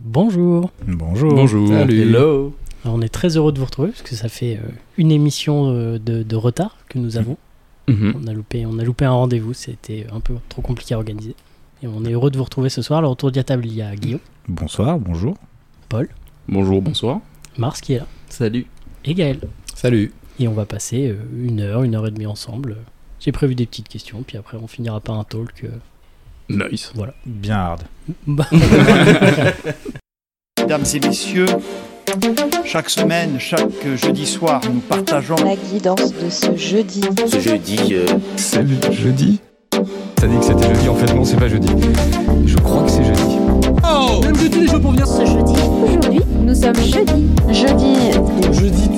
Bonjour. Bonjour. Bonjour. Salut. Hello. Alors, on est très heureux de vous retrouver parce que ça fait euh, une émission euh, de, de retard que nous avons. Mhm. On a loupé, on a loupé un rendez-vous, c'était un peu trop compliqué à organiser. Et on est heureux de vous retrouver ce soir. Alors autour de la table, il y a Guillaume, Bonsoir, bonjour. Bonjour, bonsoir. Mars qui est là, Salut. et Gaël. Salut. Et on va passer euh, une heure, une heure et demie ensemble. J'ai prévu des petites questions, puis après on finira par un talk. euh, Nice. Bien hard. bah, Mesdames et messieurs, chaque semaine, chaque jeudi soir, nous partageons La guidance de ce jeudi. Ce jeudi, euh, C'est le jeudi T'as dit que c'était jeudi, en fait non, c'est pas jeudi. Je crois que c'est jeudi. Ce jeudi, aujourd'hui, nous sommes jeudi. Jeudi.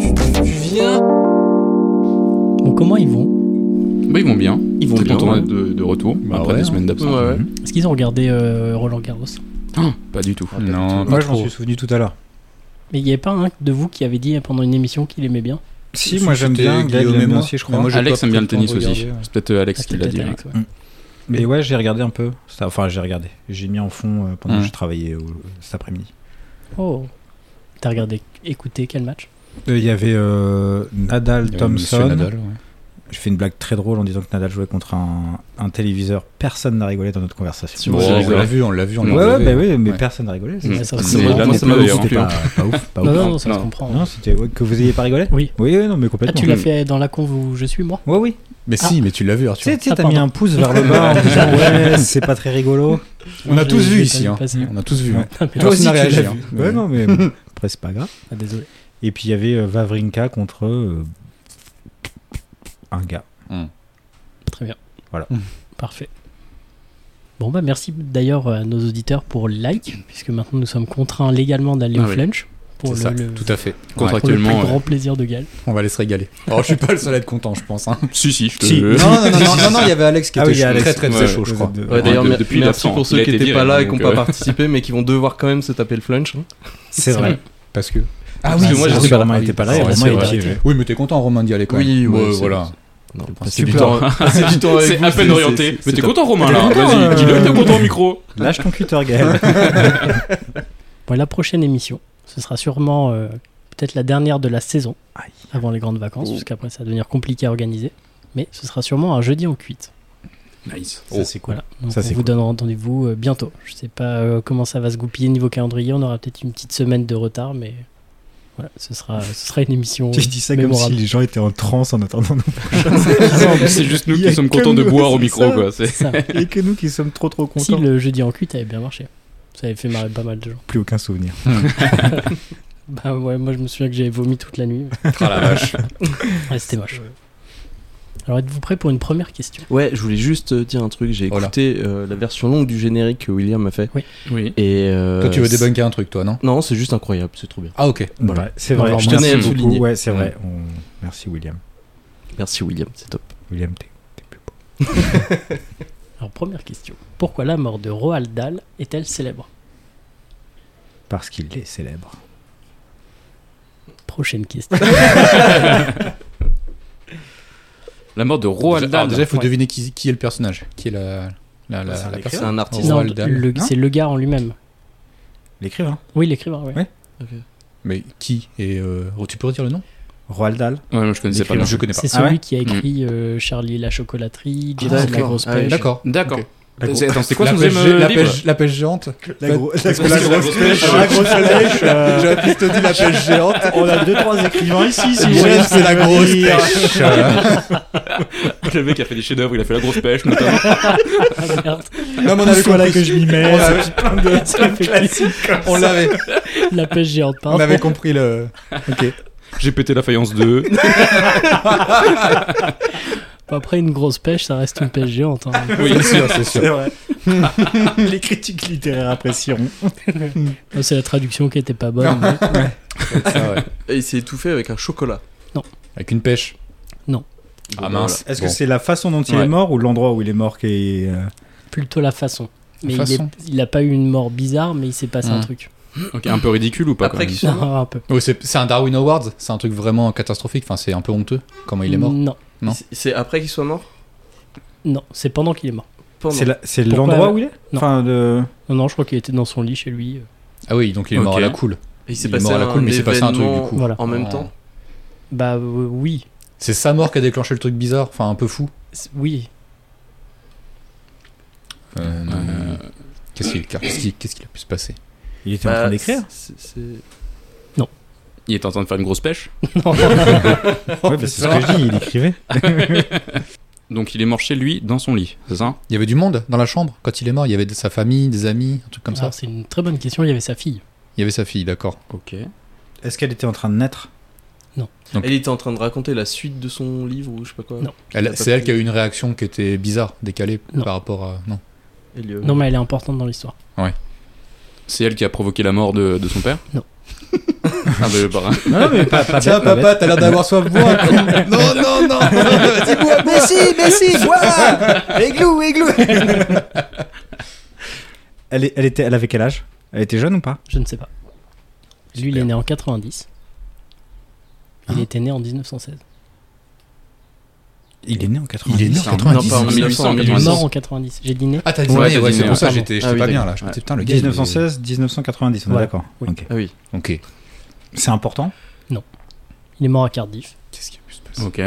bon, comment ils vont Bah, ils vont bien. Ils vont Très bien. content ouais. d'être de, de retour Bah après ouais, des semaines d'absence. Ouais, ouais. Mhm. Est-ce qu'ils ont regardé euh, Roland Garros Ah, pas du tout. Non, tout. moi Pas je m'en trop. suis souvenu tout à l'heure. Mais il n'y avait pas un de vous qui avait dit pendant une émission qu'il aimait bien Si, moi j'aime bien, C'était Guillaume Guillaume et aime moi. aussi, je crois. Mais moi, j'ai Alex pas aime bien le pris le tennis temps de aussi. regarder, ouais. C'est peut-être euh, Alex Ah, qui c'était l'a dit. peut-être Alex, ouais. Mais ouais, j'ai regardé un peu. Ça- Enfin, j'ai regardé. J'ai mis en fond euh, pendant Mhm. que je travaillais au- cet après-midi. Oh T'as regardé, écouté quel match Euh, Il y avait euh, Nadal Euh, Monsieur Thompson. Nadal, ouais. Je fais une blague très drôle en disant que Nadal jouait contre un, un téléviseur. Personne n'a rigolé dans notre conversation. Bon, Ouais, on ouais. l'a vu, on l'a vu, on Ouais, l'a on ouais, vu. bah oui, mais Ouais. personne n'a rigolé. Ouais, c'est- ça, ça- Mais là, ça- moi, mais ça m'a c'était dérangé. pas, pas ouf. Pas Ah Non, ouf. non, non, ça Non. se comprend. Non, c'était ouais, que vous ayez pas rigolé Oui. Oui, oui, non, mais Ah, complètement. tu l'as fait dans la con où je suis, moi Ouais, oui. Mais si, mais tu l'as vu, Tu Arthur. sais, tu sais, Ah, t'as pardon. mis un pouce vers le bas en disant ouais, c'est pas très rigolo. On Moi, a je- tous je vu l'ai ici. pas hein. vu passer. On a tous vu. Ouais. hein. Ah, mais- Toi aussi, Personne n'a tu l'as réagi, vu. hein. Ouais, Ouais. non, mais bon, après, c'est pas grave. Ah, désolé. Et puis il y avait euh, Vavrinka contre euh, un gars. Très bien. Voilà. Parfait. Bon, bah merci d'ailleurs à nos auditeurs pour le like, puisque maintenant nous sommes contraints légalement d'aller Ah au oui. flunch pour C'est le, ça, le- tout à fait. Ouais. pour le plus Contractuellement. euh, grand plaisir de Gal. On va aller se régaler. Alors, je suis pas le seul à être content, je pense. hein. Si, si, je te Non, non, non, non, non, non, il y avait Alex qui Ah était oui, il y a chaud, Alex. très, très, très Ouais. chaud, je crois. Vous êtes deux. Ouais, D'ailleurs, de- mer- depuis merci l'absent, pour il a ceux qui été n'étaient viré, pas là et qui donc, n'ont pas euh, participé, mais qui vont devoir quand même se taper le flunch. hein. C'est vrai. Parce que. Ah oui, Parce que moi, moi j'étais j'étais pas pas là. Romain était pas là et Ah, Romain c'est il vrai. était arrivé. Oui, mais t'es content, Romain, d'y aller quand même. Oui, ouais, Ouais, c'est- voilà. Non, C'est du super. temps, c'est du temps avec C'est vous, à peine c'est- orienté. c'est- Mais c'est t'es top. content, Romain, T'es là content, Vas-y, euh, dis-le, t'es content au micro. Lâche ton cutter, Gaël. Bon, et la prochaine émission, ce sera sûrement euh, peut-être la dernière de la saison, Aïe. avant les grandes vacances, Oh. puisqu'après ça va devenir compliqué à organiser. Mais ce sera sûrement un jeudi en cuite. Nice. Ça, c'est cool. Oh, Voilà. Donc Ça, on c'est vous cool. donnera rendez-vous euh, bientôt. Je sais pas euh, comment ça va se goupiller niveau calendrier. On aura peut-être une petite semaine de retard, mais voilà, ce sera, ce sera une émission. Tu dis ça comme si mémorable. les gens étaient en transe en attendant nous. C'est juste nous Il y a qui sommes que contents de nous, boire au c'est micro, ça. quoi. C'est- Ça. Et que nous qui sommes trop trop si contents. le jeudi en cuite avait bien marché, ça avait fait marrer pas mal de gens. Plus aucun souvenir. Bah ouais, moi je me souviens que j'avais vomi toute la nuit. Ah la vache. Ouais, c'était moche. Alors êtes-vous prêts pour une première question Ouais, je voulais juste euh, dire un truc. J'ai Voilà. écouté euh, la version longue du générique que William a fait. Oui. Et, euh, Toi, tu veux c'est- débunker un truc, toi, non Non, c'est juste incroyable, c'est trop bien. Ah, ok. Voilà. Ouais, c'est Non, vrai. je Merci tenais à le beaucoup. souligner. Ouais, c'est vrai. On- Merci William. Merci William, c'est top. William, t'es t'es plus beau. Alors première question. Pourquoi la mort de Roald Dahl est-elle célèbre Parce qu'il est célèbre. Prochaine question. La mort de Roald Alors, Dahl. déjà, il faut Ouais. deviner qui, qui est le personnage. Qui est la, la, la- C'est un la écrivain. C'est personne un artiste. Non, Roald Dahl. le- Non c'est le gars en lui-même. L'écrivain. Oui, l'écrivain, ouais. Ouais. Mais qui est. euh, Tu peux redire le nom Roald Dahl. Ouais, moi, je connaissais pas. L'écrivain. non. Je connais pas. Mm. C'est Ah celui ouais qui a écrit euh, Charlie et la chocolaterie, James Ah, et la d'accord. grosse Ah oui, pêche. D'accord. D'accord. Ok. La C'est- Attends, c'est quoi La son pêche- deuxième la livre pêche- La pêche géante. La, gro- la Parce que la grosse pêche. la grosse pêche. euh, J'aurais plus te dire la pêche géante. on a deux trois écrivains ici. Eh Si vous voulez, James, c'est la venir. grosse pêche. Le mec a fait des chefs-d'œuvre, il a fait la grosse pêche, notamment. Ah, merde. Non, mais on Tous avait voilà compris. que je m'y mets. On avait- Ça fait On l'avait. La pêche géante, On pardon. avait compris le. Ok. J'ai pété la faïence Ah, 2. Après, une grosse pêche, ça reste une pêche géante. hein. Oui, C'est sûr, c'est sûr. C'est vrai. Les critiques littéraires apprécieront. Non, C'est la traduction qui était pas bonne. Non. mais- Ah ouais. Et il s'est étouffé avec un chocolat. Avec une pêche. Bon, Ah mince. Est-ce Bon. que c'est la façon dont il Ouais. est mort ou l'endroit où il est mort qui est. euh, Plutôt la façon. Mais il est- façon. il a pas eu une mort bizarre, mais il s'est passé un Hmm. truc. Ok, un peu ridicule ou pas quand Après même qu'il soit mort. Non, un peu. Oui, c'est c'est un Darwin Awards, c'est un truc vraiment catastrophique, enfin c'est un peu honteux comment il est Mm. mort. Non, Non. C'est- C'est après qu'il soit mort non, c'est pendant qu'il est mort. Pendant. C'est la- c'est Pourquoi l'endroit où il est Non. Enfin, le- Non, non, je crois qu'il était dans son lit chez lui. euh, Ah oui, donc il est mort Ok. à la cool. Et il s'est est passé mort à un la cool, mais il s'est passé un truc, du événement coup. Voilà. en même Ah. temps. Bah euh, oui, C'est sa mort qui a déclenché le truc bizarre, enfin un peu fou. C'est- oui. Euh, non, non, non. Qu'est-ce qu'il qu'est-ce qui- qu'est-ce qu'il a pu se passer Il était en Bah, train d'écrire c'est- c'est- Il était en train de faire une grosse pêche. Ouais, bah, c'est ce que je dis, il écrivait. Donc il est mort chez lui, dans son lit, c'est ça Il y avait du monde dans la chambre quand il est mort. Il y avait de- sa famille, des amis, un truc comme Alors, ça. C'est une très bonne question. Il y avait sa fille. Il y avait sa fille, d'accord. Ok. Est-ce qu'elle était en train de naître Elle était en train de raconter la suite de son livre ou je sais pas quoi. Non. Elle- pas C'est elle pris. qui a eu une réaction qui était bizarre, décalée Non. par rapport à. Non. Ah, Et lui, euh, Non, mais elle est importante dans l'histoire. C'est elle qui a provoqué la mort de, de son père Non. ah, bah, bah, Non, non, mais pas, pas Tiens, bête, pas papa, bête. t'as l'air d'avoir soif, bois Non, Oh, non, non Vas-y, bois, bois. Elle, est- elle, était, elle avait quel âge Elle était jeune ou pas Je ne sais pas. Lui, il est né en 90. Il Hein était né en 1916. Il est né en Il 90. est né en Non, 90 pas en en 1800, 1800. Il est 1800. mort en 90. J'ai dit né. Ah, t'as dit, Ouais, ouais, t'as ouais, dit, c'est ouais. pour ça, j'étais j'étais Ah oui, pas bien d'accord. là. Je me Ouais. disais, putain, le gars. il est- 1916, 1990, on Ouais. est d'accord. Oui. Ok. Ah oui. Ok. C'est important Il est mort à Cardiff. Qu'est-ce qui a pu se passer Ok.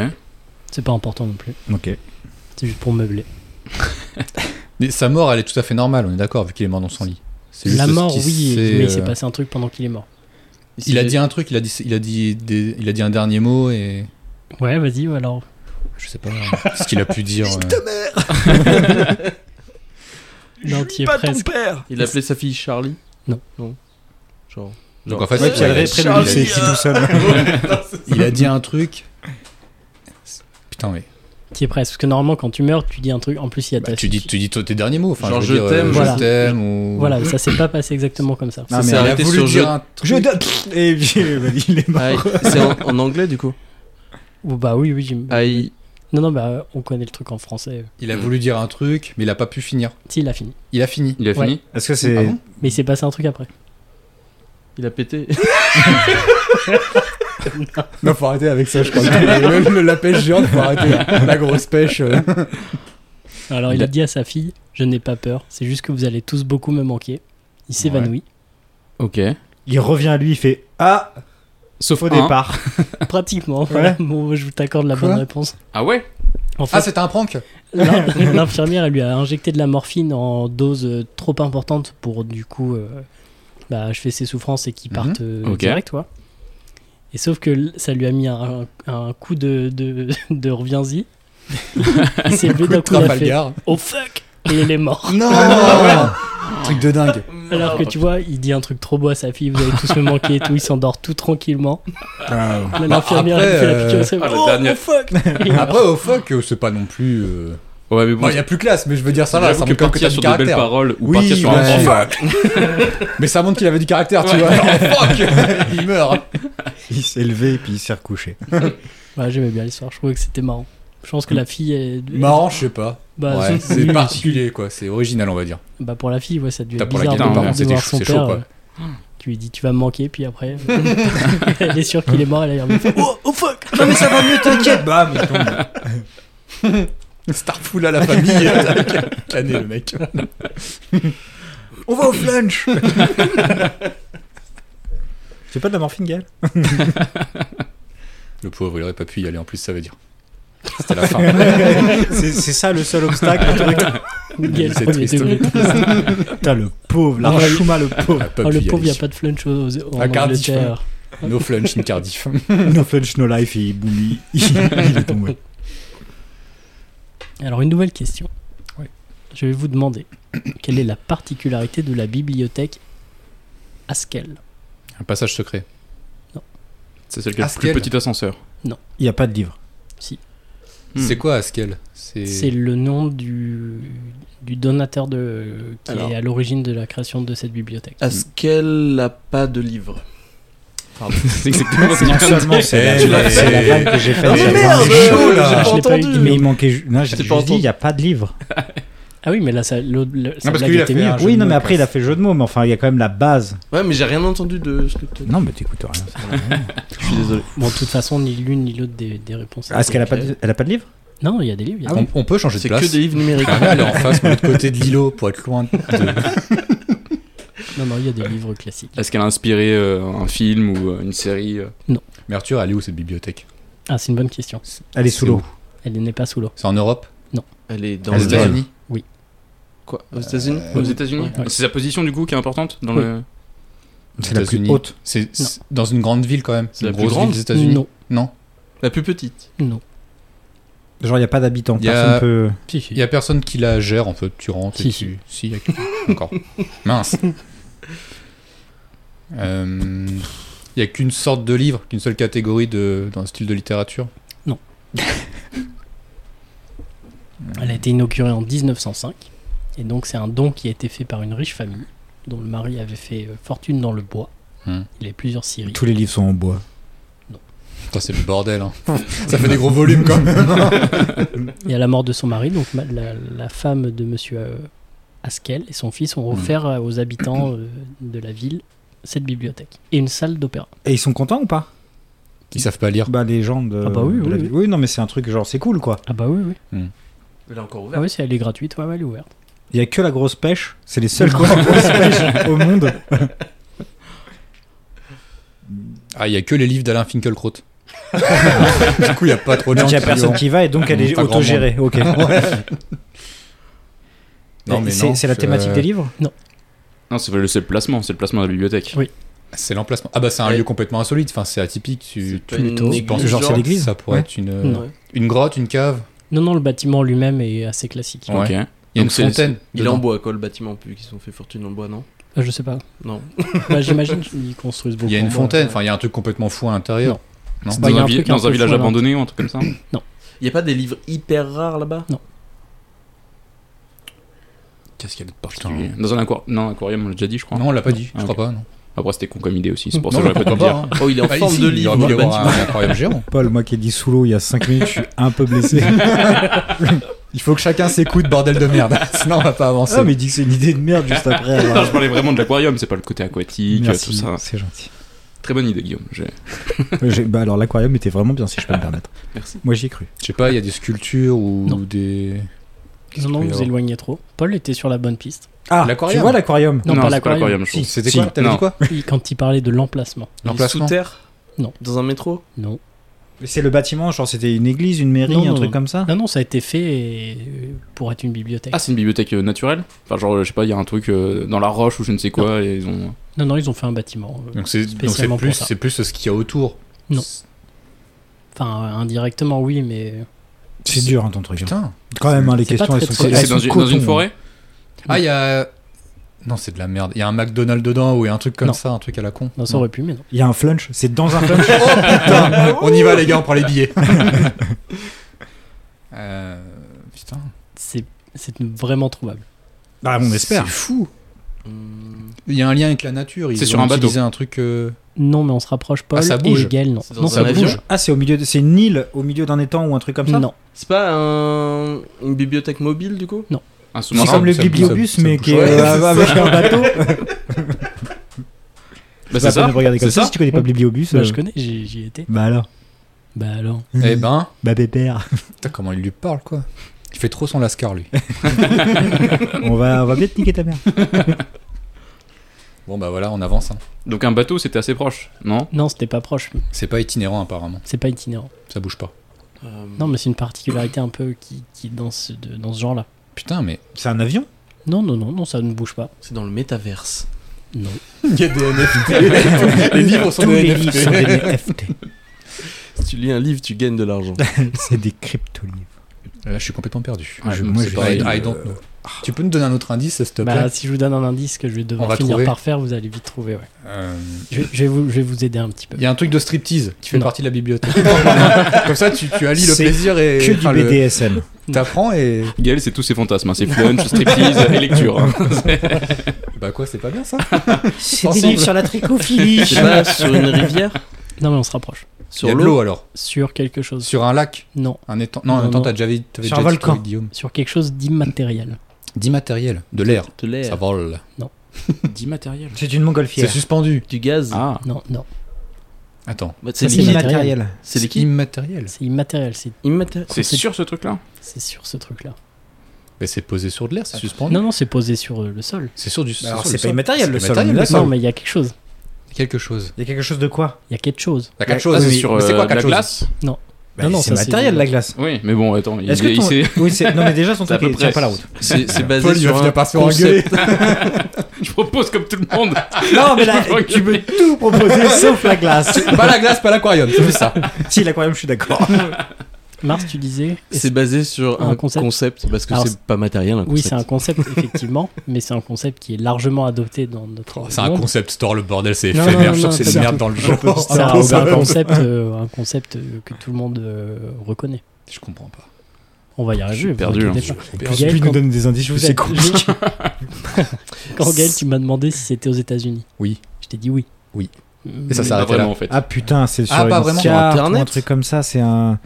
C'est pas important non plus. Ok. C'est juste pour meubler. Mais Sa mort, elle est tout à fait normale, on est d'accord, vu qu'il est mort dans son lit. C'est juste La ce mort, qui oui, s'est, mais il s'est euh, passé un truc pendant qu'il est mort. Il a dit un truc, il a dit, il a dit, des- il a dit un dernier mot et Ouais, vas-y, ou alors. je sais pas euh, ce qu'il a pu dire. euh. Non, t'y es presque. Il appelait sa fille Charlie Non. Non. Genre. Donc en fait, Ouais, puis elle il, a, réprime lui, c'est écrit tout seul. il a dit un truc. Putain, mais T'y es presque. Parce que normalement, quand tu meurs, tu dis un truc. En plus, il y a ta bah, tu dis, fille. tu dis toi, tes derniers mots. Enfin, Genre, je, veux je dire, t'aime, euh, voilà. je t'aime ou. Ah, Voilà, ça s'est pas passé exactement comme ça. Non, Ça mais s'est Il a arrêté voulu sur dire je. un Je truc. donne- Et puis, euh, bah, il est mort. Ah, c'est en, en anglais du coup. Ou bah oui, oui, j'im- Ah, il- Non, non, bah euh, on connaît le truc en français. Il a voulu dire un truc, mais il a pas pu finir. Si, il a fini. Il a fini. Il a Ouais. fini Est-ce que c'est. Ah bon Mais il s'est passé un truc après. il a pété. Non, faut arrêter avec ça, je crois. Même la pêche géante, faut arrêter. La grosse pêche. Alors, il, a dit à sa fille Je n'ai pas peur, c'est juste que vous allez tous beaucoup me manquer. Il s'évanouit. Ok. Il revient à lui, il fait Ah Sauf Au un. départ. Pratiquement. Voilà. Bon, je vous t'accorde la Quoi bonne réponse. Ah ouais En Ah, fait, c'était un prank l'in- l'infirmière, elle lui a injecté de la morphine en dose euh, trop importante pour du coup euh, bah, achever ses souffrances et qu'il Mhm. parte euh, Ok. direct, toi. Et sauf que l- ça lui a mis un, un coup de, de, de reviens-y. il s'est levé d'un coup, il a fait Ah, Trafalgar. Ah, Oh fuck Et il est mort. Non Truc de dingue. Alors que tu vois, il dit un truc trop beau à sa fille, vous allez tous me manquer et tout, il s'endort tout tranquillement. Là, L'infirmière après, elle fait euh, la piqûre, elle fait, ah, le oh, dernier. oh, fuck Et il meurt. Après, au fuck, euh, c'est pas non plus. euh, Ouais, mais bon. Bon, il y a plus classe, mais je veux dire ça là, j'avoue ça que montre quand même partir que t'as sur du de belles caractère. paroles ou Oui, partir sur un ouais. grand fuck. Mais ça montre qu'il avait du caractère, tu vois. Oh, fuck Il meurt. Il s'est levé et puis il s'est recouché. Ouais, J'aimais bien l'histoire, je trouvais que c'était marrant. Je pense que la fille est. Marrant, je sais pas. Bah, ouais, c'est- c'est particulier quoi, c'est original, on va dire. bah, pour la fille, ouais, ça a dû T'as être pour la bizarre guitare, de, par de contre, c'était voir chaud, son c'est père. chaud, quoi. euh, Tu lui dis, tu vas me manquer, puis après. euh, elle est sûre qu'il est mort, elle a dit, oh, oh fuck Non, mais ça va mieux, t'inquiète Bam il tombe. Starful à la famille, euh, cané le mec. On va au flunch C'est pas de la morphine, Gaël Le pauvre, il aurait pas pu y aller en plus, ça veut dire. C'était la fin. C'est c'est ça le seul obstacle. le truc. Miguel, C'est premier triste. degré. Putain, le pauvre, l'archuma, le Il a pauvre. pas Oh, pu le y pauvre, il n'y aller. a pas de flunch aux- aux- en À Cardiff, Angleterre. No flunch in Cardiff. No flunch, no life, et boum, il, il est tombé. Alors, une nouvelle question. Ouais. Je vais vous demander quelle est la particularité de la bibliothèque Haskell Un passage secret. C'est celle qui a le plus Haskell. petit ascenseur. Il n'y a pas de livre. Hmm. C'est quoi Askel C'est C'est le nom du, du donateur de, qui Alors. est à l'origine de la création de cette bibliothèque. Est-ce qu'elle a pas de livre C'est exactement ce Non qu'il vient de seulement dire. c'est la, Eh, mais- c'est la blague que j'ai faite. Ah, mais sur- merde, Mais chaud, Ah, oh là. j'ai pas Je l'ai pas entendu. eu. Mais il manquait. ju- Non, j'ai T'es juste dit, pas entendu. il n'y a pas de livre. Ah oui, mais là, ça, l'autre- le- sa parce blague que lui, il a était fait mieux. un jeu Oui, de non, mots, mais après, quoi. il a fait jeu de mots, mais enfin, il y a quand même la base. Ouais, mais j'ai rien entendu de ce que tu Non, mais t'écoutes rien. ça. Je suis désolé. Bon, de toute façon, ni l'une ni l'autre des, des réponses. Ah, Est-ce qu'elle a pas de- elle a pas de livre Non, il y a des livres. il y a On, des- Ah on peut changer de C'est place. que des livres numériques. Ah, elle est en face, mais de l'autre côté de l'îlot pour être loin de- Non, non, il y a des livres classiques. Ah. Est-ce qu'elle a inspiré euh, un film ou euh, une série euh Mais Arthur, elle est où cette bibliothèque Ah, c'est une bonne question. Elle est sous C'est l'eau. Elle n'est pas sous l'eau. C'est en Europe Elle est dans Aux le- États-Unis Quoi Aux États-Unis Aux États-Unis Ouais. C'est sa position du coup qui est importante dans Oui. le. Aux C'est la plus États-Unis. haute. C'est c'est dans une grande ville quand même. C'est la une plus grosse grande ville des États-Unis. Non, Non. La plus petite. non. Genre, il n'y a pas d'habitants. Y a- Personne peut. Si, Il si. y a personne qui la gère en fait. Tu rentres et Si, tu. Si, y a quelqu'un. Encore. Mince. Il n'y a qu'une sorte de livre, qu'une seule catégorie de, dans le style de littérature. Elle a été inaugurée en 1905. Et donc, c'est un don qui a été fait par une riche famille dont le mari avait fait euh, fortune dans le bois. Hmm. Il a plusieurs scieries. Tous les livres sont en bois. Putain, c'est le bordel. hein. Ça fait des gros volumes quand même. Et à la mort de son mari, donc ma- la, la femme de monsieur euh, Haskell et son fils ont offert euh, aux habitants euh, de la ville cette bibliothèque et une salle d'opéra. Et ils sont contents ou pas Ils savent pas lire. Bah, les gens de. Ah bah oui, de la oui, ville. non, mais c'est un truc genre, c'est cool quoi. Ah bah oui, oui. Elle est encore Ah ouverte. oui, c'est- elle est gratuite, ouais, ouais, elle est ouverte. Il n'y a que la grosse pêche. C'est les seuls grosses pêches au monde. Ah, il n'y a que les livres d'Alain Finkielkraut. du coup, il n'y a pas trop de gens Donc, il n'y a qui Ah, personne ont- qui va et donc elle est Pas grand monde. autogérée. Ok. Non, mais c'est non, euh, c'est la je- thématique des livres Non, c'est le, c'est le placement, c'est le placement de la bibliothèque. Oui. C'est l'emplacement. Ah bah c'est un Ouais. lieu complètement insolite. Enfin c'est atypique. Tu, pas tu- une tu église, penses genre, c'est l'église Ça pourrait Ouais. être une euh, Non. Ouais. une grotte, une cave. Non, non, le bâtiment lui-même est assez classique. Ouais. Ok. Il y a Donc, c'est- une fontaine. Il est dedans. en bois, quoi, le bâtiment, plus qu'ils ont fait fortune dans le bois, non Ah, je sais pas. Non. Bah, J'imagine qu'ils construisent beaucoup. Il y a en une bois. fontaine. Enfin il y a un truc complètement fou à l'intérieur. Non. C'est Bah, dans, il y a un, un vi- truc dans un un peu village fou, là. abandonné ou un truc comme ça Il n'y a pas des livres hyper rares là-bas Qu'est-ce qu'il y a de hein. Particulier. Dans un aqua- non, aquarium, on l'a déjà dit, je crois. Non on l'a pas dit. Ah, Je ok. crois pas. Non. Après, c'était con comme idée aussi, c'est pour ça Non, que j'aurais pas pourquoi dû le dire. hein. Oh, il est en Ah, forme ici, de Il livre, aurait pu le y avoir bâtiment. un aquarium géant. Paul, moi qui ai dit sous l'eau il y a 5 minutes, je suis un peu blessé. Il faut que chacun s'écoute bordel de merde. Sinon on va pas avancer. ah, mais il dit que c'est une idée de merde juste après. Non, je parlais vraiment de l'aquarium, c'est pas le côté aquatique, Merci, tout ça. c'est gentil. Très bonne idée, Guillaume. j'ai- J'ai- bah alors l'aquarium était vraiment bien si je peux me permettre. Merci. Moi j'y ai cru. Je sais pas. Il y a des sculptures ou Non. des. Qu'est-ce Non, non, qu'il peut y vous avoir éloignez trop. Paul était sur la bonne piste. Ah, L'aquarium. tu vois l'aquarium Non, pas c'est pas l'aquarium. l'aquarium, je Si. pense. C'était Si. quoi T'avais Non. dit quoi Il- Quand il parlait de l'emplacement. Il est L'emplacement. sous terre Non. Dans un métro Non. C'est le bâtiment, genre c'était une église, une mairie, Non, un non, truc non. comme ça Non, non, ça a été fait euh, pour être une bibliothèque. Ah, c'est une bibliothèque euh, naturelle Enfin, genre, euh, je sais pas, il y a un truc euh, dans la roche ou je ne sais quoi, et ils ont. Non, non, ils ont fait un bâtiment. euh, Donc c'est donc, c'est Spécialement pour plus ça. c'est plus ce qu'il y a autour. Non. Enfin, euh, indirectement, oui, mais. C'est dur hein, ton truc. hein. Putain. Quand même, hein, les C'est pas questions elles très sont très- elles C'est sont dans, une- coton, dans une hein. forêt Ah, il y a. Non, c'est de la merde. Il y a un McDonald's dedans ou il y a un truc comme Non. ça, un truc à la con. Non, ça Non. aurait pu, mais non. Il y a un flunch, c'est dans un flunch. Putain, on y va, les gars, on prend les billets. Euh, putain. C'est c'est vraiment trouvable. ah, on espère. C'est fou. Hum, Il y a un lien avec la nature. ils C'est sur ont un bateau. utilisé un truc. euh, Non, mais on se rapproche, Paul. Ah, ça et bouge. Gaël, non. C'est dans Non, un ça avion. bouge. Ah, c'est au milieu, de- c'est une île au milieu d'un étang ou un truc comme ça Non. C'est pas un- une bibliothèque mobile du coup Un C'est sous-marin comme le ça bouge, bibliobus, ça mais bouge. qui est Ouais, euh, avec un bateau. Bah, Bah, c'est ça ne regardez comme C'est ça, ça si tu connais pas bibliobus. Bah, euh, je connais, j'y j'y étais. Bah alors, Bah alors. Eh ben. bah pépère, Putain, comment il lui parle, quoi. Il fait trop son lascar, lui. on va, on va bien te niquer ta mère. Bon, bah voilà, on avance. hein. Donc, un bateau, c'était assez proche, non Non, c'était pas proche. C'est pas itinérant, apparemment. C'est pas itinérant. Ça bouge pas. Euh, Non, mais c'est une particularité un peu qui, qui est dans ce, de- dans ce genre-là. Putain, mais. C'est un avion Non, non, non, non, ça ne bouge pas. C'est dans le métaverse. Non. Il y a des NFT. les livres sont Tous des les NFT. livres sont des NFT. Si tu lis un livre, tu gagnes de l'argent. C'est des crypto-livres. Là, je suis complètement perdu. Ah, je- Donc, moi, c'est j'ai- pareil, euh, I don't know. Tu peux nous donner un autre indice, s'il te Bah, plaît si je vous donne un indice que je vais On devoir va finir trouver. par faire, vous allez vite trouver, ouais. Euh, Je, je vais, vous, je vais vous aider un petit peu. Il y a un truc de striptease qui fait Non. partie de la bibliothèque. Comme ça, tu, tu allies le C'est plaisir et Que du enfin, le- BDSM. T'apprends et Gaël, c'est tous ses fantasmes, hein, c'est flunch, striptease et lecture. hein. bah quoi, c'est pas bien ça. C'est des livres sur la tricophilie. C'est pas sur une rivière Non, mais on se rapproche. Il y a Sur de l'eau l'eau alors, Sur quelque chose. sur un lac, Non, un étang. Non, un Non, étang, non. t'as déjà, vu- t'avais Sur déjà un dit volcan. toi, Guillaume. sur quelque chose d'immatériel. D'immatériel, de l'air, De l'air. ça vole. D'immatériel. C'est une C'est montgolfière. suspendu. Du gaz. Ah, Non, non. Attends, Bah, c'est Ça, liquide. immatériel. C'est liquide. immatériel. C'est immatériel, c'est Immatériel. c'est sûr ce truc-là c'est sur ce truc-là. Mais c'est posé sur de l'air, c'est suspendu. Non, non, c'est posé sur euh, le sol. C'est sur du Bah, alors, sur c'est le pas sol. immatériel, C'est le pas sol, on est immatériel, le d'accord. Non, sol. mais il y a quelque chose. Quelque chose. Il y a quelque chose de quoi Il y a quelque chose. T'as Ouais, quelque chose. ah, mais oui. sur mais c'est euh, quoi la quelque chose glace Non. Bah, Non, non, C'est ça, c'est- matériel, la glace. Oui, mais bon, attends, il, Est-ce que il ton- s'est- Oui, c'est- non, mais déjà, son C'est à truc, il peu près. tient pas la route. C'est c'est basé Paul, il va sur un finir par se faire engueuler. concept. je propose comme tout le monde. Non, mais là, tu peux tout proposer sauf la glace. Pas la glace, pas l'aquarium, c'est juste ça. Si, l'aquarium, je suis d'accord. Mars, tu disais C'est basé sur Un un concept. concept, parce que Alors, c'est pas matériel. Un Oui, concept. c'est un concept, effectivement, mais c'est un concept qui est largement adopté dans notre. Oh, C'est un monde. concept store, le bordel, c'est Non, éphémère. non, Je suis sûr que non, c'est c'est une merde dans le genre. C'est un, c'est concept. un concept, euh, un concept euh, que tout le monde euh, reconnaît. Je comprends pas. On va y arriver. vous perdu, inquiétez hein. pas. Je Gaël, Plus quand- nous donne des indices, vous c'est êtes- compliqué. Quand Gaël, tu m'as demandé si c'était aux États-Unis. Oui. Je t'ai dit oui. Mm, Oui. Mais Et ça Mais s'arrête pas là. vraiment, en fait. Ah putain, c'est sur Ah, une pas vraiment. carte Sur Internet ou un truc comme ça, c'est un.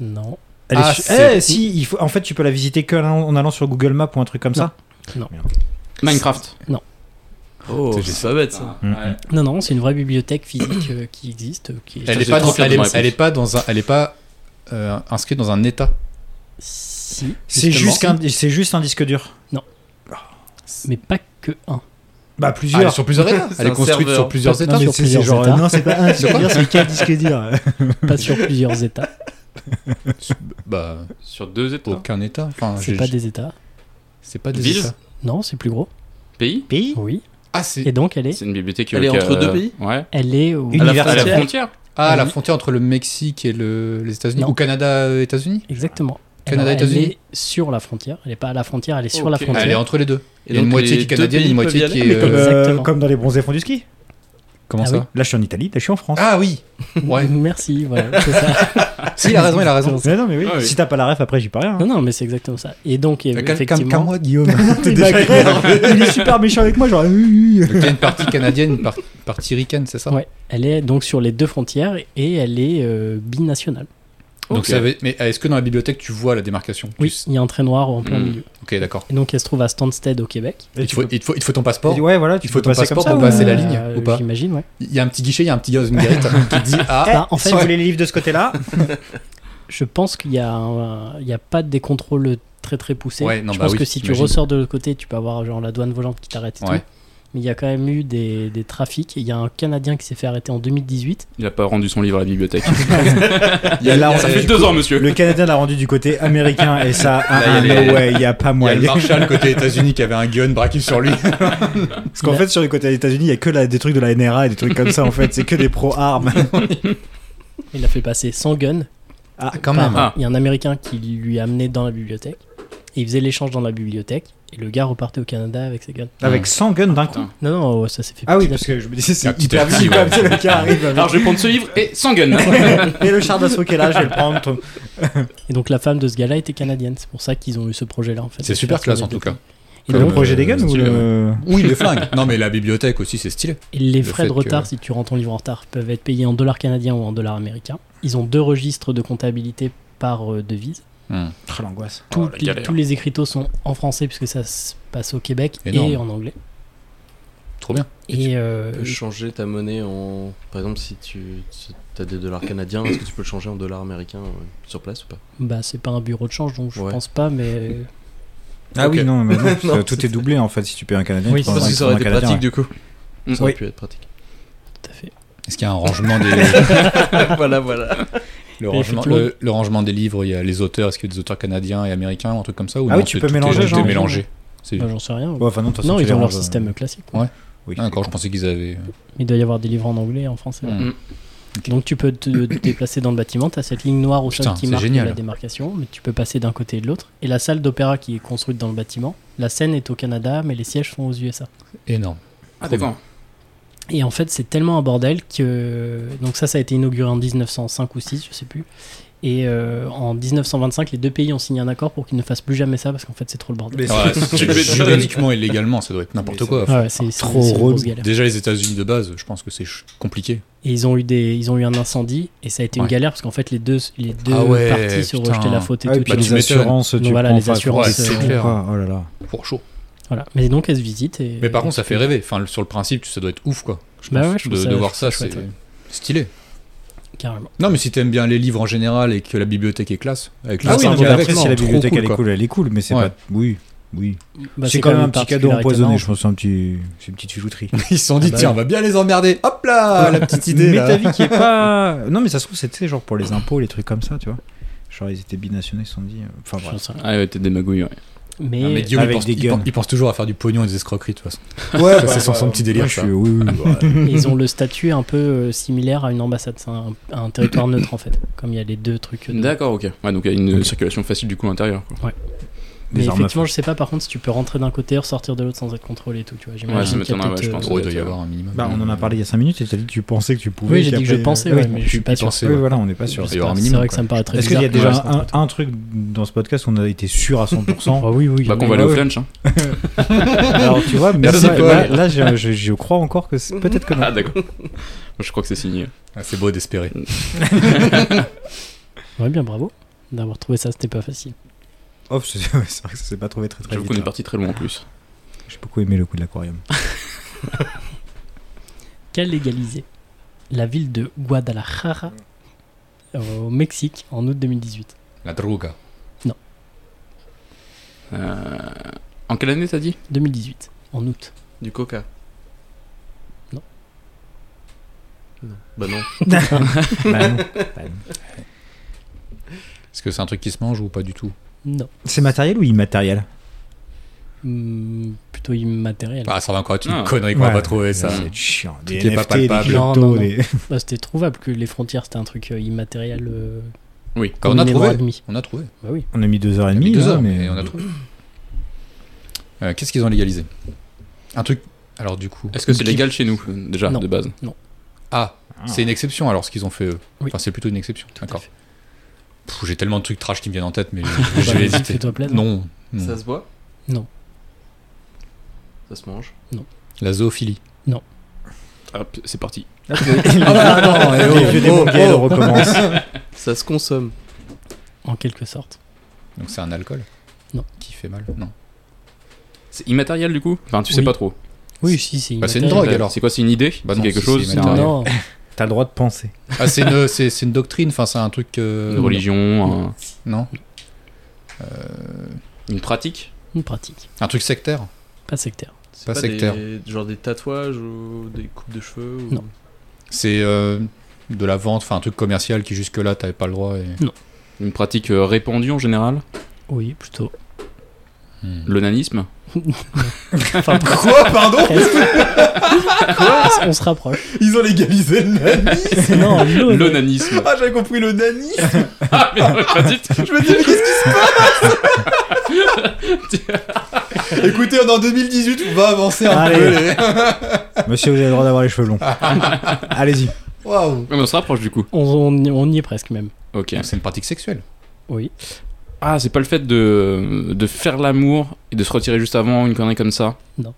Non. Elle est Ah, su- c'est- Eh, si, il faut... en fait, tu peux la visiter qu'en en allant sur Google Maps ou un truc comme ça. Minecraft. Oh, C'est c'est pas bête ça. Mm. Ouais. Non, non, c'est une vraie bibliothèque physique euh, qui existe. euh, Qui est- Elle Ça, est c'est pas trop dans- fier de elle ma est- réponse. elle est pas dans un. Elle est pas euh, inscrite dans un état. Si, C'est justement. juste, un... c'est juste un disque dur. Mais pas que un. Bah, Ah, plusieurs. elle est sur plusieurs états. C'est Elle est un construite serveur. sur plusieurs Pas- états. non, mais sur c'est- plusieurs genre, états. non, c'est pas un disque quoi dur, c'est quel disque dur Pas sur plusieurs états. Bah, Sur deux états. aucun état. Enfin, C'est j'ai- pas des états. C'est pas des Villes états. Non, c'est plus gros. Pays Pays Oui. Ah, Et c'est. donc, elle est, C'est une bibliothèque. Elle est euh, qui a- entre deux pays Ouais. elle est au. À la, à la Universitaire. frontière Ah, la Oui. frontière entre le Mexique et le- les États-Unis. Non. Ou euh, Canada-États-Unis Exactement. Canada, Alors, elle États-Unis. est sur la frontière. Elle est pas à la frontière, elle est sur la Ok. frontière. Elle est entre les deux. Et Il y a donc, une moitié les qui est deux canadienne, pays une moitié peuvent y qui aller est. comme, euh, Exactement. comme dans les bronzés fonds du ski. Comment Ah ça oui. Là, je suis en Italie, là, je suis en France. Ah oui Ouais. Merci, voilà, c'est ça. si, il a raison, il a raison. Mais non, mais oui. Ah oui. Si t'as pas la ref, après, j'y peux rien. hein. Non, non, mais c'est exactement ça. Et donc, Euh, effectivement, moi, Guillaume. T'es déjà énervé. Il est super méchant avec moi, genre. oui, oui, Il y a une partie canadienne, une par- partie ricaine, c'est ça Ouais. elle est donc sur les deux frontières et elle est euh, binationale. Donc Ok. ça veut- Mais euh, est-ce que dans la bibliothèque, tu vois la démarcation Tu Oui, sais- il y a un trait noir en Hmm. plein Mm. milieu. Ok, d'accord. Et donc, elle se trouve à Stansted au Québec. oui. Il te, faut, il, te faut, il te faut ton passeport. Et Ouais, voilà, tu Il faut peux ton passer comme passeport ça. pour ouais. passer Bah, la Euh, ligne, ou pas J'imagine, ouais. Il y a un petit guichet, il y a un petit gars dans une guérite qui dit Ah, Bah, en Si fait, vous voulez les livres de ce côté-là, je pense qu'il y a, un- il y a pas des contrôles très très poussés. Ouais, non, je bah pense oui, que si tu j'imagine. ressors de l'autre côté, tu peux avoir genre la douane volante qui t'arrête et Ouais. tout. Mais il y a quand même eu des, des trafics. Et Il y a un Canadien qui s'est fait arrêter en 2018. Il a pas rendu son livre à la bibliothèque. il y a là, on- Ça fait deux ans, monsieur. le Canadien l'a rendu du côté américain et ça, ah, Là, il y a ah, les- no way, il y a pas il y a moyen. le Marshall côté États-Unis qui avait un gun braqué sur lui. Parce qu'en fait, sur le côté des États-Unis, il y a que la- des trucs de la NRA et des trucs comme ça, en fait. C'est que des pro-armes. Il a fait passer sans gun. Ah, quand Par- même. Ah. Il y a un Américain qui lui a amené dans la bibliothèque. Et il faisait l'échange dans la bibliothèque. Et le gars repartait au Canada avec ses guns. Avec 100 guns d'un coup. Putain. Non, non, oh, ça s'est fait Ah petit oui, à parce que je me disais, Ah. Ah, c'est petit hyper à petit, visible. ouais. C'est le gars arrive. avec- Alors je vais prendre ce livre et sans gun. Et le char d'assaut qui est là, je vais le prendre. ton- Et donc la femme de ce gars-là était canadienne, c'est pour ça qu'ils ont eu ce projet-là en fait. C'est de super faire classe tourner en des tout cas. films. Et Comme, le projet euh, des guns ou stylé, le. Oui, les flingues. Non, mais la bibliothèque aussi, c'est stylé. Et les Le frais fait de retard, que- si tu rends ton livre en retard, peuvent être payés en dollars canadiens ou en dollars américains. Ils ont deux registres de comptabilité par euh, devise. Hmm. Oh, l'angoisse. Tous la les- galère. tous les écriteaux sont en français puisque ça se passe au Québec Énorme. et en anglais. Trop bien. Et, euh, Tu peux changer ta monnaie en. Par exemple, si tu as des dollars canadiens, est-ce que tu peux le changer en dollars américains euh, sur place ou pas bah c'est pas un bureau de change donc je Ouais. pense pas mais euh, Ah Ok. oui, non, mais non, parce que Non, tout c'est- est doublé en fait si tu payes un Canadien. Oui, tu c'est prends parce un- que ça aurait un été Bah, Canadien, pratique ouais. du coup. Ça aurait pu être pratique. tout à fait. Est-ce qu'il y a un rangement des. voilà, voilà. Le rangement, effectivement. le- le rangement des livres, il y a les auteurs, est-ce qu'il y a des auteurs canadiens et américains, ou un truc comme ça ou Ah non, oui, tu c'est- peux tout mélanger, est, tout est genre. mélangé. C'est- Bah, j'en sais rien. Ouais, enfin non, de toute façon, non, tu ils les ont leur ranges, système euh, classique. Oui, Ah, encore, je pensais qu'ils avaient. euh, Il doit y avoir des livres en anglais et en français. Mm. Mm. Ok. Donc tu peux te te déplacer dans le bâtiment, tu as cette ligne noire au sol Putain, qui c'est marque génial. la démarcation, mais tu peux passer d'un côté et de l'autre. Et la salle d'opéra qui est construite dans le bâtiment, la scène est au Canada, mais les sièges sont aux USA. Énorme. Ah d'accord. Et en fait, c'est tellement un bordel que... Donc ça, ça a été inauguré en 1905 ou 6, je sais plus. Et euh, en 1925, les deux pays ont signé un accord pour qu'ils ne fassent plus jamais ça, parce qu'en fait, c'est trop le bordel. Mais Ouais, c'est- c'est- m'étonnes. juridiquement et légalement, ça doit être n'importe quoi. Ouais, ouais, c'est c'est- trop c'est une grosse relou. galère. Déjà, les États-Unis de base, je pense que c'est ch- compliqué. Et ils ont eu des, ils ont eu un incendie et ça a été une Ouais. galère parce qu'en fait les deux, les deux Ah ouais, parties se putain. rejetaient la faute et Ah oui, tout. puis tu les m'étonnes. assurances, tu Donc voilà, prends, les enfin, assurances, ouais, c'est euh, clair. quoi, Oh là là. Pour chaud. Voilà. Mais donc elle se visite. Et, Mais par contre, ça fait rêver. Enfin, sur le principe, ça doit être ouf, quoi. Je Bah pense, ouais, je trouve de, ça- de je voir trouve ça, ça c'est chouette, stylé. carrément. Non, mais si t'aimes bien les livres en général et que la bibliothèque est classe, avec le Ah oui, symbole non, mais avec, après, non, si la trop bibliothèque cool, elle est quoi. cool, elle est cool, mais c'est Ouais. pas. Oui, oui. Bah, c'est quand même un une petit cadeau particularité empoisonné, marrante. je pense, c'est un petit, c'est une petite filouterie. Ils se sont dit, Ah bah tiens, on oui. va bien les emmerder. Hop là, Ah, la petite idée. mais là. ta vie qui est pas. Non, mais ça se trouve, c'était genre pour les impôts, les trucs comme ça, tu vois. Genre, ils étaient binationaux, ils se sont dit. euh, Enfin, Je bref. sais rien. Ah ouais, t'es des magouilles, ouais. Mais, Non, mais Guillaume, Avec il, pense, des il pense- guns. il pense toujours à faire du pognon et des escroqueries, de toute façon. Ouais, Ça, c'est son, son petit délire. Ouais, je ça. suis- oui, bah, oui, oui. ils ont le statut un peu euh, similaire à une ambassade, c'est un, un territoire neutre en fait, comme il y a les deux trucs. euh, dedans. D'accord, ok. Ouais, donc il y a une Ok. circulation facile du coup à l'intérieur. quoi. Mais Des armes à effectivement, je sais pas par contre si tu peux rentrer d'un côté et ressortir de l'autre sans être contrôlé et tout, tu vois. Ouais, ça J'imagine qu'il y a m'étonnerait, ouais, peut-être, je euh, pense. Oh, il doit y avoir un minimum. Bah, on en a parlé il y a 5 minutes et tu as dit que tu pensais que tu pouvais. Oui, j'ai qu'après- dit que je pensais, ouais, mais je suis pas sûr. pensé, Oui, ouais. voilà, on n'est pas je sûr. sais Il y aura pas, un C'est minimum, vrai que ça me paraît très Est-ce qu'il bizarre. y a déjà comme un, reste. un truc dans ce podcast où on a été sûr à 100% Ah oui, oui. Bah, oui. qu'on va aller au ouais. flunch. Hein. Ah Alors tu vois, mais Merci, ça, Paul. là, là, je, je- je crois encore que c'est- peut-être que non. Ah, d'accord. Moi, je crois que c'est signé. Ah, C'est beau d'espérer. Ouais, bien, bravo d'avoir trouvé ça, c'était pas facile. Oh, c'est c'est vrai que ça s'est pas trouvé très très J'avoue vite. qu'on est hein. parti très loin en plus. J'ai beaucoup aimé le coup de l'aquarium. Qu'a légalisé la ville de Guadalajara au Mexique en août 2018 La droga. Euh, En quelle année t'as dit 2018, en août. Du coca. Non. Non. Bah non. Bah non. Est-ce que c'est un truc qui se mange ou pas du tout Non. C'est matériel ou immatériel Hum, plutôt immatériel. Ah, ça va encore être une Ah. connerie qu'on va Ouais. pas trouver, ça. C'est chiant. Des Tout est pas NFT, des palpable. Non, cryptos, non, non. des- Bah, c'était trouvable que les frontières c'était un truc euh, immatériel. euh, Oui. Quand on a communément trouvé. admis. On a trouvé. Bah oui. On a mis deux heures et Il y a demie. mis deux là, heures, hein, mais mais on a trouvé. Euh, Qu'est-ce qu'ils ont légalisé Un truc. Alors, du coup. Est-ce que c'est Qui- légal chez nous, déjà, Non. de base Ah. Ah, c'est une exception alors ce qu'ils ont fait eux. Oui. Enfin, c'est plutôt une exception. à D'accord. fait. Pff, J'ai tellement de trucs trash qui me viennent en tête, mais Bah, je vais vas-y, hésiter. Fais-toi plaisir. Non. non. Ça se boit Non. Ça se mange La zoophilie. Hop, Ah, c'est parti. non, eh oh, Les vieux démons oh, gays, oh. on recommence. Ça se consomme. En quelque sorte. Donc c'est un alcool Non. Qui fait mal Non. C'est immatériel du coup Enfin, tu sais Oui. pas trop. Oui, si, c'est Bah, c'est une immatériel. drogue, alors. C'est quoi C'est une idée Bah C'est non, quelque si, chose c'est C'est immatériel. un- Non, T'as le droit de penser. Ah, c'est une, c'est, c'est une doctrine, enfin, c'est un truc. euh, une religion, un- Non. une pratique une pratique. Un truc sectaire Pas sectaire. C'est Pas sectaire. Des, genre des tatouages ou des coupes de cheveux ou... Non. C'est euh, de la vente, enfin, un truc commercial qui jusque-là t'avais pas le droit. Et... Une pratique euh, répandue en général Oui, plutôt. Hmm. L'onanisme Enfin, Quoi, pardon presque. On se rapproche. Ils ont légalisé le Non, l'eau, non. L'onanisme Ah, j'avais compris le nani Ah, mais non, pas dit Je me dis, mais qu'est-ce qui se passe Écoutez, on est en 2018, on va avancer un Allez. peu. les- Monsieur, vous avez le droit d'avoir les cheveux longs. Allez-y. Waouh Ouais, mais On se rapproche du coup. On, on y- on y est presque même. Ok. C'est une pratique sexuelle. Oui. Ah, c'est pas le fait de, de faire l'amour et de se retirer juste avant, une connerie comme ça Non.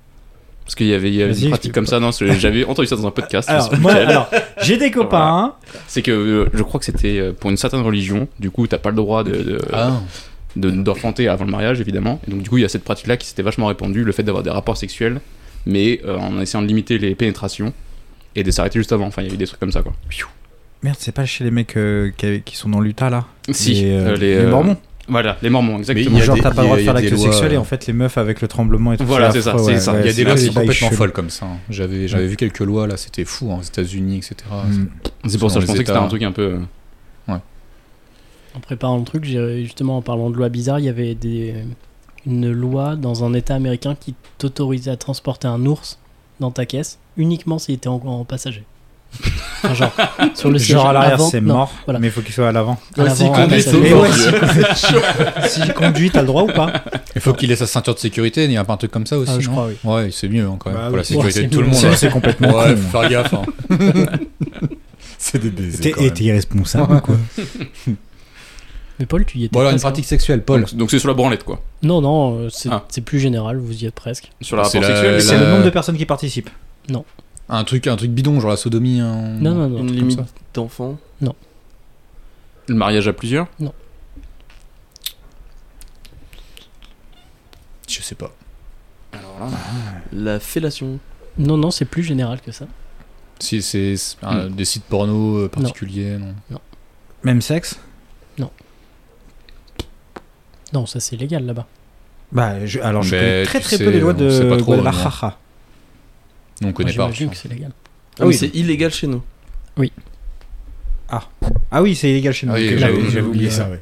Parce qu'il y avait, il y avait Vas-y, une pratique explique comme ça, non c'est- J'avais entendu ça dans un podcast. Alors, c'est moi, lequel. alors, j'ai des copains. C'est que euh, je crois que c'était euh, pour une certaine religion, du coup t'as pas le droit de, de, Ah, de- d'enfanter avant le mariage évidemment. Et donc du coup il y a cette pratique-là qui s'était vachement répandue, le fait d'avoir des rapports sexuels, mais euh, en essayant de limiter les pénétrations et de s'arrêter juste avant. Enfin il y a eu des trucs comme ça quoi. Merde, c'est pas chez les mecs euh, qui, qui sont dans l'Utah là Si, les, euh, euh, les euh, Mormons. Voilà, les Mormons exactement. il y a Genre, des- t'as pas le droit de il y a faire des l'acte lois, sexuel et euh, en fait, les meeffs avec le tremblement et tout Voilà, c'est ça, affreux, c'est ouais, ça. ouais, il y a c'est des lois qui sont bails complètement chelous. folles comme ça. hein. J'avais, j'avais vu quelques lois là, c'était fou hein, aux États-Unis, etc. Hmm. C'est pour ça Selon je pensais les que c'était États. un truc un peu. euh, En préparant le truc, j'ai- justement, en parlant de loi bizarre, il y avait des, une loi dans un état américain qui t'autorisait à transporter un ours dans ta caisse uniquement s'il était en, en passager. Enfin, genre, sur le siège Genre à l'arrière, avant- c'est non, mort, voilà. mais il faut qu'il soit à l'avant. à Ouais, l'avant, s'il Ah, en conduit, passager. c'est Et mort. ouais, si si conduit, t'as le droit ou pas Il faut qu'il ait sa ceinture de sécurité, il y a pas un truc comme ça aussi. Ah, je non crois, oui. Ouais, c'est mieux hein, quand même. Bah pour la oui. sécurité Ouais, de tout le mieux. monde. Sinon, ouais. C'est complètement Ouais, con. faut faire gaffe. hein. c'est des baisers. T'es quand même. et t'es irresponsable quoi. Mais Paul, tu y étais. Bon, alors une presque, pratique sexuelle, Paul. Donc, donc c'est sur la branlette quoi. hein. Non, non, euh, c'est Ah. c'est plus général, vous y êtes presque. Sur le C'est rapport la- sexuel. la- C'est le nombre de personnes qui participent. Un truc, un truc bidon, genre la sodomie. hein. un- Non, non, non. un Une truc limite comme ça. d'enfant Le mariage à plusieurs Je sais pas. Alors là, La fellation Non, non, c'est plus général que ça. Si c'est c'est un- Hmm. des sites porno euh, particuliers, non. Même sexe Non, ça c'est légal là-bas. Bah, je- alors je Mais connais très tu très peu sais, les lois on sait de pas trop, Guadalajara. Non, on Moi, connaît pas. je J'imagine que pense. c'est légal. Ah oui. oui, c'est illégal chez nous. Ah oui, c'est illégal chez nous. Ah oui, Ok, j'avais- j'avais- j'avais j'avais oublié ça. ouais.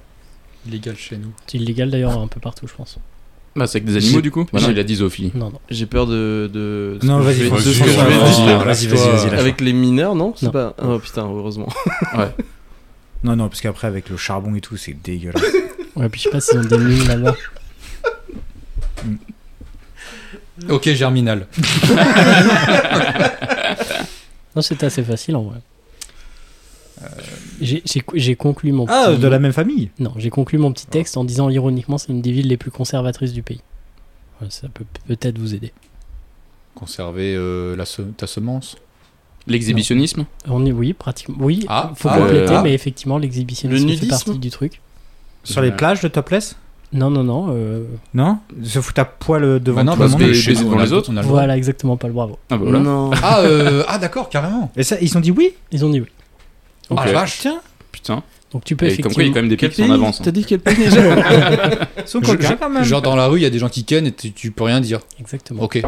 Illégal chez nous. C'est illégal d'ailleurs un peu partout, je pense. Bah, c'est avec des animaux du coup Bah, non, J'ai- il a dit zoophilie. Non, non. J'ai peur de. de... Non, je vas-y, vais- faut- de- faut- je faut- vais- faut- je vais- faut- dire, vas-y, toi, vas-y, vas-y, lâche. Avec les mineurs, non C'est Non. pas. Oh putain, heureusement. Non, non, parce qu'après, avec le charbon et tout, c'est dégueulasse. Ouais, puis je sais pas s'ils ont des mines là-bas. Ok, Germinal. Non, c'est assez facile en vrai. J'ai- J'ai j'ai conclu mon Ah, petit- de la Ah. même famille Non, j'ai conclu mon petit texte en disant ironiquement c'est une des villes les plus conservatrices du pays. Ouais, Ça peut peut-être vous aider. Conserver euh, la se- ta semence. L'exhibitionnisme On est, oui, pratiquement. Oui, Ah, faut ah, compléter, euh, mais effectivement, l'exhibitionnisme Le fait nudisme partie du truc. Sur les Ouais. plages de topless Non, non, non. euh, Non Se foutre à poil euh, devant Bah non, tout le parce monde que- que monde. chez Baiser nous, devant on a- les autres. on a le droit. voilà, exactement, pas le bravo. Ah bah voilà. Non. Ah, euh, ah d'accord, carrément. Et ça, ils ont dit oui Ils ont dit oui. Ah Ok. la vache. Putain. Donc tu peux Et comme quoi, il y a effectivement. quand même des pays Quel qui sont en pays avance. hein. T'as dit quel pays déjà Son Je- coquin, je- quand même. Genre dans la rue, il y a des gens qui ken et tu, tu peux rien dire. Exactement. Ok.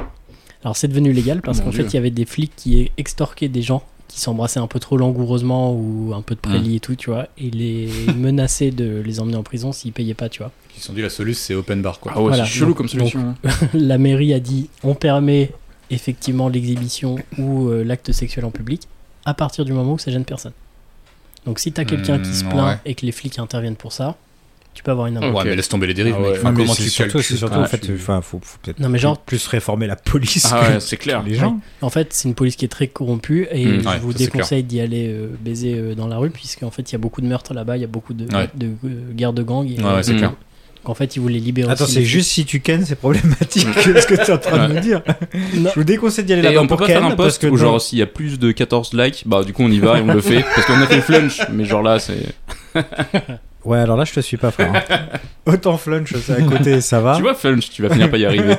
Alors c'est devenu légal parce Mon qu'en fait, Dieu. il y avait des flics qui extorquaient des gens qui s'embrassaient un peu trop langoureusement ou un peu de prélit et tout, tu vois, et les menaçaient de les emmener en prison s'ils payaient pas, tu vois. Ils se sont dit la solution c'est open bar quoi. Ah ouais, Voilà. c'est chelou comme solution. hein. la mairie a dit on permet effectivement l'exhibition ou euh, l'acte sexuel en public à partir du moment où ça gêne personne. Donc si t'as quelqu'un qui se Hmm, plaint ouais. Oh, et que les flics interviennent pour ça, tu peux avoir une amende. Ouais, Ok. mais laisse tomber les dérives. Ah mec. ouais. Enfin, Non, mais comment c'est tu surtout, calcules c'est surtout Ah, en fait, tu- enfin, faut, faut peut-être Non, mais genre- plus réformer la police Ah que ouais, c'est clair. les gens. En fait, c'est une police qui est très corrompue et Hmm, je ouais, vous ça, c'est déconseille d'y aller euh, baiser euh, dans la rue puisqu'en fait il y a beaucoup de meurtres là-bas, il y a beaucoup de, Ouais. de, euh, guerres de gangs. Et, Ouais, ouais, c'est Mm. clair. donc, en fait, ils voulaient libérer. Attends, aussi c'est les- juste si tu ken, c'est problématique. Qu'est-ce que t'es en train de me dire Non. Je vous déconseille d'y aller Et là-bas on peut pour pas ken faire un parce post que où non. genre s'il y a plus de 14 likes, bah du coup on y va et on le fait parce qu'on a fait le flunch. Mais genre là c'est. Ouais, alors là, je te suis pas, frère. hein. Autant flunch, c'est à côté, ça va. Tu vois flunch, tu vas finir par y arriver.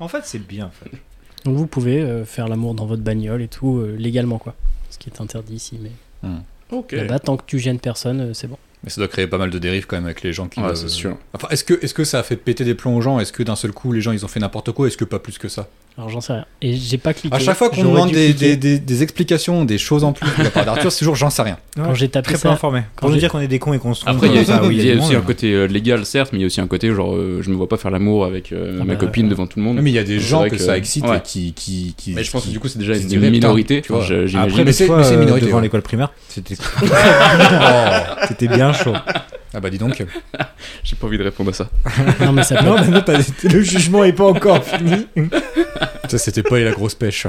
en fait, c'est bien. en fait. Donc vous pouvez euh, faire l'amour dans votre bagnole et tout euh, légalement quoi, ce qui est interdit ici. Mais Ok. là-bas, tant que tu gênes personne, euh, c'est bon. Mais ça doit créer pas mal de dérives quand même avec les gens qui. Ouais, le- c'est sûr. Enfin, est-ce que, est que ça a fait péter des plombs aux gens Est-ce que d'un seul coup les gens ils ont fait n'importe quoi Est-ce que pas plus que ça Alors j'en sais rien. Et j'ai pas cliqué. À chaque fois qu'on J'aurais demande dû des, cliquer. des, des- des explications, des choses en plus de la part d'Arthur, c'est toujours j'en sais rien. Quand j'ai tapé Très peu ça, informé. quand Pour nous j'ai- dire qu'on est des cons et qu'on se trompe. euh, Après, il y a, ça, Ah, oui, il y a du aussi monde. un côté euh, légal, certes, mais il y a aussi un côté genre euh, je me vois pas faire l'amour avec euh, Ah ma bah, copine euh, devant tout le monde. Mais il y a des C'est gens vrai que, que- ça excite ouais. et qui, qui, qui- Mais je pense que qui- du coup c'est déjà qui se une hein, diraient, putain, minorité, tu vois. je- hein. Après, j'imagine. mais mais c'est- c'est mais c'est minorité, Devant ouais. l'école primaire, c'était Oh. c'était bien chaud. Ah bah dis donc. J'ai pas envie de répondre à ça. non mais ça peut Non, mais non, t'as- le jugement est pas encore fini. Ça c'était pas la grosse pêche.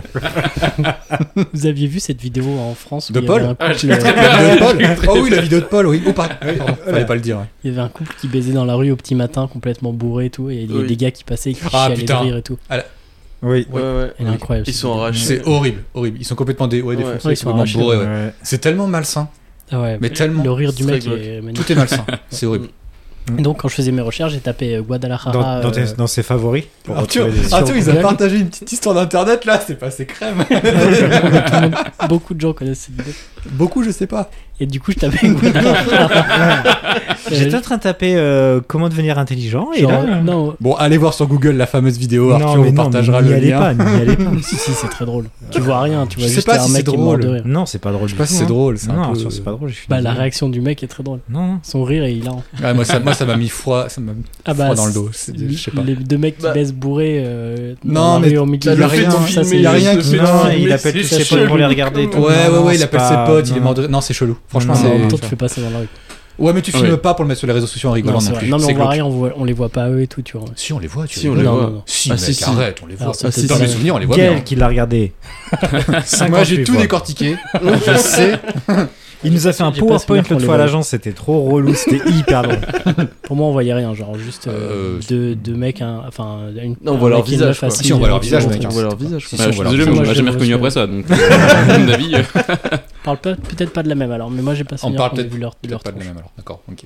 Vous aviez vu cette vidéo en France où De il y avait Paul un Ah, couple, j'ai- euh, La vidéo de Paul. Oh oui, la vidéo de Paul, oui. Ou pas. Oui, pardon, Fallait pas le dire. ouais. il y avait un couple qui baisait dans la rue au petit matin, complètement bourré et tout, et il y a Oui. des gars qui passaient et qui Ah, chialaient de putain. rire et tout. Oui. Ouais, ouais. Elle est incroyable. Ils cette sont vidéo. enragés. C'est horrible, horrible. Ils sont complètement dé... ouais, Ouais. défoncés, Ouais, ils sont complètement arrachés, bourrés, ouais. Ouais. C'est tellement malsain. Ah ouais, Mais tellement. Le rire du C'est mec vrai est magnifique. Tout est malsain. C'est horrible. Et Donc quand je faisais mes recherches, j'ai tapé euh, Guadalajara. Dans, dans, euh, tes- dans ses favoris. Pour Arthur, retrouver des- Ah, Arthur, sur ils ont Google. partagé une petite histoire d'internet là, c'est passé crème. tout le monde- beaucoup de gens connaissent cette vidéo. Beaucoup, je sais pas. Et du coup, je tapais Guadalajara. J'étais en train de taper euh, comment devenir intelligent et Genre, là. non, Bon, allez voir sur Google la fameuse vidéo. non, Arthur mais vous non, partagera mais n'y le allez lien. pas, n'y allez pas. si si, c'est très drôle. Tu vois rien, tu vois Je sais juste pas un si mec c'est qui est mort de drôle. rire. Non, c'est pas drôle. Je sais du pas tout, si c'est hein. drôle. c'est Non, un non, peu- Arthur, c'est pas drôle. Je suis Bah la désolé. réaction du mec est très drôle. Non, non. Son rire est hilarant. Ouais, moi, ça, moi, ça m'a mis froid, ça m'a mis Ah froid dans le c'est- dos. c'est- Je sais pas. Les deux mecs qui Bah. baissent bourrés euh, dans Non, la mais rue au il milieu y de a la rien rue, qui- ça, mais c'est- il y a rien qui- Non, mais il appelle tous c'est ses potes pour chelou. les regarder. et tout. Ouais, ouais, Non, ouais, il c'est appelle pas- ses potes, il est non, mort de. Non, c'est chelou. Franchement, Non, En c'est. même temps, tu tu fais pas ça dans la rue. vois. Ouais, mais tu filmes Ouais. pas pour le mettre sur les réseaux sociaux en rigolant Non, non, c'est vrai. plus. Non, mais C'est on voit glauque. rien, on, voit- on les voit pas eux et tout, tu vois. Si, on les voit, tu Si, on rigoles. les Non, voit. non, non. Si, Ah, mec, si, si. arrête, on les voit. Alors, ça, c'est Dans mes ça. souvenirs, on les voit Gaël bien. qui l'a regardé. Moi, j'ai tout fois. décortiqué. Je sais. Il nous a fait un J'ai pas PowerPoint souvenir qu'on l'autre les fois à voit. l'agence, c'était trop relou, c'était hyper long. Pour moi, on voyait rien, genre juste euh, Euh, deux, deux mecs, un- enfin, une. Non, on un voit leur mec et une visage, meuf quoi. assise Si, on voit leur devant- visage, on mec, hein. On voit leur visage. Si, quoi. si, on Ouais, je voit suis leur désolé, moi, visage. on Moi, m'a je jamais le reconnu vois après ça, donc euh, à mon avis. euh, parle pas- peut-être pas de la même alors, mais moi j'ai pas On souvenir parle qu'on ait peut-être vu leur, peut-être leur pas de la tronche. même alors. D'accord, ok.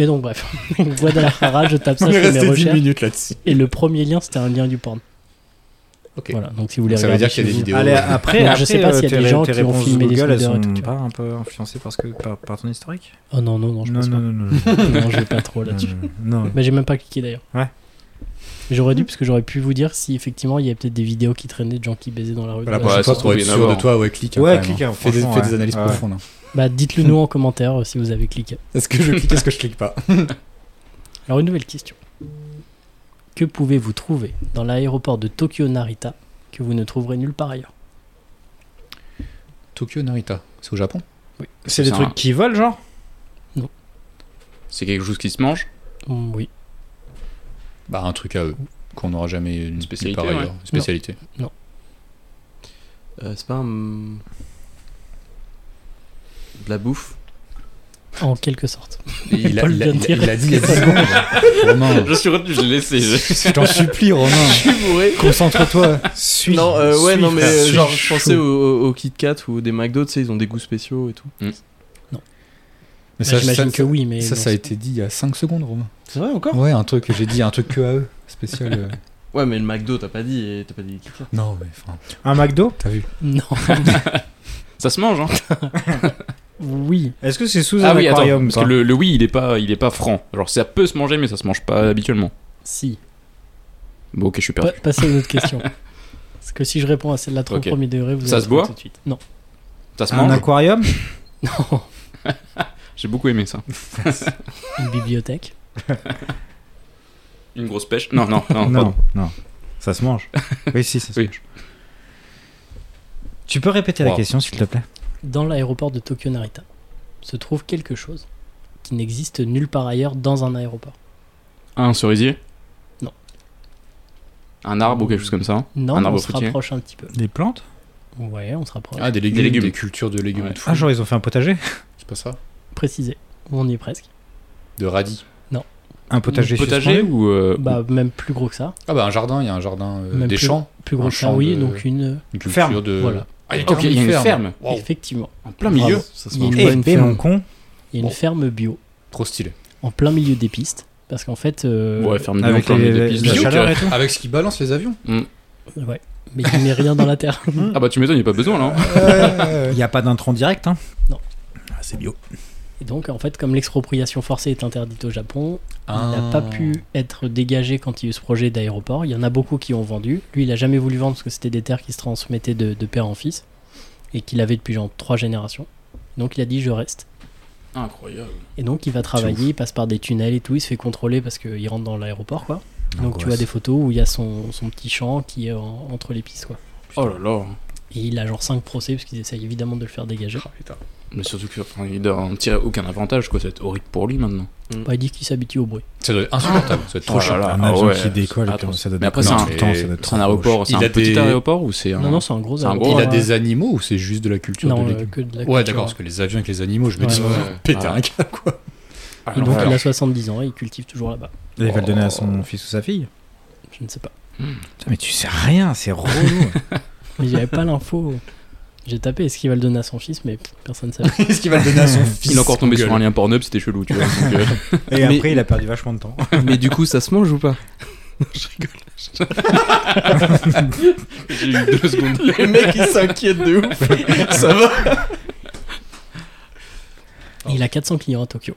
Mais donc, bref, Guadalajara, je tape ça, je fais mes recherches. minutes là-dessus. Et le premier lien, c'était un lien du porn. Ok. Voilà, donc si vous voulez Ça veut regarder dire qu'il y a chez des vous- vidéos. Allez, après, Non, je sais pas euh, s'il y a tes des ré- gens tes qui ont réponses filmé les Google, elles soldats et tout, sont tu vois. pas un peu influencées parce que, par, par ton historique Oh non, non, non, je non, pense non, pas. non, non, non, Non, je vais pas trop là-dessus. non, non. Bah, j'ai même pas cliqué d'ailleurs. Ouais. J'aurais dû, parce que j'aurais pu vous dire si effectivement il y avait peut-être des vidéos qui traînaient de gens qui baisaient dans la rue. Voilà, Euh, pour Ouais, la ça fois, pour se trouve, être il y en a sûr de avant. toi, ouais, clique. hein, Ouais, quand même, clique, hein. hein, Fais des- franchement, fais des ouais. analyses Ouais. profondes. hein. Bah, dites-le nous en commentaire euh, si vous avez cliqué. Est-ce que je clique, est-ce que je clique pas Alors, une nouvelle question. Que pouvez-vous trouver dans l'aéroport de Tokyo Narita que vous ne trouverez nulle part ailleurs Tokyo Narita, c'est au Japon C'est des des C'est trucs un- trucs qui volent, genre C'est quelque chose qui se mange Mm, Oui. Bah, un truc à eux qu'on n'aura jamais une spécialité, spécialité. Par ouais. ailleurs. Une spécialité. Euh, c'est pas un. De la bouffe En quelque sorte. Il a Paul il a- vient de il a- dire. il a dit il y a 10 secondes. Romain, Je suis retenu, je l'ai laissé. Je t'en supplie, Romain. Concentre-toi. Suis. Non, euh, ouais, suis, non, mais frère, euh, suis genre, je chou. pensais au, au- au Kit Kat ou des McDo, tu sais, ils ont des goûts spéciaux et tout. mais Bah, J'imagine que oui, mais. Ça, non, ça a c'est- été dit il y a 5 secondes, Romain. C'est vrai encore Ouais, un truc, j'ai dit un truc que à eux, spécial. euh. Ouais, mais le McDo, t'as pas dit, et t'as pas dit Kit Kat. Non, mais enfin, Un McDo t'as vu. Non. Ça se mange, hein oui. Est-ce que c'est sous Ah un oui, attends, aquarium parce que le, le oui, il est pas, il est pas franc. Genre, ça peut se manger, mais ça se mange pas habituellement. Si. Bon, ok, je suis Pa- perdu. passez à une autre question. Parce que si je réponds à celle-là trop Ok. premier degré, vous Ça allez se boit tout de suite. Non. Ça se Un mange aquarium Non. J'ai beaucoup aimé ça. Une bibliothèque. Une grosse pêche Non, non, non. Non, pardon. non. Ça se mange. Oui, si, ça se Oui. mange. Tu peux répéter la Wow. question, s'il te plaît Dans l'aéroport de Tokyo Narita se trouve quelque chose qui n'existe nulle part ailleurs dans un aéroport. Un cerisier Non. Un arbre ou quelque chose comme ça Non, Un mais on arbre se fruitier rapproche un petit peu. Des plantes Ouais, on se rapproche. Ah, des légumes, Des des, légumes. cultures de légumes Ouais. et de fruits. Ah, genre, ils ont fait un potager C'est pas ça Précisé. On y est presque. De radis. Un potager Potager suspendu ou. euh, Bah, même plus gros que ça. Ah, bah, un jardin, il y a un jardin, euh, Même des plus- champs, Plus gros Un que ça, champ oui. de- Donc, une. euh, une culture Ferme. de. Voilà. Ah, il y a Ok, il y a une ferme. Waouh, Effectivement. En plein milieu Il Ça y se a mange. une Eh, bonne ben, mon ferme. con Il y a une Bon. ferme bio trop stylé. en plein milieu des pistes. Parce qu'en fait. euh, Ouais, ferme avec plein les- de les- pistes. la Donc, chaleur euh, et tout. Avec ce qui balance les avions. ouais. Mais il met rien dans la terre. Ah, bah, tu m'étonnes, il n'y a pas besoin là. hein. Il n'y a pas d'intrant direct, hein Non. Ah, c'est bio. Et donc, en fait, comme l'expropriation forcée est interdite au Japon, il n'a Ah. pas pu être dégagé quand il y a eu ce projet d'aéroport. Il y en a beaucoup qui ont vendu. Lui, il n'a jamais voulu vendre parce que c'était des terres qui se transmettaient de, de père en fils et qu'il avait depuis genre trois générations. Donc, il a dit Je reste. Incroyable. Et donc, il va travailler, il passe par des tunnels et tout. Il se fait contrôler parce qu'il rentre dans l'aéroport, quoi. Ah, Donc, tu vois Angoisse. des photos où il y a son, son petit champ qui est en- entre les pistes, quoi. Oh là là. Et il a genre cinq procès parce qu'ils essayent évidemment de le faire dégager. Oh, Mais surtout qu'il enfin, il doit en tirer aucun avantage, quoi. Ça va être horrible pour lui maintenant. Bah, il dit qu'il s'habitue au bruit. Ça doit être insupportable, ça doit être trop Oh chiant. là là, un ah avion ouais. qui décolle, et Attends. puis ça doit Mais après, décoller c'est en un- même temps, ça doit être C'est trop un aéroport, proche. c'est un Il a petit des- aéroport ou c'est un. Non, non, c'est un gros C'est un aéroport. Il a euh, des animaux ou c'est juste de la culture non, de euh, légumes que de la Ouais, culture, d'accord, parce que les avions avec les animaux, je me Ouais. dis, Ouais. Ouais. péter un câble, quoi. Ah, Et donc l'enfer. il a 70 ans et il cultive toujours là-bas. Et Il va le donner à son fils ou sa fille Je ne sais pas. Putain, mais tu sais rien, c'est relou. Mais j'avais pas l'info. J'ai tapé est-ce qu'il va le donner à son fils, mais pff, personne ne savait. Qu'est-ce qu'il va le donner à son fils Il est encore tombé sur un Google. lien Pornhub, c'était chelou, tu vois. donc, euh, Et Mais- après, il a perdu vachement de temps. Mais du coup, ça se mange ou pas J'ai eu deux secondes. Les mecs, ils s'inquiètent de ouf. ça va Et il a 400 clients à Tokyo.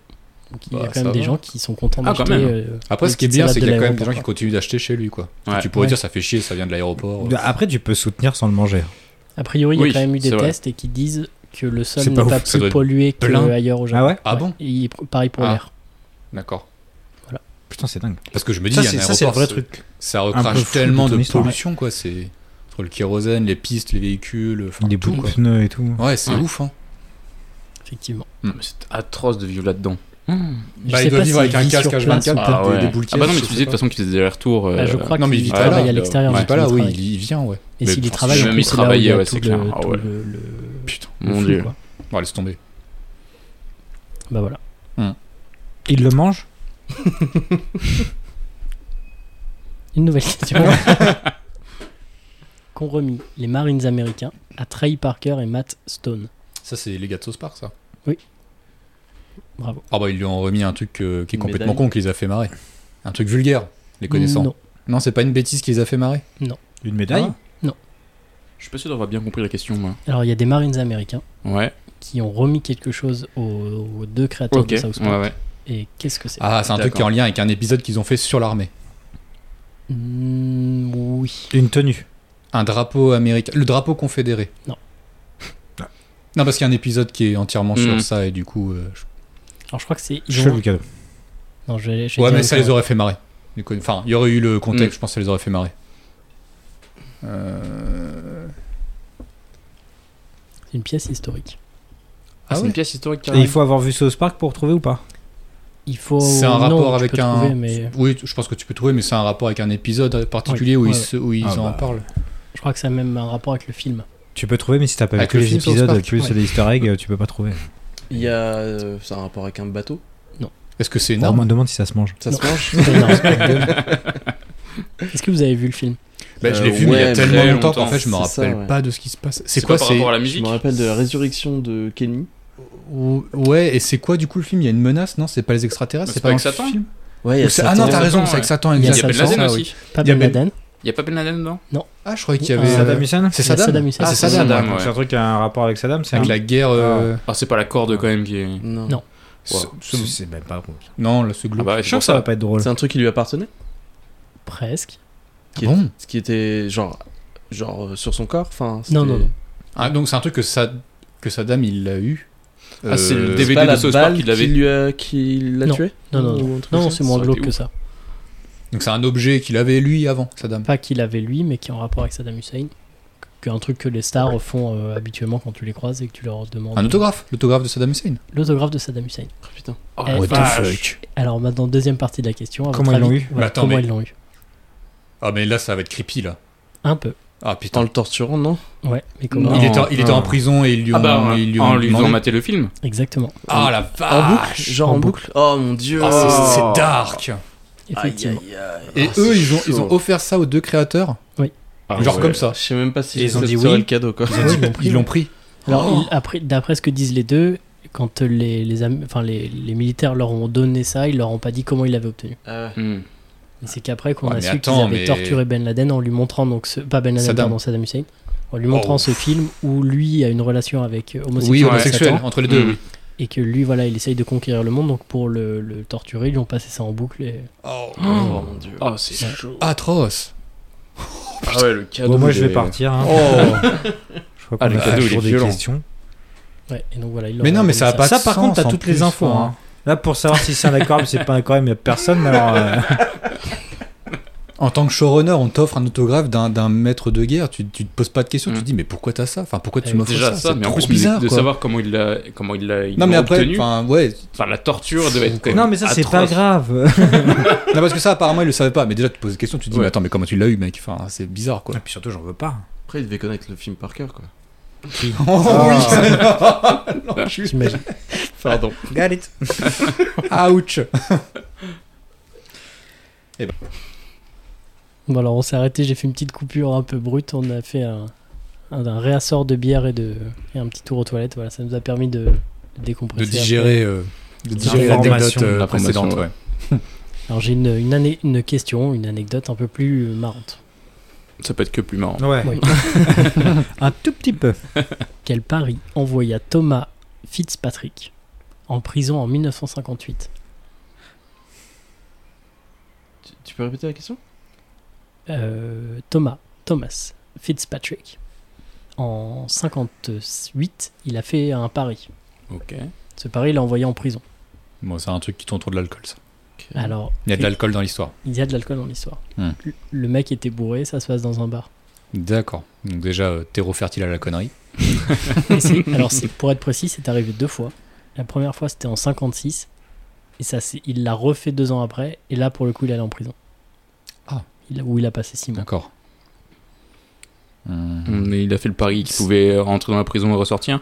Donc il y Oh. Bah, a quand ça même des va. gens qui sont contents Ah, quand d'acheter. même. euh, Après, des ce qui est petites bien, salades c'est de qu'il y a quand même des gens l'aéroport, qui quoi. continuent d'acheter chez lui, quoi. Ouais. Tu pourrais Ouais. dire, ça fait chier, ça vient de l'aéroport. Après, tu peux soutenir sans le manger. A priori, il y Oui, a quand même eu des c'est vrai. tests et qui disent que le sol C'est n'est pas pas, ouf, ça plus doit être pollué plein. qu'ailleurs au Japon. Ah ouais Ah bon Et il- pareil pour Ah. l'air. D'accord. Putain, c'est dingue. Parce que je me dis, Ça, il y a un c'est ça, aéroport. c'est le vrai truc. Ça Un peu recrache fou tellement de ton de histoire, pollution, quoi. C'est entre le kérosène, les pistes, les véhicules, enfin, Des tout, bouts de quoi. pneus et tout. Ouais, c'est Ouais. ouf, hein. Effectivement. Non, mais c'est atroce de vivre là-dedans. Mmh. Je Bah, sais il doit pas vivre s'il avec un vit sur casque place ou H24, pas. peut-être des- des boules Ah bah non, mais je tu sais disais de pas. toute façon qu'il faisait des allers-retours. euh, Bah, je crois non, mais il qu'il vit travaille pas là, à l'extérieur. Il donc est pas là, il oui, travaille. il il vient, ouais. Et Mais s'il y putain, travaille, si en jamais plus, il c'est là où il y travaillait, a ouais, tout c'est le- clair. Ah tout ouais. le- le- Putain. le Mon flou, dieu. quoi. Bon, laisse tomber. Bah voilà. Il le mange Une nouvelle question. Qu'ont remis les Marines américains à Trey Parker et Matt Stone. Ça, c'est les gars de South Park, ça. Bravo. Ah bah, ils lui ont remis un truc euh, qui est Une complètement médaille. con, qui les a fait marrer. Un truc vulgaire, les connaissants. Non. Non, c'est pas une bêtise qui les a fait marrer. Une médaille Ah. Je suis pas sûr d'avoir bien compris la question, moi. Alors, il y a des Marines américains Ouais, qui ont remis quelque chose aux, aux deux créateurs ok. de South Park. Ouais, ouais. Et qu'est-ce que c'est Ah, c'est un truc D'accord. qui est en lien avec un épisode qu'ils ont fait sur l'armée. Hmm, Oui. Une tenue. Un drapeau américain. Le drapeau confédéré. Non. Non, parce qu'il y a un épisode qui est entièrement Mm. sur ça et du coup. euh, je- Alors, je crois que c'est. ils Je fais ont- le cadeau. Non, je vais- je vais Ouais, dire mais une ça Hmm. les connerie. aurait fait marrer. Du coup, Enfin, il y aurait eu le contexte, Mm. je pense que ça les aurait fait marrer. Euh, C'est une pièce historique. Ah, c'est ouais une pièce historique, Et il faut avoir vu South Park pour trouver ou pas Il faut. C'est un non, rapport tu avec peux un. trouver, mais Oui, je pense que tu peux trouver, mais c'est un rapport avec un épisode particulier Oui, où, ouais, ils, se- où ils Ah, en bah. parlent. je crois que ça a même un rapport avec le film. Tu peux trouver, mais si t'as pas vu Avec que le les film South épisodes, Park, plus ouais. les easter eggs, tu peux pas trouver. Il y a. euh, c'est un rapport avec un bateau Est-ce que c'est On énorme me demande si ça se mange. Ça Non. se mange C'est énorme. Est-ce que vous avez vu le film Bah, Je Euh, l'ai vu, mais il y ouais, a tellement très longtemps qu'en longtemps. fait, je me C'est ça, rappelle ouais. pas de ce qui se passe. C'est C'est quoi quoi par c'est rapport à la Je musique me rappelle de la résurrection de Kenny. Ou- Ouais, et c'est quoi du coup le film Il y a une menace, non C'est pas les extraterrestres Bah, C'est c'est pas, pas un avec Satan film Ouais, il y Ou a c'est- Ah non, Satan. t'as raison, ouais. c'est avec Il Satan, y a Il y a exact. Ben Satan, Laden ça, oui. aussi. Pas Il y a Ben Ben- Laden. Il y a pas Ben Laden dedans Ah, je croyais qu'il y Euh, avait. Saddam Hussein C'est Il y a Saddam. Saddam Hussein. Ah, c'est C'est Saddam. Saddam, ouais. Donc ouais. C'est un truc qui a un rapport avec Saddam. C'est Avec un- la guerre. euh, Ah, c'est pas la corde quand même qui est. Non. Non. ce- Wow. ce- C'est- C'est même pas drôle. Non, là, c'est Ah glauque. bah, ouais, Je c'est suis sûr pour que ça va pas être drôle. C'est un truc qui lui appartenait Presque. Ah bon Ce qui était genre. Genre euh, sur son corps enfin, Non, non, c'était- non. Ah, Donc c'est un truc que, Sa- que Saddam il l'a eu. Ah, c'est le Euh, DVD C'est pas de la South Park balle qui l'avait. lui a- qui l'a Non. tué Non, non, non. Ou un truc Non, comme ça c'est moins aurait glauque été que ouf. ça. Donc c'est un objet qu'il avait lui avant, Saddam. Pas qu'il avait lui, mais qui est en rapport avec Saddam Hussein. Qu'un truc que les stars font euh, habituellement quand tu les croises et que tu leur demandes. Un autographe, l'autographe de Saddam Hussein. L'autographe de Saddam Hussein. Oh, putain. Oh, Eh, la What the vache. Alors maintenant, deuxième partie de la question. à Comment votre ils l'ont avis- eu Voilà, Mais attends, Comment mais- ils l'ont eu Ah mais là ça va être creepy là. Un peu. Ah En putain. le torturant, non Ouais, mais comment Il, était, il était en Ah. prison et ils lui ont, Ah bah, ils lui ont en lui faisant demandé- mater le film. Exactement. Ah la En vache boucle Genre en boucle Oh mon dieu Oh. Ah, c'est- c'est dark Effectivement. Aïe, aïe, aïe. Et Ah, eux c'est ils ont, ils chaud. ont offert ça aux deux créateurs Ah, Genre comme ça Je sais même pas si Ils ont dit j'accepterais oui. le cadeau quoi. Ouais, ils l'ont pris. Ils l'ont pris Alors, Oh. il- après- d'après ce que disent les deux, quand euh, les, les, Am- enfin, les, les militaires leur ont donné ça, ils leur ont pas dit comment ils l'avaient obtenu. Ah ouais. Hmm. Et c'est qu'après qu'on Ouais, a mais su qu'ils attends, avaient mais- torturé Ben Laden en lui montrant donc ce... pas Ben Laden, Saddam. pardon, Saddam Hussein, en lui montrant Oh. ce film où lui a une relation avec euh, homosexuel, Oui et homosexuel Satan, entre les deux Hmm. oui. et que lui voilà il essaye de conquérir le monde donc pour le, le torturer ils lui ont passé ça en boucle et... Oh, Oh mon dieu. Ah, c'est Ouais. chaud. Atroce Ah ouais, le cadeau. Bon, moi, je il vais est- partir. hein. Je crois qu'on Ah, le a fait cadeau, le il est tour des violent. questions. ouais et donc voilà il leur Mais a non mais donné ça a pas de Ça, par contre, sens, t'as en toutes les plus, infos. hein. Là, pour savoir si c'est un aquarium, c'est pas un aquarium, il y a personne. Alors, euh, En tant que showrunner on t'offre un autographe d'un d'un maître de guerre tu, tu te poses pas de questions tu Hmm. te dis mais pourquoi t'as ça Enfin pourquoi Euh, tu m'offres Eh, Déjà ça, ça, Bah, C'est mais en trop plus, mais bizarre de quoi. savoir comment il l'a. Comment il l'a. ils Non mais l'ont après obtenu. enfin ouais Enfin, la torture devait être. quand même Non, mais ça, c'est pas atroce. grave. Non, parce que ça, apparemment, il le savait pas. Mais déjà, tu te poses des questions, tu te dis, Ouais. mais attends, mais comment tu l'as eu, mec Enfin, c'est bizarre, quoi. Et puis surtout, j'en veux pas. Après, il devait connaître le film par cœur quoi. Oh, oui Non, je suis- T'imagines Pardon. Got it. Ouch bon alors on s'est arrêté j'ai fait une petite coupure un peu brute on a fait un, un, un réassort de bière et de et un petit tour aux toilettes voilà ça nous a permis de, de De décompresser après. digérer, euh, de digérer l'anecdote L'information. euh, L'information, précédente, ouais. alors j'ai une une, ané- une question une anecdote un peu plus euh, marrante Ça peut être que plus marrant. Ouais. Oui. un tout petit peu. Quel pari envoya Thomas Fitzpatrick en prison en 1958 Tu, tu peux répéter la question Euh, Thomas, Thomas Fitzpatrick. En 58, il a fait un pari. Ok. Ce pari, il l'a envoyé en prison. Bon, c'est un truc qui tourne autour de l'alcool, ça. Alors, Il y a de l'alcool dans l'histoire. il y a de l'alcool dans l'histoire. Hmm. Le- Le mec était bourré, ça se passe dans un bar. D'accord. Donc, déjà, euh, terreau fertile à la connerie. Et c'est- alors, c'est- pour être précis, c'est arrivé deux fois. La première fois, c'était en 56. Et ça, c'est- il l'a refait deux ans après. Et là, pour le coup, il allait en prison. Ah. Il- où il a passé six mois. D'accord. Mm. Hmm. Mais il a fait le pari qu'il pouvait rentrer dans la prison et ressortir.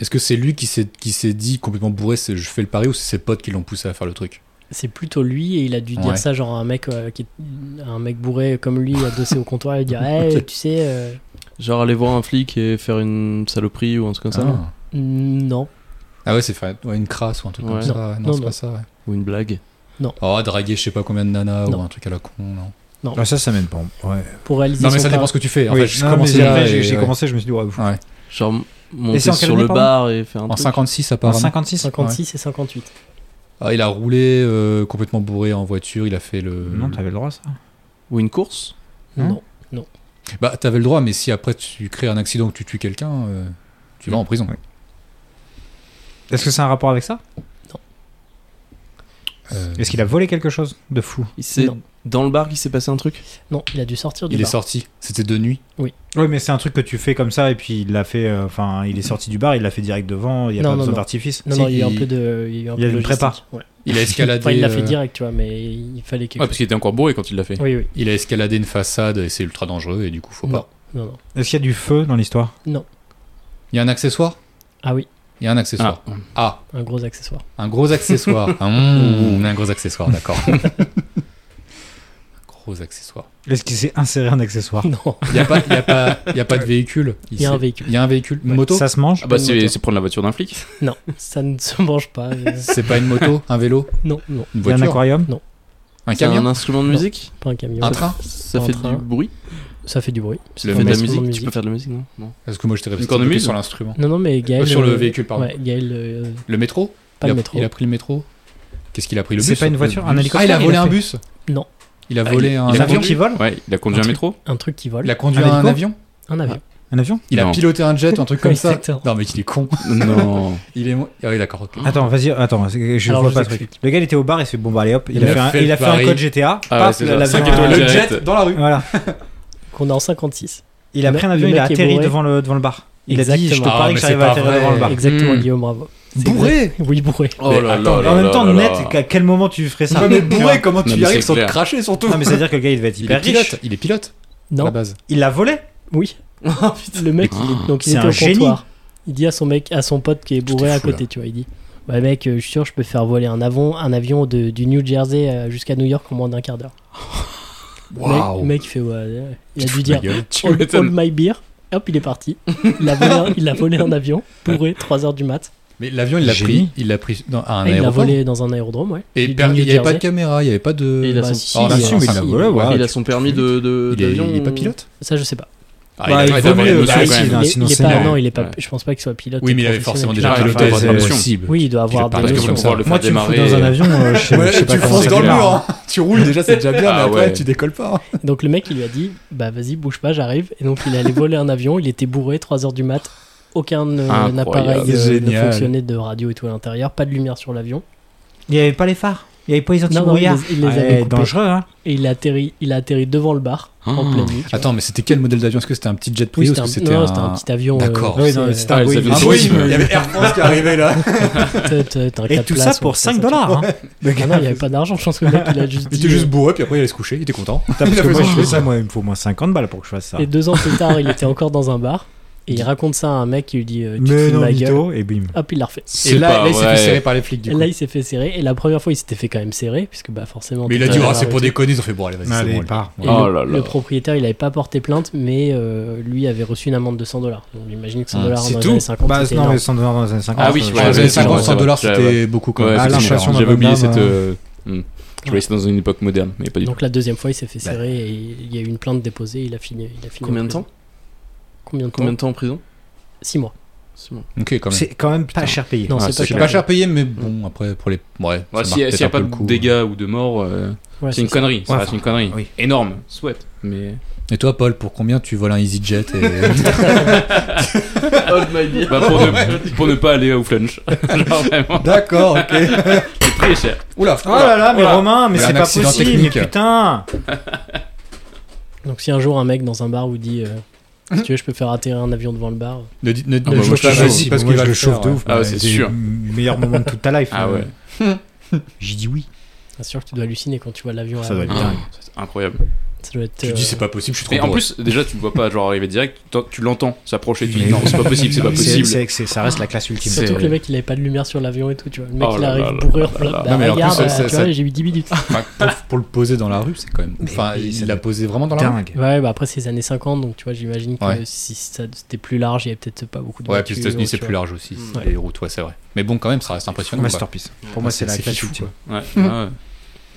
Est-ce que c'est lui qui s'est qui s'est dit complètement bourré, c'est je fais le pari, ou c'est ses potes qui l'ont poussé à faire le truc C'est plutôt lui et il a dû Ouais. dire ça genre à un mec euh, qui est- un mec bourré comme lui adossé au comptoir et dire hey, tu sais euh, Genre aller voir un flic et faire une saloperie ou un truc comme ça non ah. non Ah ouais, c'est faire ouais, une crasse ou un truc Ouais. comme ça. ouais. Non, Non, c'est non. pas ça, ouais. Ou une blague Oh, draguer je sais pas combien de nanas Non. ou un truc à la con, non. Non, Ah, ça, ça mène pas. Ouais. pour réaliser Non, mais son ça dépend pari- ce que tu fais. En Oui, fait, je non, commençais mais à- après, j'ai et- j'ai ouais. commencé, je me suis dit, ouais, ouf. Ouais. Genre monter c'est en quelle sur le année, bar et faire un En truc. 56, En apparemment. 56 56 et 58. Ah, il a roulé euh, complètement bourré en voiture. Il a fait le. Non, t'avais le droit, ça. Ou une course Hein non. Bah, t'avais le droit, mais si après tu crées un accident ou que tu tues quelqu'un, euh, tu vas en prison. Ouais. Est-ce que c'est un rapport avec ça Euh, Est-ce qu'il a volé quelque chose de fou Il s'est- Non. Dans le bar, il s'est passé un truc Non, il a dû sortir du il est bar. sorti. C'était de nuit. Oui, mais c'est un truc que tu fais comme ça, et puis il l'a fait. euh, Enfin, il est sorti du bar, il l'a fait direct devant, il n'y a Non, pas non, besoin non. d'artifice. Non, Si, non, il y a eu un il- peu de. Il y a eu un il y a peu de une prépa. logistique, ouais. Il a escaladé. Enfin, il l'a fait euh, direct, tu vois, mais il fallait quelque Ouais, parce qu'il était encore bourré quand il l'a fait. Oui, oui. Il a escaladé une façade et c'est ultra dangereux et du coup, faut non. pas. non, non. Est-ce qu'il y a du feu dans l'histoire Il y a un accessoire Ah oui, Il y a un accessoire. Ah, un gros accessoire. un gros accessoire. Ah, mm, un gros accessoire, d'accord. un gros accessoire. Est-ce qu'il s'est inséré un accessoire Non, Il n'y a, pas- il y a, pas- il y a pas de véhicule. il y a un s'est- véhicule. Il y a un véhicule. Une moto Ça se mange Ah bah Une moto. c'est c'est prendre la voiture d'un flic. Non, ça ne se mange pas. euh, C'est pas une moto, un vélo, non, non, une Il y a un voiture, aquarium un C'est un camion, instrument de Non. musique pas un camion. un train. Ça Un fait train. du bruit Ça fait du bruit. Tu Le fais de la instrument de musique Tu musique. peux faire de la musique, non Non. Parce que moi j'étais resté cornemuse bloqué sur l'instrument. Non, non, mais Gaël. Euh, sur le euh, véhicule, pardon. Ouais, Gaël, euh, Le métro pas il, a, le métro. il a pris le métro. Qu'est-ce qu'il a pris le bus C'est pas une voiture, un Le bus. hélicoptère, Ah, il a il volé a un fait. bus Non, Il a Ah, volé il- un Un il a avion avion conduit. qui vole Ouais, il a conduit Un un truc. métro. un truc qui vole. Il a Ah. conduit Un un hélico avion Un avion. Un avion Il a Non. piloté un jet, un truc comme ça Exactement. Non mais qu'il est con. Non. Il est. mo- Ah oui, d'accord. ok. Attends, vas-y, attends, c'est- je Alors, vois je pas le vous truc. Le gars, il était au bar, il s'est dit, bon, bah allez hop, il, Il a, a fait un, fait il a le fait un pari. code GTA, Ah ouais, paf, c'est ça, l'avion- cinq étoiles le direct. jet dans la rue. Voilà. Qu'on a en 56. Il a Le pris un mec- avion, le il a mec est atterri bourré. devant le, devant le bar. Il a dit, je te Exactement. Ah, parie mais que c'est j'arrive pas à atterrir vrai. devant le bar. Exactement, Hmm. Guillaume, bravo. Bourré Oui, bourré. Oh là attends, là En là même temps, là net, là. à quel moment tu ferais ça Ouais, mais bourré, comment tu Non, y mais arrives c'est sans te clair. cracher surtout Non, mais c'est-à-dire que le gars, il devait être Il est hyper riche. pilote. Il est pilote à la Non, base. Il l'a volé oui. Oh, le mec, il- donc il C'est était un au génie. comptoir. Il dit à son mec, à son pote qui est Tout est bourré à fou, là. côté, tu vois, il dit Ouais, mec, euh, je suis sûr, je peux faire voler un avion, un avion de, du New Jersey euh, jusqu'à New York en moins d'un quart d'heure. Le Waouh. mec, le mec, il fait Ouais, ouais. Il a Tu te dû fous de ma dire gueule. Tu all, all m'étonnes. my beer. Hop, il est parti. Il a volé, un- il a volé un avion, bourré, 3h du mat. Mais l'avion, il l'a pris. Génie. Il l'a pris dans- à un Et il l'a aéroport. volé dans un aérodrome, ouais. Et du per- New il n'y avait pas de Jersey. caméra, il n'y avait pas de. Et il a Bah, son- si, Ah, il bah, a- si, mais il si, l'a il volé, a- ouais. Ah, Il a son permis de- de- Il est- d'avion il est pas ou- pilote Ça, je sais pas. Ah, il a- Bah, il il a vaut vraiment mieux une le notion faire quand ici, même. là. Il est- sinon, il est c'est pas, mort. non, il est pas. Ouais. Je pense pas qu'il soit pilote. Oui, mais il avait professionnel. forcément Il déjà a- piloté. enfin, c'est c'est- impossible. Oui, il doit avoir des pilote par- parce que notions. comme ça, le Moi, faire tu me fous démarrer. dans un avion, euh, je sais je sais pas tu comment fonces ça dans le démarre. mur, hein. tu roules déjà, c'est déjà bien, Ah mais après ouais. tu décolles pas. hein. Donc le mec il lui a dit bah vas-y bouge pas j'arrive et donc il est allé voler un avion il était bourré 3 heures du mat aucun euh, Incroyable. appareil euh, ne Génial. fonctionnait de radio et tout à l'intérieur pas de lumière sur l'avion Il n'y avait pas les phares, il n'y avait pas les non, il anti-brouillards. les, il les avait Ah, Ouais, coupés. dangereux, hein. et il a atterri il a atterri devant le bar en Ah. Oh. pleine nuit tu vois. Attends, mais c'était quel modèle d'avion Est-ce que c'était un petit jet Oui, privé ou c'était est-ce un, que c'était non, un... c'était un petit avion D'accord. euh, Oui, non, c'est- c'était un Ah, les Boeing. avions, Un c'est Boeing. possible. Il y avait Air France qui arrivait là. t'as- t'as- t'as un Et quatre tout ça places, pour ouais, ça, 5 ça, dollars. hein. Le tu- gars, ah non il y avait pas d'argent je pense que le mec il a juste Il dit était juste bourré, puis après il allait se coucher, il était content. Putain, parce Il a que fait moi, son je fais jeu. ça, moi, il me faut au moins 50 balles pour que je fasse ça. et deux ans plus tard il était encore dans un bar et il raconte ça à un mec qui lui dit euh, tu te Mais fous de non, ma gueule mytho, et bim. hop il l'a refait C'est pas vrai. par les flics Et là, il s'est fait serrer. Et la première fois, il s'était fait quand même serrer, puisque bah forcément. Mais il a tout dit, le ah, monde c'est pour arrêté. déconner, ils ont fait, bon, allez, vas-y, c'est Allez, bon. part. Et Oh le, là là. le propriétaire, il avait pas porté plainte, mais euh, lui avait reçu une amende de 100 dollars. Donc j'imagine que 100 Ah, dollars c'est dans les tout années 50, Bah, c'était non, énorme. mais 100 dollars dans les années 50. Ah oui, ça, ouais, Ouais, les je- années ouais, 50, ouais, 100 dollars, ouais, c'était beaucoup quand Ouais, même. Ah, effectivement. l'inflation J'avais d'un oublié bonhomme, cette. hein. euh, hmm. Je voyais ça dans une époque moderne, mais pas du tout. Donc la deuxième fois, il s'est fait Bah. serrer et il y a eu une plainte déposée. Il a fini. Il a fini Combien en de prison. temps Combien de Combien temps de temps en prison 6 mois. Six mois. Ok, quand même. C'est quand même pas cher payé. Non, Ah, c'est pas c'est C'est cher. pas cher payé, mais bon, après, pour les. Ouais, Ouais, ça S'il n'y a, marque peut-être s'il y a un pas peu de le coup. dégâts ou de morts, euh, Voilà, c'est une ça. connerie. Ça Ouais, reste une connerie. oui. Énorme, souhaite. Mais. hein. Et toi, Paul, pour combien tu voles un EasyJet et... Hold my beer. Bah, pour, ne, pour ne pas aller au flunch. Genre vraiment, D'accord, ok. c'est très cher. Oula, Oh là là, mais Oula. Romain, mais Mais c'est un pas accident possible, mais technique. putain Donc si un jour un mec dans un bar vous dit, euh, si tu veux, je peux faire atterrir un avion devant le bar. Ne, dis- ne, bah, moi, je te chauffe. vas-y, parce qu'il va le chauffe de ouf. Ah ouais, C'est c'est le sûr. meilleur moment de toute ta life. Ah euh. ouais. J'ai dit oui. C'est sûr que tu dois halluciner quand tu vois l'avion. Ça doit arriver. être dingue. C'est incroyable. Ça doit être. Tu euh, dis, c'est pas possible, je suis trop Mais en bourré. plus, déjà, tu le vois pas genre arriver direct. t'en- Tu l'entends s'approcher. Tu Mais dis non, oui. c'est pas possible, c'est pas C'est- possible. c'est- c'est- Ça reste la classe ultime. Surtout C'est- que le mec il avait pas de lumière sur l'avion et tout, tu vois. Le mec Oh il là arrive là là bourré là en flotte. là là. Bah, Non, mais en plus, regarde, ça- ça- tu vois, ça- j'ai eu 10 minutes. Enfin, pour, pour le poser dans la rue, c'est quand même. Enfin, mais ça il doit l'a être posé vraiment dans la rue. Dingue. Ouais, bah après c'est les années 50, donc tu vois, j'imagine que Ouais. si ça- c'était plus large, il y avait peut-être pas beaucoup de Ouais, voitures, puis les États-Unis, c'est euh, tu plus vois. large aussi. Ouais. Ah, Les routes, ouais, c'est vrai. Mais bon, quand même, ça reste impressionnant. quoi. Masterpiece. Pour moi, c'est la classe fifou, ultime. Ouais, ouais.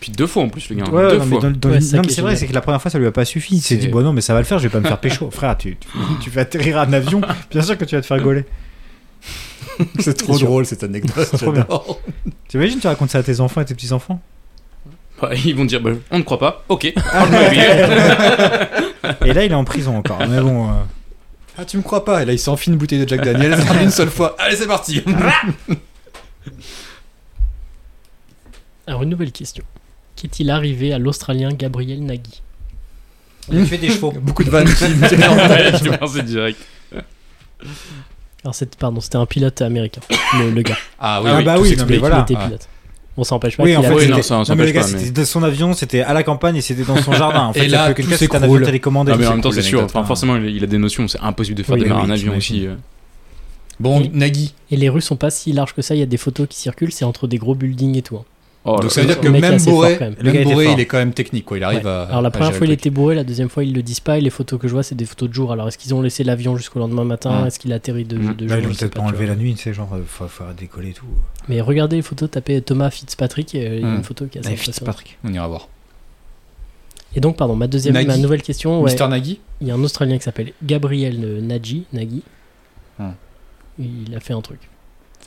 Puis deux fois en plus, le gars. Ouais, deux non, mais fois. dans- dans- Ouais, ça non, qui mais est c'est vrai, génial. c'est que la première fois ça lui a pas suffi. Il s'est C'est- dit, bon, non, mais ça va le faire, je vais pas me faire pécho. Frère, tu, tu, tu fais atterrir un avion, bien sûr que tu vas te faire gauler. C'est trop drôle cette anecdote. trop bien. j'adore. T'imagines, tu racontes ça à tes enfants et tes petits-enfants Bah, ils vont dire, bah, on ne croit pas. Ok. Et là, il est en prison encore. Mais bon, euh, Ah, tu me crois pas Et là, il s'enfile une bouteille de Jack Daniels une seule fois. Allez, c'est parti Alors, une nouvelle question. Qu'est-il arrivé à l'Australien Gabriel Nagy il fait des chevaux. Beaucoup de vannes qui Ouais, je vais penser direct. Alors, c'est- pardon, c'était un pilote américain, le, le gars. Ah oui, Ah oui. bah Tout oui, non, s'explique, mais il voilà. était Ah. pilote. On s'empêche pas Oui, qu'il en a- fait, Oui, c'était- non, ça- ça non, mais le empêche gars, pas, mais- c'était de son avion, c'était à la campagne et c'était dans son jardin. En Et fait, là, ça peut tout quelqu'un, c'était un s'écroule. avion télécommandé. Ah, mais en c'est même temps, cool, c'est sûr. l'anecdote, Enfin, hein. forcément, il il a des notions. C'est impossible de faire Oui, démarrer oui, un avion j'imagine. aussi. euh. Bon, Nagui. Et les rues sont pas si larges que ça, il y a des photos qui circulent, c'est entre des gros buildings et tout. hein. Oh, là Donc là. ça veut dire que Le mec est même assez fort, Boré, quand même. Le gars même était Boré, fort. il est quand même technique, quoi. Il arrive Ouais. à. Alors la à première gérer fois il le était bourré, la deuxième fois il le disent pas, et les photos que je vois c'est des photos de jour. Alors est-ce qu'ils ont laissé l'avion jusqu'au lendemain matin Mm. Est-ce qu'il atterrit de, Mm. Mhm. de Là, jour ils l'ont Je sais peut-être pas, pas tu enlevé vois. la nuit, tu sais, genre, euh, faut, faut décoller et tout. Mais regardez les photos, tapez euh, Thomas Fitzpatrick, et, euh, il y a Mm. une photo qui est assez Ah, impressionnante. Fitzpatrick. truc. On ira voir. Et donc pardon, ma deuxième, Nagui. ma nouvelle question, ouais, Mister Nagui il y a un Australien qui s'appelle Gabriel euh, Nagy, Nagy. Mm. Il a fait un truc.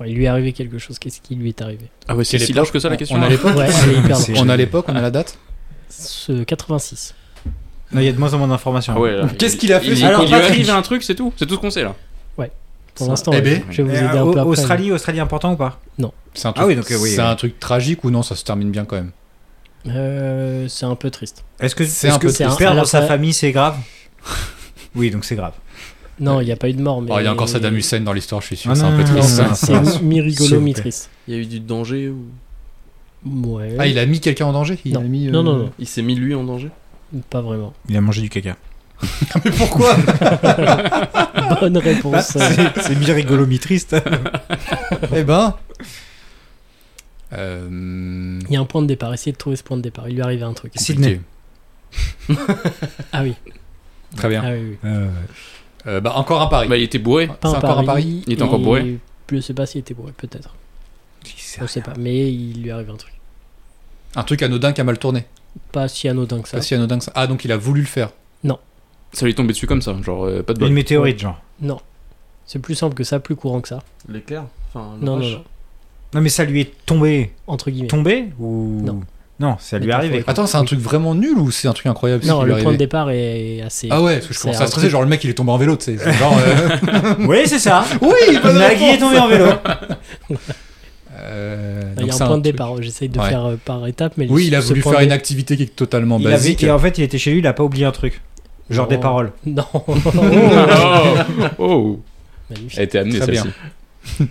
Enfin, il lui est arrivé quelque chose, qu'est-ce qui lui est arrivé Ah ouais, c'est Quelle si large que ça la question. On là a l'époque, Ouais, elle est hyper C'est- longue. on a l'époque, on a la date. Ce 86. Non, il y a de moins en moins d'informations. Ah ouais, là. Qu'est-ce Il- qu'il a fait, Il ce Ah, il lui Patrick arrive un truc, c'est tout. C'est tout ce qu'on sait là. Pour Ça- l'instant, Eh ouais, ben. je vais vous Eh, aider un peu au- après. Australie, Australie important ou pas C'est un truc, Ah oui, donc, euh, oui, c'est oui. un truc tragique ou non Ça se termine bien quand même. Euh, c'est un peu triste. Est-ce que, C'est est-ce un que peu triste. perdre Alors, sa ça- famille, c'est grave Oui, donc c'est grave. Non, il n'y a pas eu de mort. Mais... Oh, il y a encore Saddam Hussein dans l'histoire, je suis sûr. Ah c'est un non, peu non, Non, triste. non, ça. non, non. C'est mi rigolo, mi S'il vous plaît. triste. Il y a eu du danger ou Ouais. Ah, il a mis quelqu'un en danger Il a mis, euh, Non, non, il s'est mis lui en danger non, pas vraiment. Il a mangé du caca. Mais pourquoi Bonne Bah, réponse. c'est c'est bien rigolo, mi triste. Eh ben. Euh, Il y a un point de départ. Essayez de trouver ce point de départ. Il lui arrivait un truc. Sydney. Ah oui. Très bien. Ah oui, oui. Euh, bah, encore un pari. Bah, il était bourré. C'est encore à Paris Il était encore et bourré Je sais pas s'il était bourré, peut-être. On sait pas. Mais il lui arrive un truc. Un truc anodin qui a mal tourné. Pas si anodin que ça. Pas si anodin que ça. Ah, donc il a voulu le faire. Ça lui est tombé dessus comme ça. Genre, euh, pas de Une bol. météorite, genre. Non. C'est plus simple que ça, plus courant que ça. L'éclair Enfin, Non, non, l'orage non. Non, mais ça lui est tombé. Entre guillemets. Tombé ou. Non. Non, ça lui est Métaphore. arrivé. Attends, c'est un truc vraiment nul ou c'est un truc incroyable ce Non, qui lui le est point de arrivé départ est assez. Ah ouais, parce que je commence C'est à un stresser. truc- Genre, le mec, il est tombé en vélo, tu sais. c'est Genre. euh, Oui, c'est ça. Oui, bonne Nagui est réponse. tombé en vélo. Euh, Il donc y a un c'est point de truc- départ. J'essaye de Ouais. faire euh, par étapes, mais Oui, il a ce voulu point faire de- une activité qui est totalement Il avait, basique. et en fait, il était chez lui, il a pas oublié un truc. Genre Non. des paroles. Non. Oh, oh. Magnifique. Elle a été amenée Très celle-ci. bien.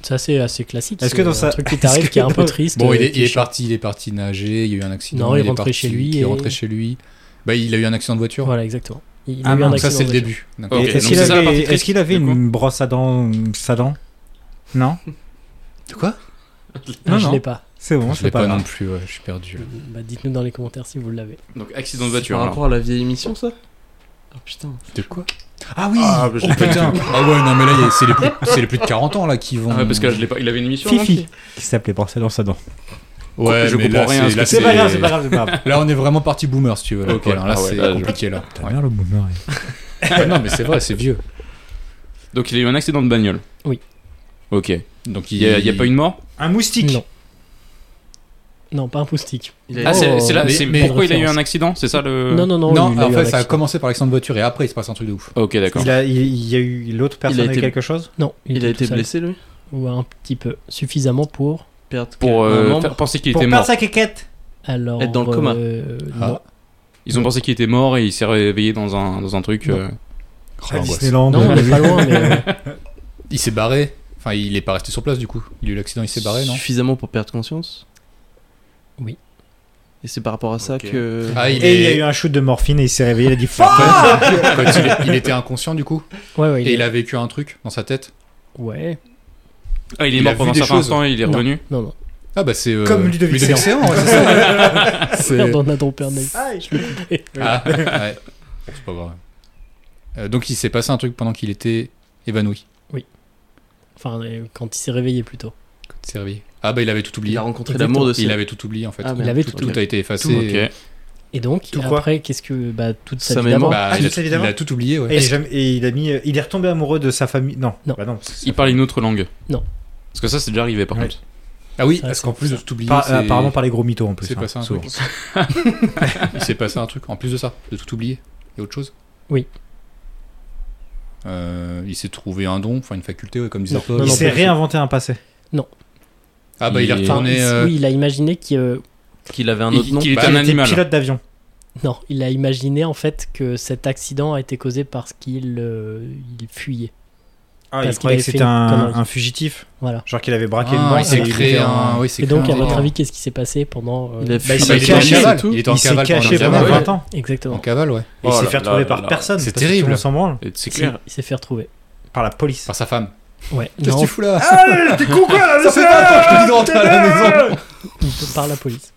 Ça, c'est assez classique. Est-ce c'est que dans un sa- truc qui est-ce t'arrive que qui est un peu dans- triste Bon, il euh, est, qui il est change. parti, il est parti nager, il y a eu un accident. Non, il est est rentré parti- chez lui Il et- est rentré chez lui. Bah, il a eu un accident de voiture. Voilà, exactement. Il a Ah eu un mince, Donc ça, accident c'est le de voiture. début. D'accord. Ok, Et- Est-ce donc qu'il c'est ça la avait, partie est-ce triste, qu'il avait du coup. une brosse à dents sa dent Non Quoi Ah, Non, je non. l'ai pas. C'est bon, Je l'ai c'est pas, pas non grave. plus, ouais, je suis perdu. là. Bah, dites-nous dans les commentaires si vous l'avez. Donc, accident de C'est voiture. Par alors. rapport à la vieille émission, ça Ah putain. De quoi Ah oui Ah, Oh je l'ai pas putain Ah ouais, non, mais là, il y a- c'est les, plus- c'est les plus de 40 ans là qui vont. Ah ouais, parce que là, je l'ai pas. Il avait une émission. non Fifi, qui s'appelait brosse à dents sa dent. Ouais, Je mais comprends là, rien à ce là, que C'est C'est- pas grave, c'est pas grave, c'est pas grave. Là, on est vraiment parti boomer, si tu veux. Là, Ok. Voilà, là, Ah ouais, c'est là, je- compliqué là. T'as bien le boomer. il- Ouais, non, mais c'est vrai, c'est vieux. Donc, il a eu un accident de bagnole. Oui. Ok. Donc Il y a, il y a pas une mort Un moustique Non. Non, pas un poustique. Il a Ah, c'est Oh, c'est là. mais- c'est mais- pourquoi il a eu référence. un accident C'est ça Euh, le. Non, non, non. Non, il a en eu fait, un ça a accident. commencé par l'accident de voiture et après, il se passe un truc de ouf. Ok, d'accord. Il, a, il, il y a eu l'autre personne été- avec quelque chose Non, Il a était été tout seul. blessé, lui Ou un petit peu. Suffisamment pour. Perdre Pour un euh, membre faire penser qu'il Pour était perdre mort. sa quéquette Alors. Être dans le coma. euh, Ah. non. Ils ont pensé qu'il était mort et il s'est réveillé dans un, dans un truc. Non. euh, Oh, À l'angoisse. Disneyland. Non, on est pas loin, mais. euh, Il s'est barré. Enfin, il est pas resté sur place du coup. Il a eu l'accident, il s'est barré, non Suffisamment pour perdre conscience Oui. Et c'est par rapport à ça Ok. que. Ah, il, Et est- il y a eu un shoot de morphine et il s'est réveillé, il a dit fuck Quand il, est- il était inconscient du coup. Ouais, ouais. Et il il est- a vécu un truc dans sa tête. Ouais. Ah, il est Il a mort vu pendant un des certain choses. temps, il est Non. revenu. Non, non. Ah bah c'est. euh, Comme Ludovic Sexéant, ouais, c'est ça. Ah, C'est- Merde, on a ton père Ney. Ah, ouais. C'est pas grave. Euh, donc il s'est passé un truc pendant qu'il était évanoui. Enfin, euh, quand il s'est réveillé plutôt. Il s'est réveillé. Ah bah il avait tout oublié. Il a rencontré Exactement. l'amour de Il ses. avait tout oublié en fait. Ah, Il merde. avait tout, tout. tout a été effacé. Ok. Et donc, Tout quoi après, qu'est-ce que. Bah, toute sa, Sa vie d'avant. mémoire. Bah, Ah, il, tout a tout, ça, évidemment. il a tout oublié, ouais. Et, j'ai jamais- et il, a mis, euh, il est retombé amoureux de sa famille. Non, Non. Bah non parce que Il parle une autre langue. Non. Parce que ça, c'est déjà arrivé par Ouais. contre. Ah oui, Ça, parce c'est qu'en plus de ça. tout oublier, par- euh, c'est- apparemment par les gros mythos en il plus. s'est hein, passé un souvent. truc. il s'est passé un truc en plus de ça, de tout oublier. Il y a autre chose Oui. Euh, il s'est trouvé un don, enfin une faculté, ouais, comme disait Non, Arthur. non, Il non, s'est réinventé un passé. Ah bah il est il- Enfin, retourné. il- euh, Oui, il a imaginé qu'il. euh, Qu'il avait un Il- autre nom. qu'il était Bah, un Il était animal. pilote d'avion. Non, il a imaginé en fait que cet accident a été causé parce qu'il euh, il fuyait. Ah, il Parce qu'il croyait avait que fait c'était une un, connerie. un fugitif. Voilà. Genre qu'il avait Ah, braqué une banque. il s'est et créé était un. en- Oui, il s'est Et donc, créé à un- votre un- avis, qu'est-ce qui s'est passé pendant. euh, Il a Bah, il Ah, bah, s'est il était en caché. cavale, Il était en Il s'est cavale pendant caché le pendant diable, ouais. 20 ans. En Exactement. cavale, ouais. Et il Oh s'est là fait là retrouver là par là. personne. C'est parce que tout le terrible. monde s'en branle. Et C'est Si, clair. il s'est fait retrouver. Par la police. Par sa femme. Ouais. Qu'est-ce Non, que tu fous là Ah, T'es con quoi Ça fait 20 ans que je Ah, te dis de rentrer à la maison par la police.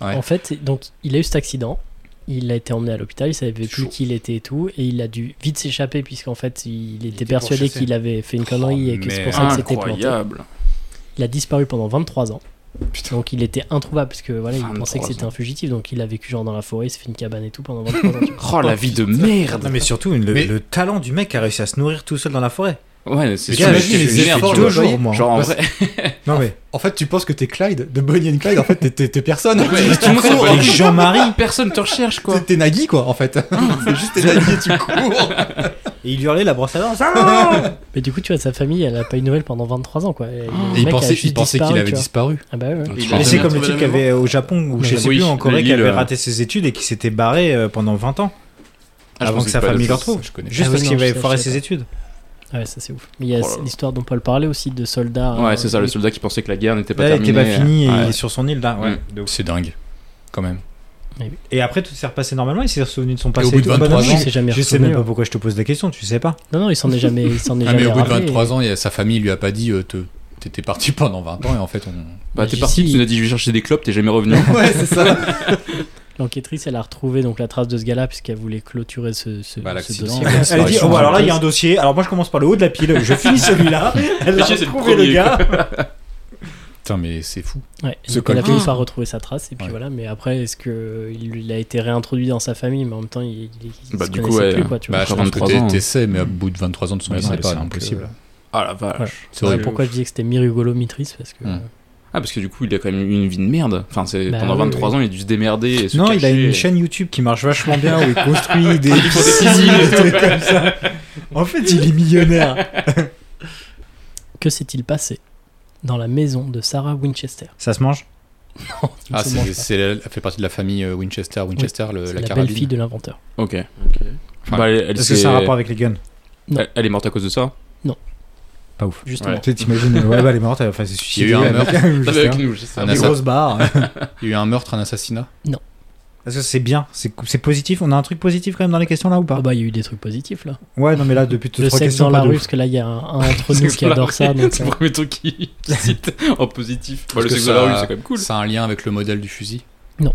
Ouais. En fait, c'est- donc il a eu cet accident, il a été emmené à l'hôpital, il savait plus chaud. qui il était et tout, et il a dû vite s'échapper puisqu'en fait il était, était persuadé pourchassé. qu'il avait fait une connerie et que c'est pour ça que Ah, c'était planté. Incroyable. Il a disparu pendant 23 ans. Donc il était introuvable parce que voilà, il 23 pensait que c'était ans. un fugitif, donc il a vécu genre dans la forêt, il s'est fait une cabane et tout pendant 23 ans. tu vois. Oh la vie de merde. Non mais surtout une- le, Mais- le talent du mec qui a réussi à se nourrir tout seul dans la forêt. Ouais, mais c'est Mais sûr, t'imagines j'étais les une merde, efforts tu de vois. jour, moi. Genre en Ouais, vrai, Non mais En fait, tu penses que t'es Clyde, de Bonnie and Clyde, en fait, t'es- t'es t'es personne. Ouais, tout le monde s'en bat les avec couilles. Jean-Marie personne te recherche quoi. T'es- T'es Nagui, quoi, en fait. C'est juste t'es Nagui et tu cours. et il hurlait la brosse à dents. Mais du coup, tu vois, sa famille, elle a pas eu de nouvelles pendant 23 ans quoi. Et le Ah. Et il mec a pensait juste il pensait qu'il disparu, avait tu vois. disparu. Ah bah ouais. Donc, Il tu Mais a- penses c'est bien. comme le type qui avait au Japon ou je sais Oui, plus en Corée qui l'île, avait euh. raté ses études et qui s'était barré euh, pendant 20 ans Ah, je avant pensais que sa pas famille le de ça, retrouve. Je connais. Juste Ah oui, parce non, qu'il je avait sais, foiré je sais ses pas. études. Ah Ouais, ça c'est ouf. Mais il y a Oh là là. l'histoire dont Paul parlait aussi de soldats. euh, Ouais, c'est ça, le soldat qui pensait que la guerre n'était pas Là, il était terminée. euh, pas fini euh, et il euh, Ouais. est sur son île là. Mm. ouais. De ouf. C'est dingue. Quand même. Et après tout s'est repassé normalement. Il s'est revenu de son passé. au bout et de tout. Bah, 23 non, ans, je- il s'est jamais Je sais retourné, même pas ouais. pourquoi je te pose la question. Tu sais pas. Non, non, il s'en est jamais, il s'en est Ah, jamais mais au bout de rappelé. 23 ans, il y a- sa famille lui a pas dit euh, te- t'étais parti pendant 20 ans et en fait, on. Bah, t'es Ici, parti, tu il- nous as dit je vais chercher des clopes, t'es jamais revenu. Ouais, c'est ça. L'enquêtrice, elle a retrouvé donc la trace de ce gars-là puisqu'elle voulait clôturer ce, ce, Bah, ce l'accident. dossier. Elle a Elle a dit Disparition oh, alors là il y a un raconteuse. dossier. Alors moi je commence par le haut de la pile. Je finis celui-là. Elle a Monsieur, c'est le retrouvé le premier, gars. Putain, mais c'est fou. Ouais, Ce donc elle a collier. fini par retrouver sa trace et puis Ouais. voilà. Mais après, est-ce que il, il a été réintroduit dans sa famille Mais en même temps, il, il, il Bah, se du coup, connaissait ouais. plus quoi. Tu vois. Bah, je pense que 23 t'es- ans. t'essaies, mais au bout de 23 ans de son Bah, lycée, non, c'est donc, impossible. euh, Ah la vache. Ouais. C'est Voilà horrible. pourquoi je disais que c'était mi rigolo mi triste parce que Hum. Ah, parce que du coup, il a quand même eu une vie de merde. Enfin, c'est Bah, pendant oui, 23 ans, il a dû se démerder. Et se Non, il a cacher. une chaîne YouTube qui marche vachement bien où il construit des Il faut des piscines, des trucs comme ça. En fait, il est millionnaire. que s'est-il passé dans la maison de Sarah Winchester Ça se mange Il Ah, se mange pas. c'est, c'est la- elle fait partie de la famille euh, Winchester, Winchester, le- C'est la, la, belle carabine. fille de l'inventeur. Ok. Ok. Enfin, Bah, elle, elle Est-ce que s'est- ça a un rapport avec les guns Non. elle- elle est morte à cause de ça Pas ouf. Justement. Ouais. Tu sais, t'imagines, ouais, bah, elle est morte, elle- enfin, c'est Il y a suicidée. eu un elle- meurtre, je Ah, bah, sais avec pas. nous, je sais. un Des assassin. grosses barres. Il y a eu un meurtre, un assassinat. Est-ce que c'est bien C'est c'est positif On a un truc positif quand même dans les questions là ou pas Ah bah, il y a eu des trucs positifs là. Ouais, non, mais là, depuis toutes Le trois sexe questions, dans la pas de rue, ouf. parce que là, il y a un, un entre nous Sexe qui dans la adore rue. ça. Donc, C'est euh, le premier truc qui qui cite en positif. Bah, Parce le que sexe de la ça- rue, c'est quand même cool. Ça a un lien avec le modèle du fusil Non.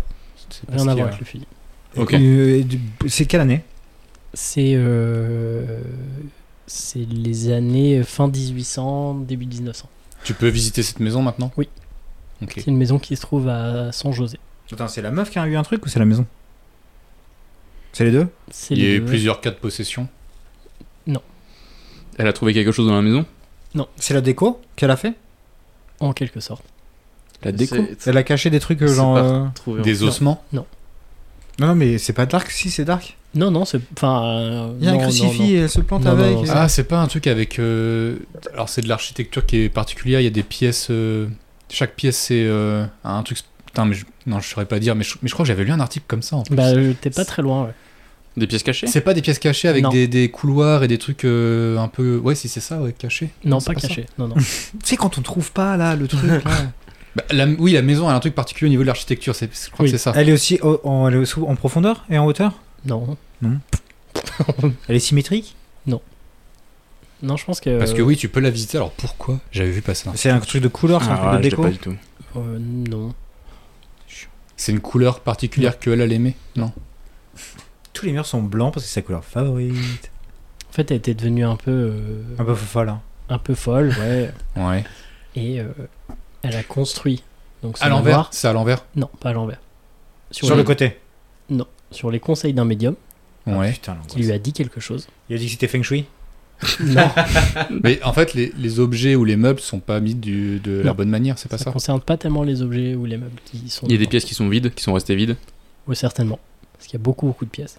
C'est pas rien à ce qu'il y a. voir avec le fusil. Ok. Euh, du- C'est quelle année C'est euh, c'est les années euh, fin 1800, début 1900. Tu peux visiter cette maison maintenant Oui. Ok. C'est une maison qui se trouve à San José. Attends, c'est la meuf qui a eu un truc ou c'est la maison C'est les deux C'est Il y a les eu deux. plusieurs cas de possession. Elle a trouvé quelque chose dans la maison C'est la déco qu'elle a fait en quelque sorte. La déco C'est Elle a caché des trucs euh, C'est genre. pas- euh, trouvé. hein. Des ossements Non, non, mais c'est pas dark, si c'est dark. Non, non, c'est enfin. euh, Il y a un non, non, crucifix non. et elle se plante Non, non, avec. euh. non, et- c'est- Ah, c'est pas un truc avec. euh, Alors, c'est de l'architecture qui est particulière. Il y a des pièces. euh, Chaque pièce, c'est euh, un truc. Putain, mais je... non, je saurais pas dire, mais je, mais je crois que j'avais lu un article comme ça en plus. Bah, euh, t'es pas très loin. ouais. Des pièces cachées C'est pas des pièces cachées avec Non. des, des couloirs et des trucs euh, un peu. Ouais, si c'est ça, ouais, caché. Non, c'est pas pas ça. caché. Non, non. Tu sais, quand on trouve pas là le truc. là. Bah, la- oui, la maison elle a un truc particulier au niveau de l'architecture, c'est- je crois Oui. que c'est ça. Elle est aussi au- en, elle est sous- en profondeur et en hauteur non. Elle est symétrique Non, je pense que. Parce que oui, tu peux la visiter, alors pourquoi J'avais vu passer un. C'est un truc de couleur, c'est un truc de déco pas du tout. euh, non. C'est une couleur particulière que elle, elle aimait Non. Tous les murs sont blancs parce que c'est sa couleur favorite. En fait, elle était Ah bah. devenue un peu, euh, hein. Un peu fofa là. un peu folle, ouais. Ouais. Et euh, elle Elle a construit. Donc c'est À l'envers noir. C'est à l'envers Non, pas à l'envers. Sur le les- côté. sur les conseils d'un médium Ouais. Ah, Putain, l'angoisse. qui lui a dit quelque chose. Il a dit que c'était Feng Shui Non, Mais en fait, les, les objets ou les meubles sont pas mis du- de la Non. bonne manière, c'est pas ça ça concerne pas tellement les objets ou les meubles qui sont. Il y a des dedans. pièces qui sont vides, qui sont restées vides. Oui, certainement. Parce qu'il y a beaucoup, beaucoup de pièces.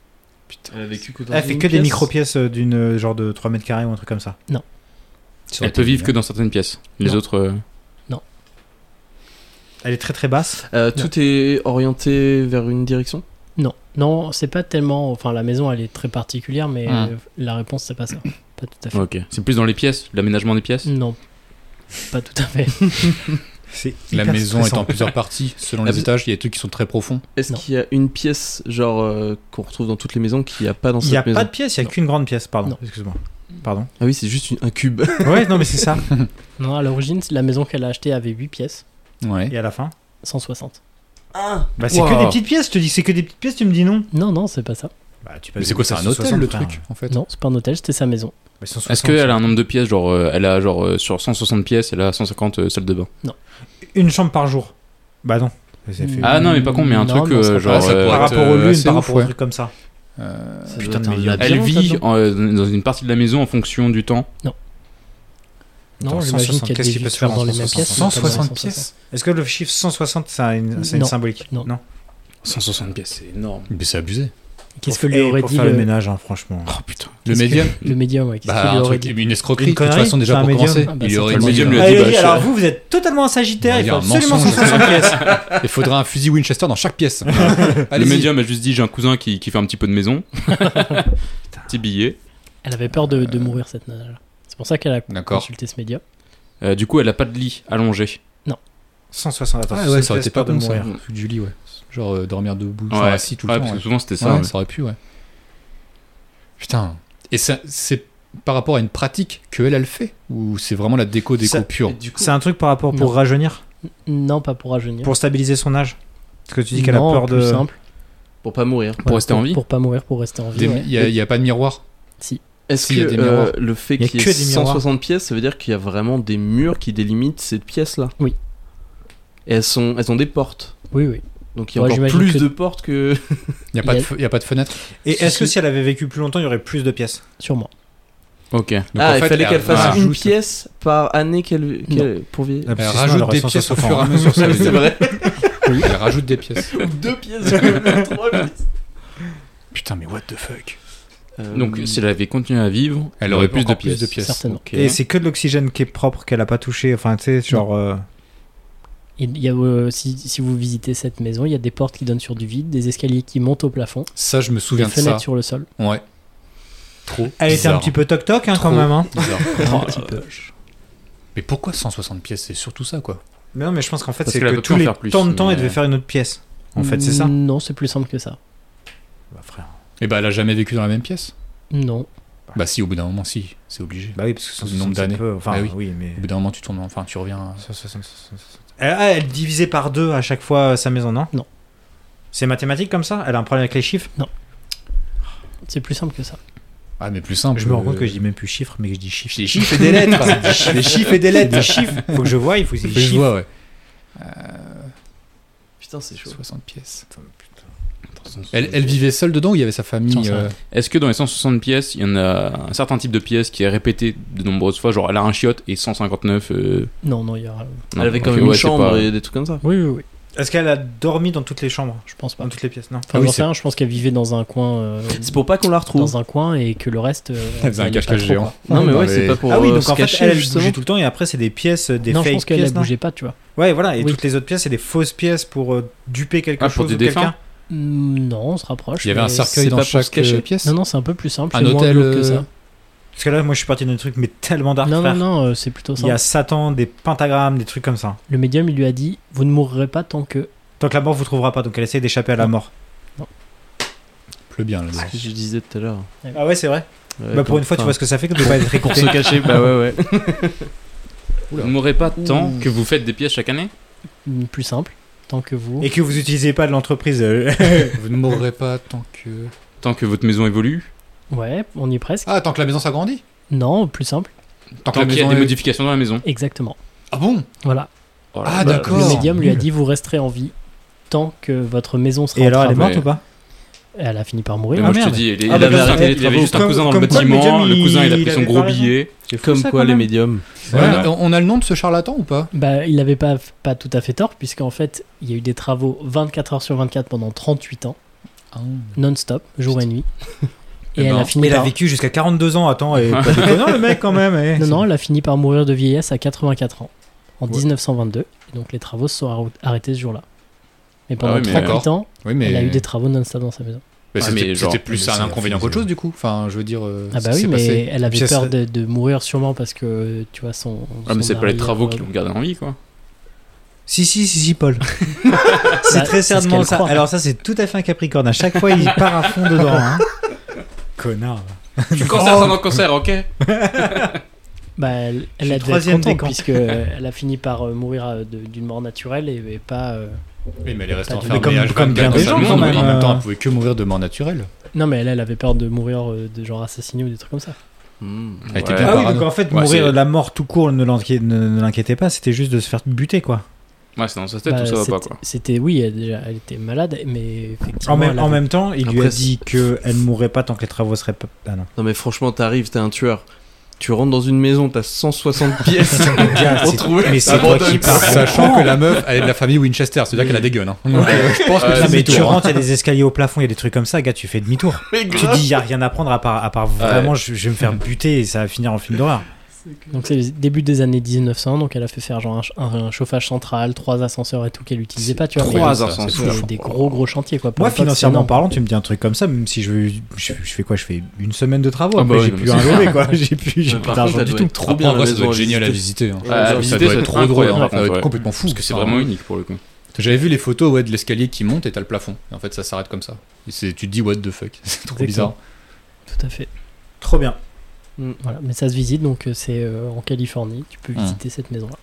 Elle a vécu que dans Elle fait une que des pièce. micro-pièces euh, d'une euh, genre de 3 mètres carrés ou un truc comme ça. Non. Ça aurait Elle peut été vivre que bien. dans certaines pièces. Les Non. autres. euh, Elle est très très basse. Euh, tout est orienté vers une direction Non, non, c'est pas tellement. Enfin, la maison, elle est très particulière, mais Ah. euh, la réponse, c'est pas ça. Pas tout à fait. Ok. C'est plus dans les pièces, l'aménagement des pièces. Non, pas tout à fait. C'est La hyper maison est stressant. en plusieurs parties, selon Ah, les vous- étages, il y a des trucs qui sont très profonds. Est-ce Non. qu'il y a une pièce, genre, euh, qu'on retrouve dans toutes les maisons, qu'il n'y a pas dans Il cette n'y a maison pas de pièce, il n'y a Non. qu'une grande pièce, pardon. Non. Excuse-moi. Pardon. Ah oui, c'est juste une- un cube. Ouais, non, mais c'est ça. non, à l'origine, la maison qu'elle a achetée avait 8 pièces, Ouais. Et à la fin 160. Bah, c'est Wow. que des petites pièces, je te dis, c'est que des petites pièces, tu me dis non. Non, non, c'est pas ça. Bah, tu passes Mais c'est quoi, c'est un hôtel le truc, en fait Non, c'est pas un hôtel, c'était sa maison. Est-ce qu'elle a un nombre de pièces Genre, euh, elle a genre euh, sur 160 pièces, elle a 150 euh, salles de bain. une chambre par jour Bah non. Ça fait- Ah non, mais par contre, mais un Non, truc non, ça euh, peut genre. pas, ça euh, pourrait par ouais, rapport aux euh, lunes, c'est par ouf, rapport aux ouais. trucs comme ça. Euh, Ça Putain doit de être un médium. labyrinthe, Elle vit là-dedans. en- euh, dans une partie de la maison en fonction du temps. Non, Attends, j'imagine 160, qu'elle qu'est-ce vit qu'il peut se faire dans en les mêmes 160? pièces. mais pas dans les 160 pièces Est-ce que le chiffre 160, ça a une, ça a une Non. symbolique Non. 160 pièces, c'est énorme. Mais c'est abusé. Qu'est-ce que Pour- lui eh, aurait pour dit faire le le, ménage, hein, franchement. Oh putain. Le Qu'est-ce médium le médium ouais, Qu'est-ce Bah, qu'il lui un aurait truc- dit une escroquerie, Une de toute connerie façon, C'est déjà un pour médium. commencer. Ah, bah, Il lui c'est aurait un dit, médium, euh, le- Ah, dit, il bah, dit, je- alors vous, vous êtes totalement Il sagittaire, y il a faut un absolument mensonge. 160 pièces. il faudra un fusil Winchester dans chaque pièce. le Allez, médium a juste dit j'ai un cousin qui, qui fait un petit peu de maison. Petit billet. Elle avait peur de, de mourir cette nana là. C'est pour ça qu'elle a D'accord. consulté ce médium. Euh, du coup, elle a pas de lit allongé. 160, attends, Ah ouais, ça aurait 160, été pas peur bon de ça. mourir. Truc du lit, ouais. Genre euh, dormir debout, Ouais, genre assis tout le ouais, temps. parce ouais. que souvent c'était ça. Ouais, ouais. ça aurait pu, ouais. Putain. Et ça, c'est par rapport à une pratique que elle, elle fait Ou c'est vraiment la déco déco Ça- pure Et du coup, C'est un truc par rapport pour Non. rajeunir, Non, pas pour rajeunir. pour stabiliser son âge. Parce que tu dis qu'elle a Non, peur plus de. simple. pour pas mourir. Pour rester en vie Pour pas mourir, pour rester en vie. Des- ouais. Il n'y a, pas de miroir Est-ce S'il y a que des miroirs. euh, le fait Il y a qu'il y que ait des miroirs. 160 pièces, ça veut dire qu'il y a vraiment des murs qui délimitent cette pièce-là Oui. Et elles, sont, elles ont des portes. Oui, oui. Donc il y a Ouais, encore j'imagine plus que- de portes que. Il n'y a, pas Il y de a- fe- il y a pas de fenêtre Et est-ce que Si. si elle avait vécu plus longtemps, il y aurait plus de pièces Sûrement. Ok. Donc, ah, en il fait, fallait euh, elle qu'elle fasse rajoute- une pièce par année qu'elle. qu'elle- pour vivre. Ah, Elle parce que sinon, rajoute aurait des pièces au 160 fur et à ans. mesure. ça veut C'est dire. vrai. Elle rajoute des pièces. Deux pièces, même trois pièces. Putain, mais what the fuck Euh, Donc, si elle avait continué à vivre, Elle aurait plus de encore plus pièces. de pièces. Certainement. Ok. Et c'est que de l'oxygène qui est propre, qu'elle a pas touché. Enfin, tu sais, genre. euh, Il y a, euh, si, si vous visitez cette maison, il y a des portes qui donnent sur du vide, des escaliers qui montent au plafond, Ça, je me des souviens de fenêtres ça. sur le sol. Ouais. Trop. Elle était un bizarre. petit peu toc-toc hein, quand Trop. même. Hein. Bizarre. Un petit peu. Mais pourquoi 160 pièces C'est surtout ça, quoi. Mais non, mais je pense qu'en fait, Parce c'est qu'elle que peut tous pas en les faire plus, temps de temps, mais- elle devait faire une autre pièce. En fait, c'est ça. Mm, Non, c'est plus simple que ça. Bah, frère. Et bah, elle a jamais vécu dans la même pièce Non. Bah, si, au bout d'un moment, si. C'est obligé. Bah oui, parce que Le 160, nombre c'est d'années. peu. Enfin, Ah oui. oui. mais. Au bout d'un moment, tu tournes. Enfin, tu reviens. 160, 160. Elle, Euh, ah, elle divisait par deux à chaque fois euh, sa maison, non Non. C'est mathématique comme ça Elle a un problème avec les chiffres C'est plus simple que ça. Ah, mais plus simple. Je me rends compte euh, que je dis même plus chiffres, mais que je dis chiffres. Des chiffres et des lettres. des chiffres, Des chiffres et des lettres, des chiffres. Faut que je voie, il faut que Faut des que je chiffres. vois, ouais. Putain, c'est chaud. 60 pièces. Attends, Elle, elle vivait seule dedans ou il y avait sa Sans famille ça. euh, Est-ce que dans les 160 pièces, il y en a un certain type de pièce qui est répété de nombreuses fois Genre, elle a un chiotte et 159. euh, Non, non, il y aura. non, Elle avait quand ok, même ouais, une c'est chambre pas- et des trucs comme ça. Oui, oui, oui. Est-ce qu'elle a dormi dans toutes les chambres Je pense pas. Dans toutes les pièces, non Enfin, Ah oui, j'en sais c'est- rien, je pense qu'elle vivait dans un coin. euh, C'est pour pas qu'on la retrouve. dans un coin et que le reste. euh, Elle faisait un elle est pas cache-cache trop, géant. quoi. Non, mais Dans ouais, les- c'est pas pour. Ah oui, euh, donc se en fait, cacher, elle, elle justement. bougeait tout le temps et après, c'est des pièces, euh, des non, je pense fake qu'elle pièces. elle non bougeait pas, tu vois. ouais, voilà, et Oui. toutes les autres pièces, c'est des fausses pièces pour euh, duper quelque Ah, pour chose des ou quelqu'un. défunts Mm, Non, on se rapproche. Il y avait un mais- cercueil c'est dans pas pour chaque se cacher. euh, pièce Non, non, c'est un peu plus simple. Un c'est moins hôtel, glauque que ça. euh, Parce que là, moi, je suis parti d'un truc, mais tellement dark, Non, non, frère. non, euh, c'est plutôt Il y simple. a Satan, des pentagrammes, des trucs comme ça. Le médium, il lui a dit Vous ne mourrez pas tant que. Tant que la mort vous trouvera pas, donc elle essaye d'échapper à la mort. pleut bien là-dedans. C'est ce que je disais tout à l'heure. Ah ouais, c'est vrai. Ouais, bah pour une fois, tu enfin, vois ce que ça fait que de pas être Pour écouté. se cacher, bah ouais, ouais. Vous ne mourrez pas tant que vous faites des pièces chaque année Mm, Plus simple, tant que vous. Et que vous utilisez pas de l'entreprise. euh, Vous ne mourrez pas tant que. Tant que votre maison évolue Ouais, on y est presque. Ah, tant que la maison s'agrandit Non, plus simple, Tant que Tant la qu'il y a maison des est- modifications dans la maison exactement. Ah bon Voilà. Voilà. Ah, Bah, d'accord. Le Oh, médium lui a nul. dit vous resterez en vie tant que votre maison sera Et en alors, elle est travaux. morte mais- ou pas Elle a fini par mais mourir. Ah, moi, je te merde. dis, il, il Ah, bah, avait, juste un- d'accord. il avait juste un Comme- cousin dans le comme quoi, le bâtiment, médium, le cousin, il a il pris son avait gros pas raison. billet. C'est fou, Comme ça, quoi quand les même. médiums. On Ouais. a- On a le nom de ce charlatan ou pas Bah, il n'avait pas, pas tout à fait tort, puisqu'en fait, il y a eu des travaux 24 heures sur 24 pendant 38 ans, Ah. non-stop, jour et nuit. Et Eh elle ben, a fini Il a par... vécu jusqu'à 42 ans, attends, et pas déconnant le mec quand même. eh. Non, non, elle a fini par mourir de vieillesse à 84 ans, en 1922. Et donc les travaux se sont arr- arrêtés ce jour-là. Mais pendant ouais, mais- 38 ans, Ah Oui, mais. elle a eu des travaux non-stop dans sa maison. Bah, Ah, c'était- mais genre- C'était plus mais un c'est inconvénient abusé. qu'autre chose, du coup. Enfin, je veux dire. euh, Ah ce bah qui oui, s'est mais passé. elle avait Puis elle peur de, serait- de mourir sûrement parce que, tu vois, son... Ah, mais son c'est pas les arrière- travaux qui l'ont gardé en vie, quoi. Si, si, si, si, Paul. Bah, c'est très c'est ce certainement qu'elle ça. croit. Alors, ça, c'est tout à fait un Capricorne. À chaque fois, il part à fond dedans. hein. Connard. Je suis cancer, c'est un cancer, ok Bah, elle, Je suis elle a dû être troisième des contente camps. puisque euh, elle a fini par euh, mourir euh, de- d'une mort naturelle et, et pas. euh, Oui, mais elle est restée Mais enfermée comme- à 24 comme bien dans des sa gens, maison, quand mais En même, même temps, euh. elle pouvait que mourir de mort naturelle. Non, mais elle, elle avait peur de mourir euh, de genre assassiné ou des trucs comme ça. Hmm. Elle était Ouais. bien Ah oui, parano. donc en fait, Ouais, mourir c'est- de la mort tout court ne l'inqui- ne- ne l'inquiétait pas, c'était juste de se faire buter, quoi. Ouais, c'est dans sa tête, Bah, tout ça va pas, c'était- quoi. C'était oui, elle, déjà, elle était malade, mais effectivement. En même, elle en avait- même temps, il lui a Après, dit qu'elle ne mourrait pas tant que les travaux seraient pas. Ah non. Non mais franchement, t'arrives, t'es un tueur. Tu rentres dans une maison, t'as 160 pièces. Gars, c'est- Retrouver mais c'est toi qui pars. Ah, bah, Sachant que la meuf, elle est de la famille Winchester, c'est-à-dire qu'elle a des guns. hein. Donc, euh, Je pense que Ah, c'est Ah, mais demi-tour, tu hein. rentres, il y a des escaliers au plafond, il y a des trucs comme ça, gars, tu fais demi-tour. Tu dis, il n'y a rien à prendre à part, à part vraiment, je, je vais me faire buter et ça va finir en film d'horreur. Donc c'est le début des années 1900, donc elle a fait faire genre un ch- un, un chauffage central, trois ascenseurs et tout qu'elle utilisait pas, tu vois. trois mais- ça, ascenseurs. c'est des, des gros gros chantiers quoi. Pour Moi, l'époque, c'est financièrement énorme. parlant, tu me dis un truc comme ça, même si je, veux- je, je fais quoi Je fais une semaine de travaux, Ah après bah j'ai oui, plus non, un mais c'est lever, quoi. J'ai plus, j'ai Mais plus par d'argent contre, du elle tout. doit être trop bien Après, la ça maison doit être à génial à visiter. visiter. hein. Ouais, à Ça visiter, doit ça doit être être trop drôle, incroyable, par hein. Ça doit contre, être ouais. complètement fou. Parce que c'est Enfin, vraiment unique pour le coup. J'avais vu les photos ouais, de l'escalier qui monte et t'as le plafond. Et en fait, ça s'arrête comme ça. Et c'est- tu te dis, what the fuck. C'est trop Exactement. bizarre. Tout à fait. Trop bien. Voilà, mais ça se visite donc euh, c'est euh, en Californie, tu peux Hmm. visiter cette maison là.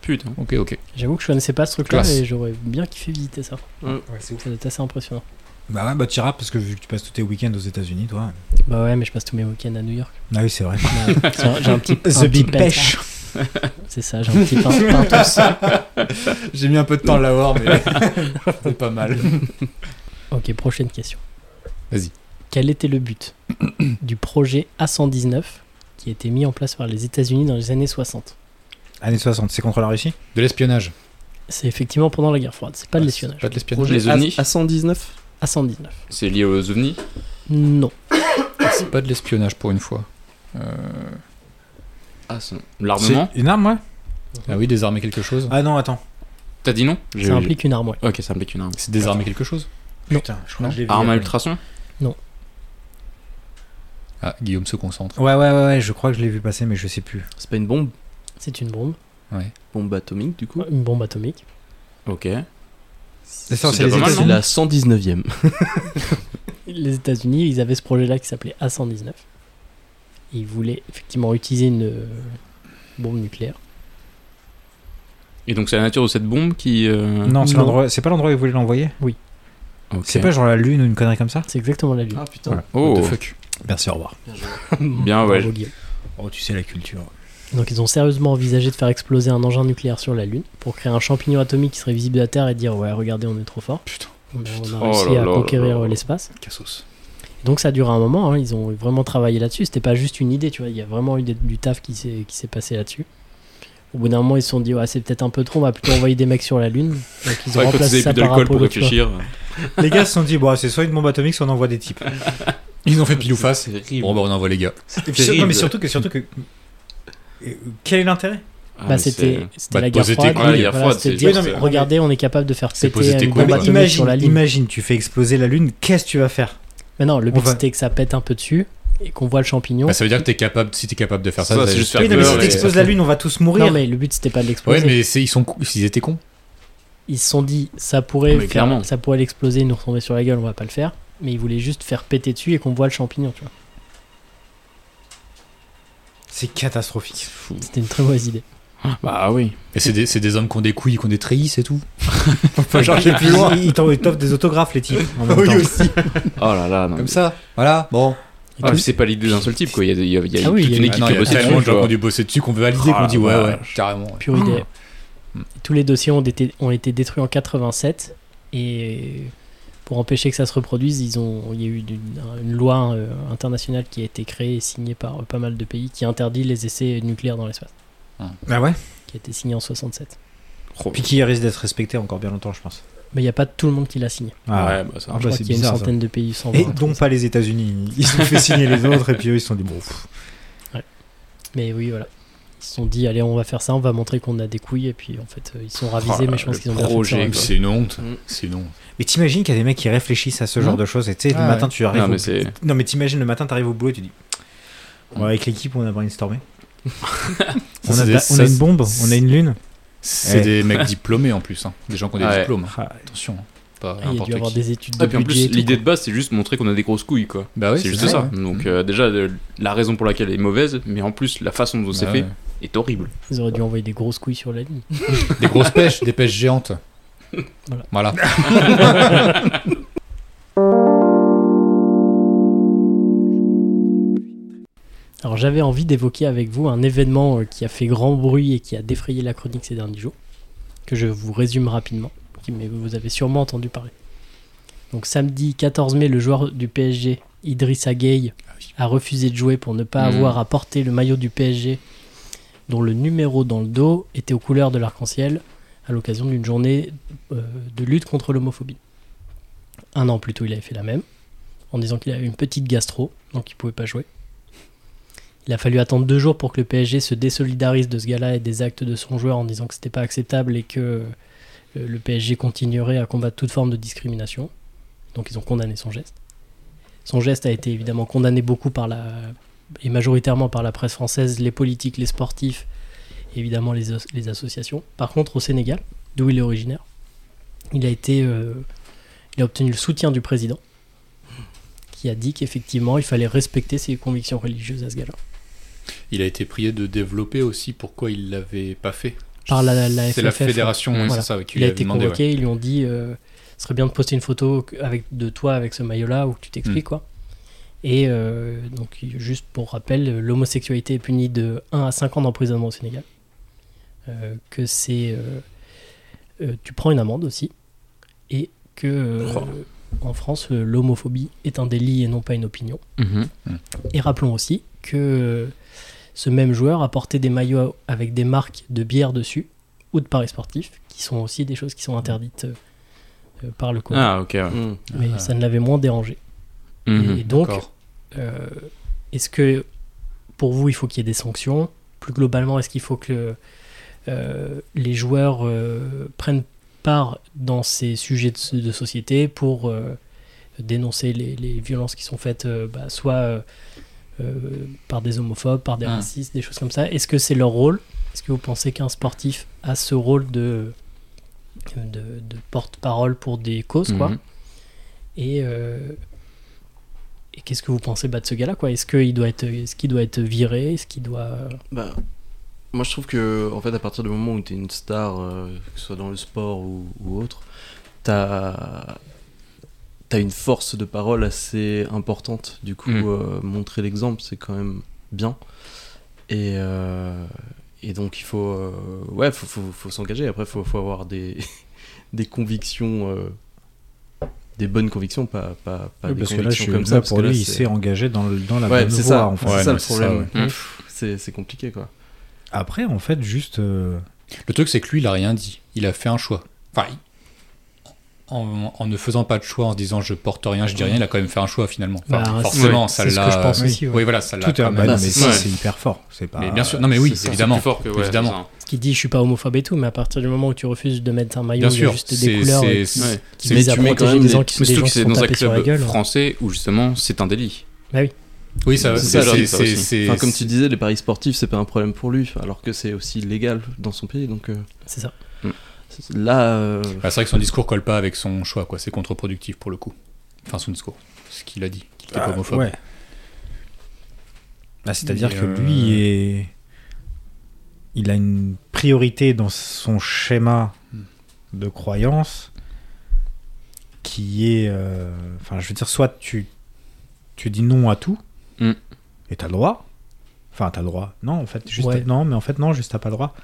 Putain. Ok, ok. J'avoue que je connaissais pas ce truc là Classe. et j'aurais bien kiffé visiter ça. Hmm. ça doit être assez impressionnant. Bah ouais, bah t'iras parce que vu que tu passes tous tes week-ends aux États-Unis, toi. Bah ouais, mais je passe tous mes week-ends à New York. Ah oui, c'est vrai. J'ai un- j'ai un petit un The petit Big penthouse. Pêche. C'est ça, j'ai un petit pain, pintos. J'ai mis un peu de temps à l'avoir, mais c'est pas mal. Ok, prochaine question. Vas-y. Quel était le but du projet A119 qui a été mis en place par les États-Unis dans les années 60 Années 60, c'est contre la Russie De l'espionnage. C'est effectivement pendant la guerre froide, c'est Ah, pas de l'espionnage. Pas de l'espionnage. Les ovnis, À 119 A119. c'est lié aux ovnis Non. C'est pas de l'espionnage pour une fois. Euh, Ah, c'est- l'armement C'est Une arme, ouais Ah oui, désarmer quelque chose. Ah non, attends. T'as dit non J'ai- Ça implique une arme, ouais. Ok, ça implique une arme. C'est désarmer quelque chose. Putain, je crois que je l'ai vu. euh, Arme à attends. ultrason Ah, Guillaume se concentre. Ouais, ouais, ouais, ouais, je crois que je l'ai vu passer, mais je sais plus. C'est pas une bombe C'est une bombe, Bombe atomique du coup une bombe atomique. Ok. C'est ça, C'est Ah, c'est déjà les pas mal, États-Unis. C'est la 119ème. Les États-Unis, ils avaient ce projet-là qui s'appelait A119. Ils voulaient effectivement utiliser une euh, bombe nucléaire. Et donc c'est la nature de cette bombe qui. euh, Non, c'est Non. l'endroit- c'est pas l'endroit où ils voulaient l'envoyer ok. Hein C'est pas genre la Lune ou une connerie comme ça C'est exactement la lune. Ah putain. Voilà. Oh, What the fuck. Merci, au revoir. bien, ouais. Bravo, Guillaume. Oh, tu sais la culture. Donc ils ont sérieusement envisagé de faire exploser un engin nucléaire sur la Lune pour créer un champignon atomique qui serait visible de la Terre et dire ouais regardez on est trop fort. Putain. On a Oh réussi là à là conquérir là là. l'espace. Cassos. Donc ça dure un moment, hein, ils ont vraiment travaillé là-dessus. C'était pas juste une idée, tu vois. Il y a vraiment eu des- du taf qui s'est qui s'est passé là-dessus. Au bout d'un moment, ils se sont dit ouais c'est peut-être un peu trop, on va plutôt envoyer des mecs sur la Lune. Donc ils C'est ont vrai que quand remplacé ils ça plus par d'alcool pour Apollo. tu vois. réfléchir. Les gars se sont dit, bon, c'est soit une bombe atomique, soit on envoie des types. Ils ont fait pile ou face. C'est horrible. Bon, bah, on envoie les gars. Et puis, non, mais surtout que. Surtout que... Et Quel est l'intérêt Ah, Bah mais c'était c'était Bah, la de guerre poser tes froide. couilles, la oui, guerre voilà, froide, c'était de c'est dire, juste- Oui, non, mais- regardez on est capable de faire C'est péter poser tes une couilles, bombe quoi. atomique sur imagine, la Lune. imagine, tu fais exploser la Lune, qu'est-ce que tu vas faire Mais non, le On but va- c'était que ça pète un peu dessus et qu'on voit le champignon. Bah, ça veut dire que t'es capable, si t'es capable de faire ça, Ça, ça- c'est juste faire Oui, non, mais peur si et- t'exploses la Lune, on va tous mourir. Non mais le but c'était pas de l'exploser. Ouais, mais c'est- ils sont cou- ils étaient cons. Ils se sont dit ça pourrait Mais faire- clairement. ça pourrait l'exploser, nous retomber sur la gueule, on va pas le faire. Mais ils voulaient juste faire péter dessus et qu'on voit le champignon, tu vois. C'est catastrophique. C'était une très mauvaise idée. Bah oui. Et c'est des, c'est des hommes qui ont des couilles, qui ont des treillis, c'est tout. Et puis, ils ils t'en- ils t'offrent des autographes, les types. en même temps. Oh là là. non, mais- Comme ça. Voilà. Bon. Et Ah, tout- mais c'est pas l'idée d'un seul type quoi. Il y a, il y a- il y a Ah oui, il toute y a une eu- équipe non, qui il y a bosse tellement de dessus. gens qui ont quoi. dû bosser dessus qu'on veut valider, Ah, qu'on dit la ouais, ouais, vache. carrément. ouais. pure idée. Tous les dossiers ont été, ont été détruits en 87 et pour empêcher que ça se reproduise, ils ont, il y a eu une, une loi euh, internationale qui a été créée et signée par euh, pas mal de pays qui interdit les essais nucléaires dans l'espace, Ah ouais qui a été signée en 67. Puis qui risque d'être respecté encore bien longtemps, je pense. Mais il n'y a pas tout le monde qui l'a signé. Ah. Ouais, bah, ça Ah Je bah, crois c'est qu'il y a une bizarre, ça. centaine de pays, 120. Et donc pas les États-Unis. Ils ont fait signer les autres et puis eux ils se sont dit bon. pff. Mais oui, voilà. Ils se sont dit, allez, on va faire ça, on va montrer qu'on a des couilles. Et puis, en fait, euh, ils sont Oh ravisés, mais je pense qu'ils ont bien fait de projet, s'en quoi. C'est une honte. Mm. C'est une honte. Mais t'imagines qu'il y a des mecs qui réfléchissent à ce genre de choses et tu sais le Ah matin tu arrives. Non, au- mais c'est- Non mais t'imagines le matin t'arrives au boulot et tu dis bon, avec l'équipe on a brainstormé. on, Ça, a, c'est de des- la- on a ça, une bombe, on a une lune. C'est Eh. des mecs diplômés en plus, hein. des gens qui ont des Ouais. diplômes. Ah, Attention, hein. pas Ah, Il y a n'importe dû qui. avoir des études de Et puis en budget. et plus, tout, Ah l'idée de base, c'est juste montrer qu'on a des grosses couilles, quoi. Bah oui, c'est juste ça. Donc, euh, déjà, euh, la raison pour laquelle elle est mauvaise, mais en plus, la façon dont c'est Bah fait ouais. est horrible. quoi. Ils auraient dû envoyer des grosses couilles sur la ligne. Des grosses pêches, des pêches géantes. Voilà. Voilà. Alors, j'avais envie d'évoquer avec vous un événement euh, qui a fait grand bruit et qui a défrayé la chronique ces derniers jours, que je vous résume rapidement, qui- mais vous avez sûrement entendu parler. Donc, samedi 14 mai, le joueur du PSG, Idrissa Gueye, a refusé de jouer pour ne pas Mhm. avoir à porter le maillot du PSG, dont le numéro dans le dos était aux couleurs de l'arc-en-ciel, à l'occasion d'une journée euh, de lutte contre l'homophobie. Un an plus tôt, il avait fait la même, en disant qu'il avait une petite gastro, donc il pouvait pas jouer. Il a fallu attendre deux jours pour que le PSG se désolidarise de ce gars-là et des actes de son joueur en disant que c'était pas acceptable et que euh, le PSG continuerait à combattre toute forme de discrimination. Donc ils ont condamné son geste. Son geste a été évidemment condamné beaucoup par la et majoritairement par la presse française, les politiques, les sportifs, et évidemment les, os- les associations. Par contre, au Sénégal, d'où il est originaire, il a été euh, il a obtenu le soutien du président qui a dit qu'effectivement, il fallait respecter ses convictions religieuses à ce gars-là. Il a été prié de développer aussi pourquoi il l'avait pas fait. Mm. Par la- la C'est la FFF, fédération, oui, hein. Voilà. c'est ça, ouais, qui Il lui a avait été demandé. ouais. convoqué, ils lui ont dit euh, ce serait bien de poster une photo que- avec, de toi avec ce maillot-là où tu t'expliques Mm. quoi. Et euh, donc, juste pour rappel, l'homosexualité est punie de 1 à 5 ans d'emprisonnement au Sénégal. Euh, que c'est. euh, euh, tu prends une amende aussi. Et que. euh, En France, euh, l'homophobie est un délit et non pas une opinion. Mhm. Et rappelons aussi que ce même joueur a porté des maillots avec des marques de bière dessus ou de paris sportifs, qui sont aussi des choses qui sont interdites euh, par le code. Ah, ok. ouais. Mm. Mais ça ne l'avait moins dérangé. Mhm. Et donc, D'accord. euh, est-ce que pour vous, il faut qu'il y ait des sanctions Plus globalement, est-ce qu'il faut que euh, les joueurs euh, prennent part dans ces sujets de, de société pour euh, dénoncer les, les violences qui sont faites, euh, bah, soit euh, euh, par des homophobes, par des Ah. racistes, des choses comme ça Est-ce que c'est leur rôle Est-ce que vous pensez qu'un sportif a ce rôle de, de, de porte-parole pour des causes quoi Mhm. et, euh, et qu'est-ce que vous pensez bah, de ce gars-là quoi Est-ce qu'il doit être, est-ce qu'il doit être viré Est-ce qu'il doit Bah, moi je trouve que en fait à partir du moment où t'es une star, euh, que ce soit dans le sport ou, ou autre, t'as as une force de parole assez importante. Du coup, Mm. euh, montrer l'exemple, c'est quand même bien. Et, euh, et donc il faut euh, ouais faut, faut, faut s'engager. Après faut faut avoir des des convictions. euh, des bonnes convictions, pas, pas, pas Oui, des parce que là, je convictions suis comme ça. là parce pour que là, lui, il c'est- s'est engagé dans, le- dans la Ouais, bonne c'est voie, ça, en c'est fait. Ouais, ça non, le c'est ça, problème. ouais. Pff, C'est c'est compliqué quoi. Après, en fait, juste. euh, Le truc, c'est que lui, il a rien dit. Il a fait un choix. Enfin, il- en, en ne faisant pas de choix, en se disant je porte rien, je dis rien, il a quand même fait un choix finalement. Enfin, Bah, forcément, c'est- ça c'est ce l'a. que je pense oui. aussi, ouais. Oui, voilà, ça l'a tout est quand bah, même. non, mais c'est- ça, ouais. c'est hyper fort. C'est pas. Mais bien sûr, non mais oui, C'est- c'est évidemment. plus fort que, ouais, évidemment. ce qui dit je suis pas homophobe et tout Mais à partir du moment où tu refuses de mettre un maillot, Bien il y a sûr, juste des c'est couleurs c'est- euh, c'est- Ouais. qui Mais visent à tu mets quand protéger même des des- gens qui sont Mais des surtout gens que qui se c'est font dans un taper sur la club gueule. français où justement c'est un délit. Oui, ça, C'est c'est ça, c'est- ça c'est- aussi. c'est- Enfin, comme tu disais, les paris sportifs, c'est pas un problème pour lui, alors que c'est aussi légal dans son pays. Donc euh, C'est ça. c'est- là, euh, Bah, c'est vrai que son discours colle pas avec son choix, quoi. C'est contre-productif pour le coup. Enfin, son discours, ce qu'il a dit, qu'il était Ah, pas homophobe. ouais. Bah, C'est-à-dire Mais, que euh, lui est. Il a une priorité dans son schéma de croyance qui est. euh, Enfin, je veux dire, soit tu, tu dis non à tout, Mm. et t'as le droit. Enfin, t'as le droit. Non, en fait, juste Ouais. non, mais en fait non, juste t'as pas le droit.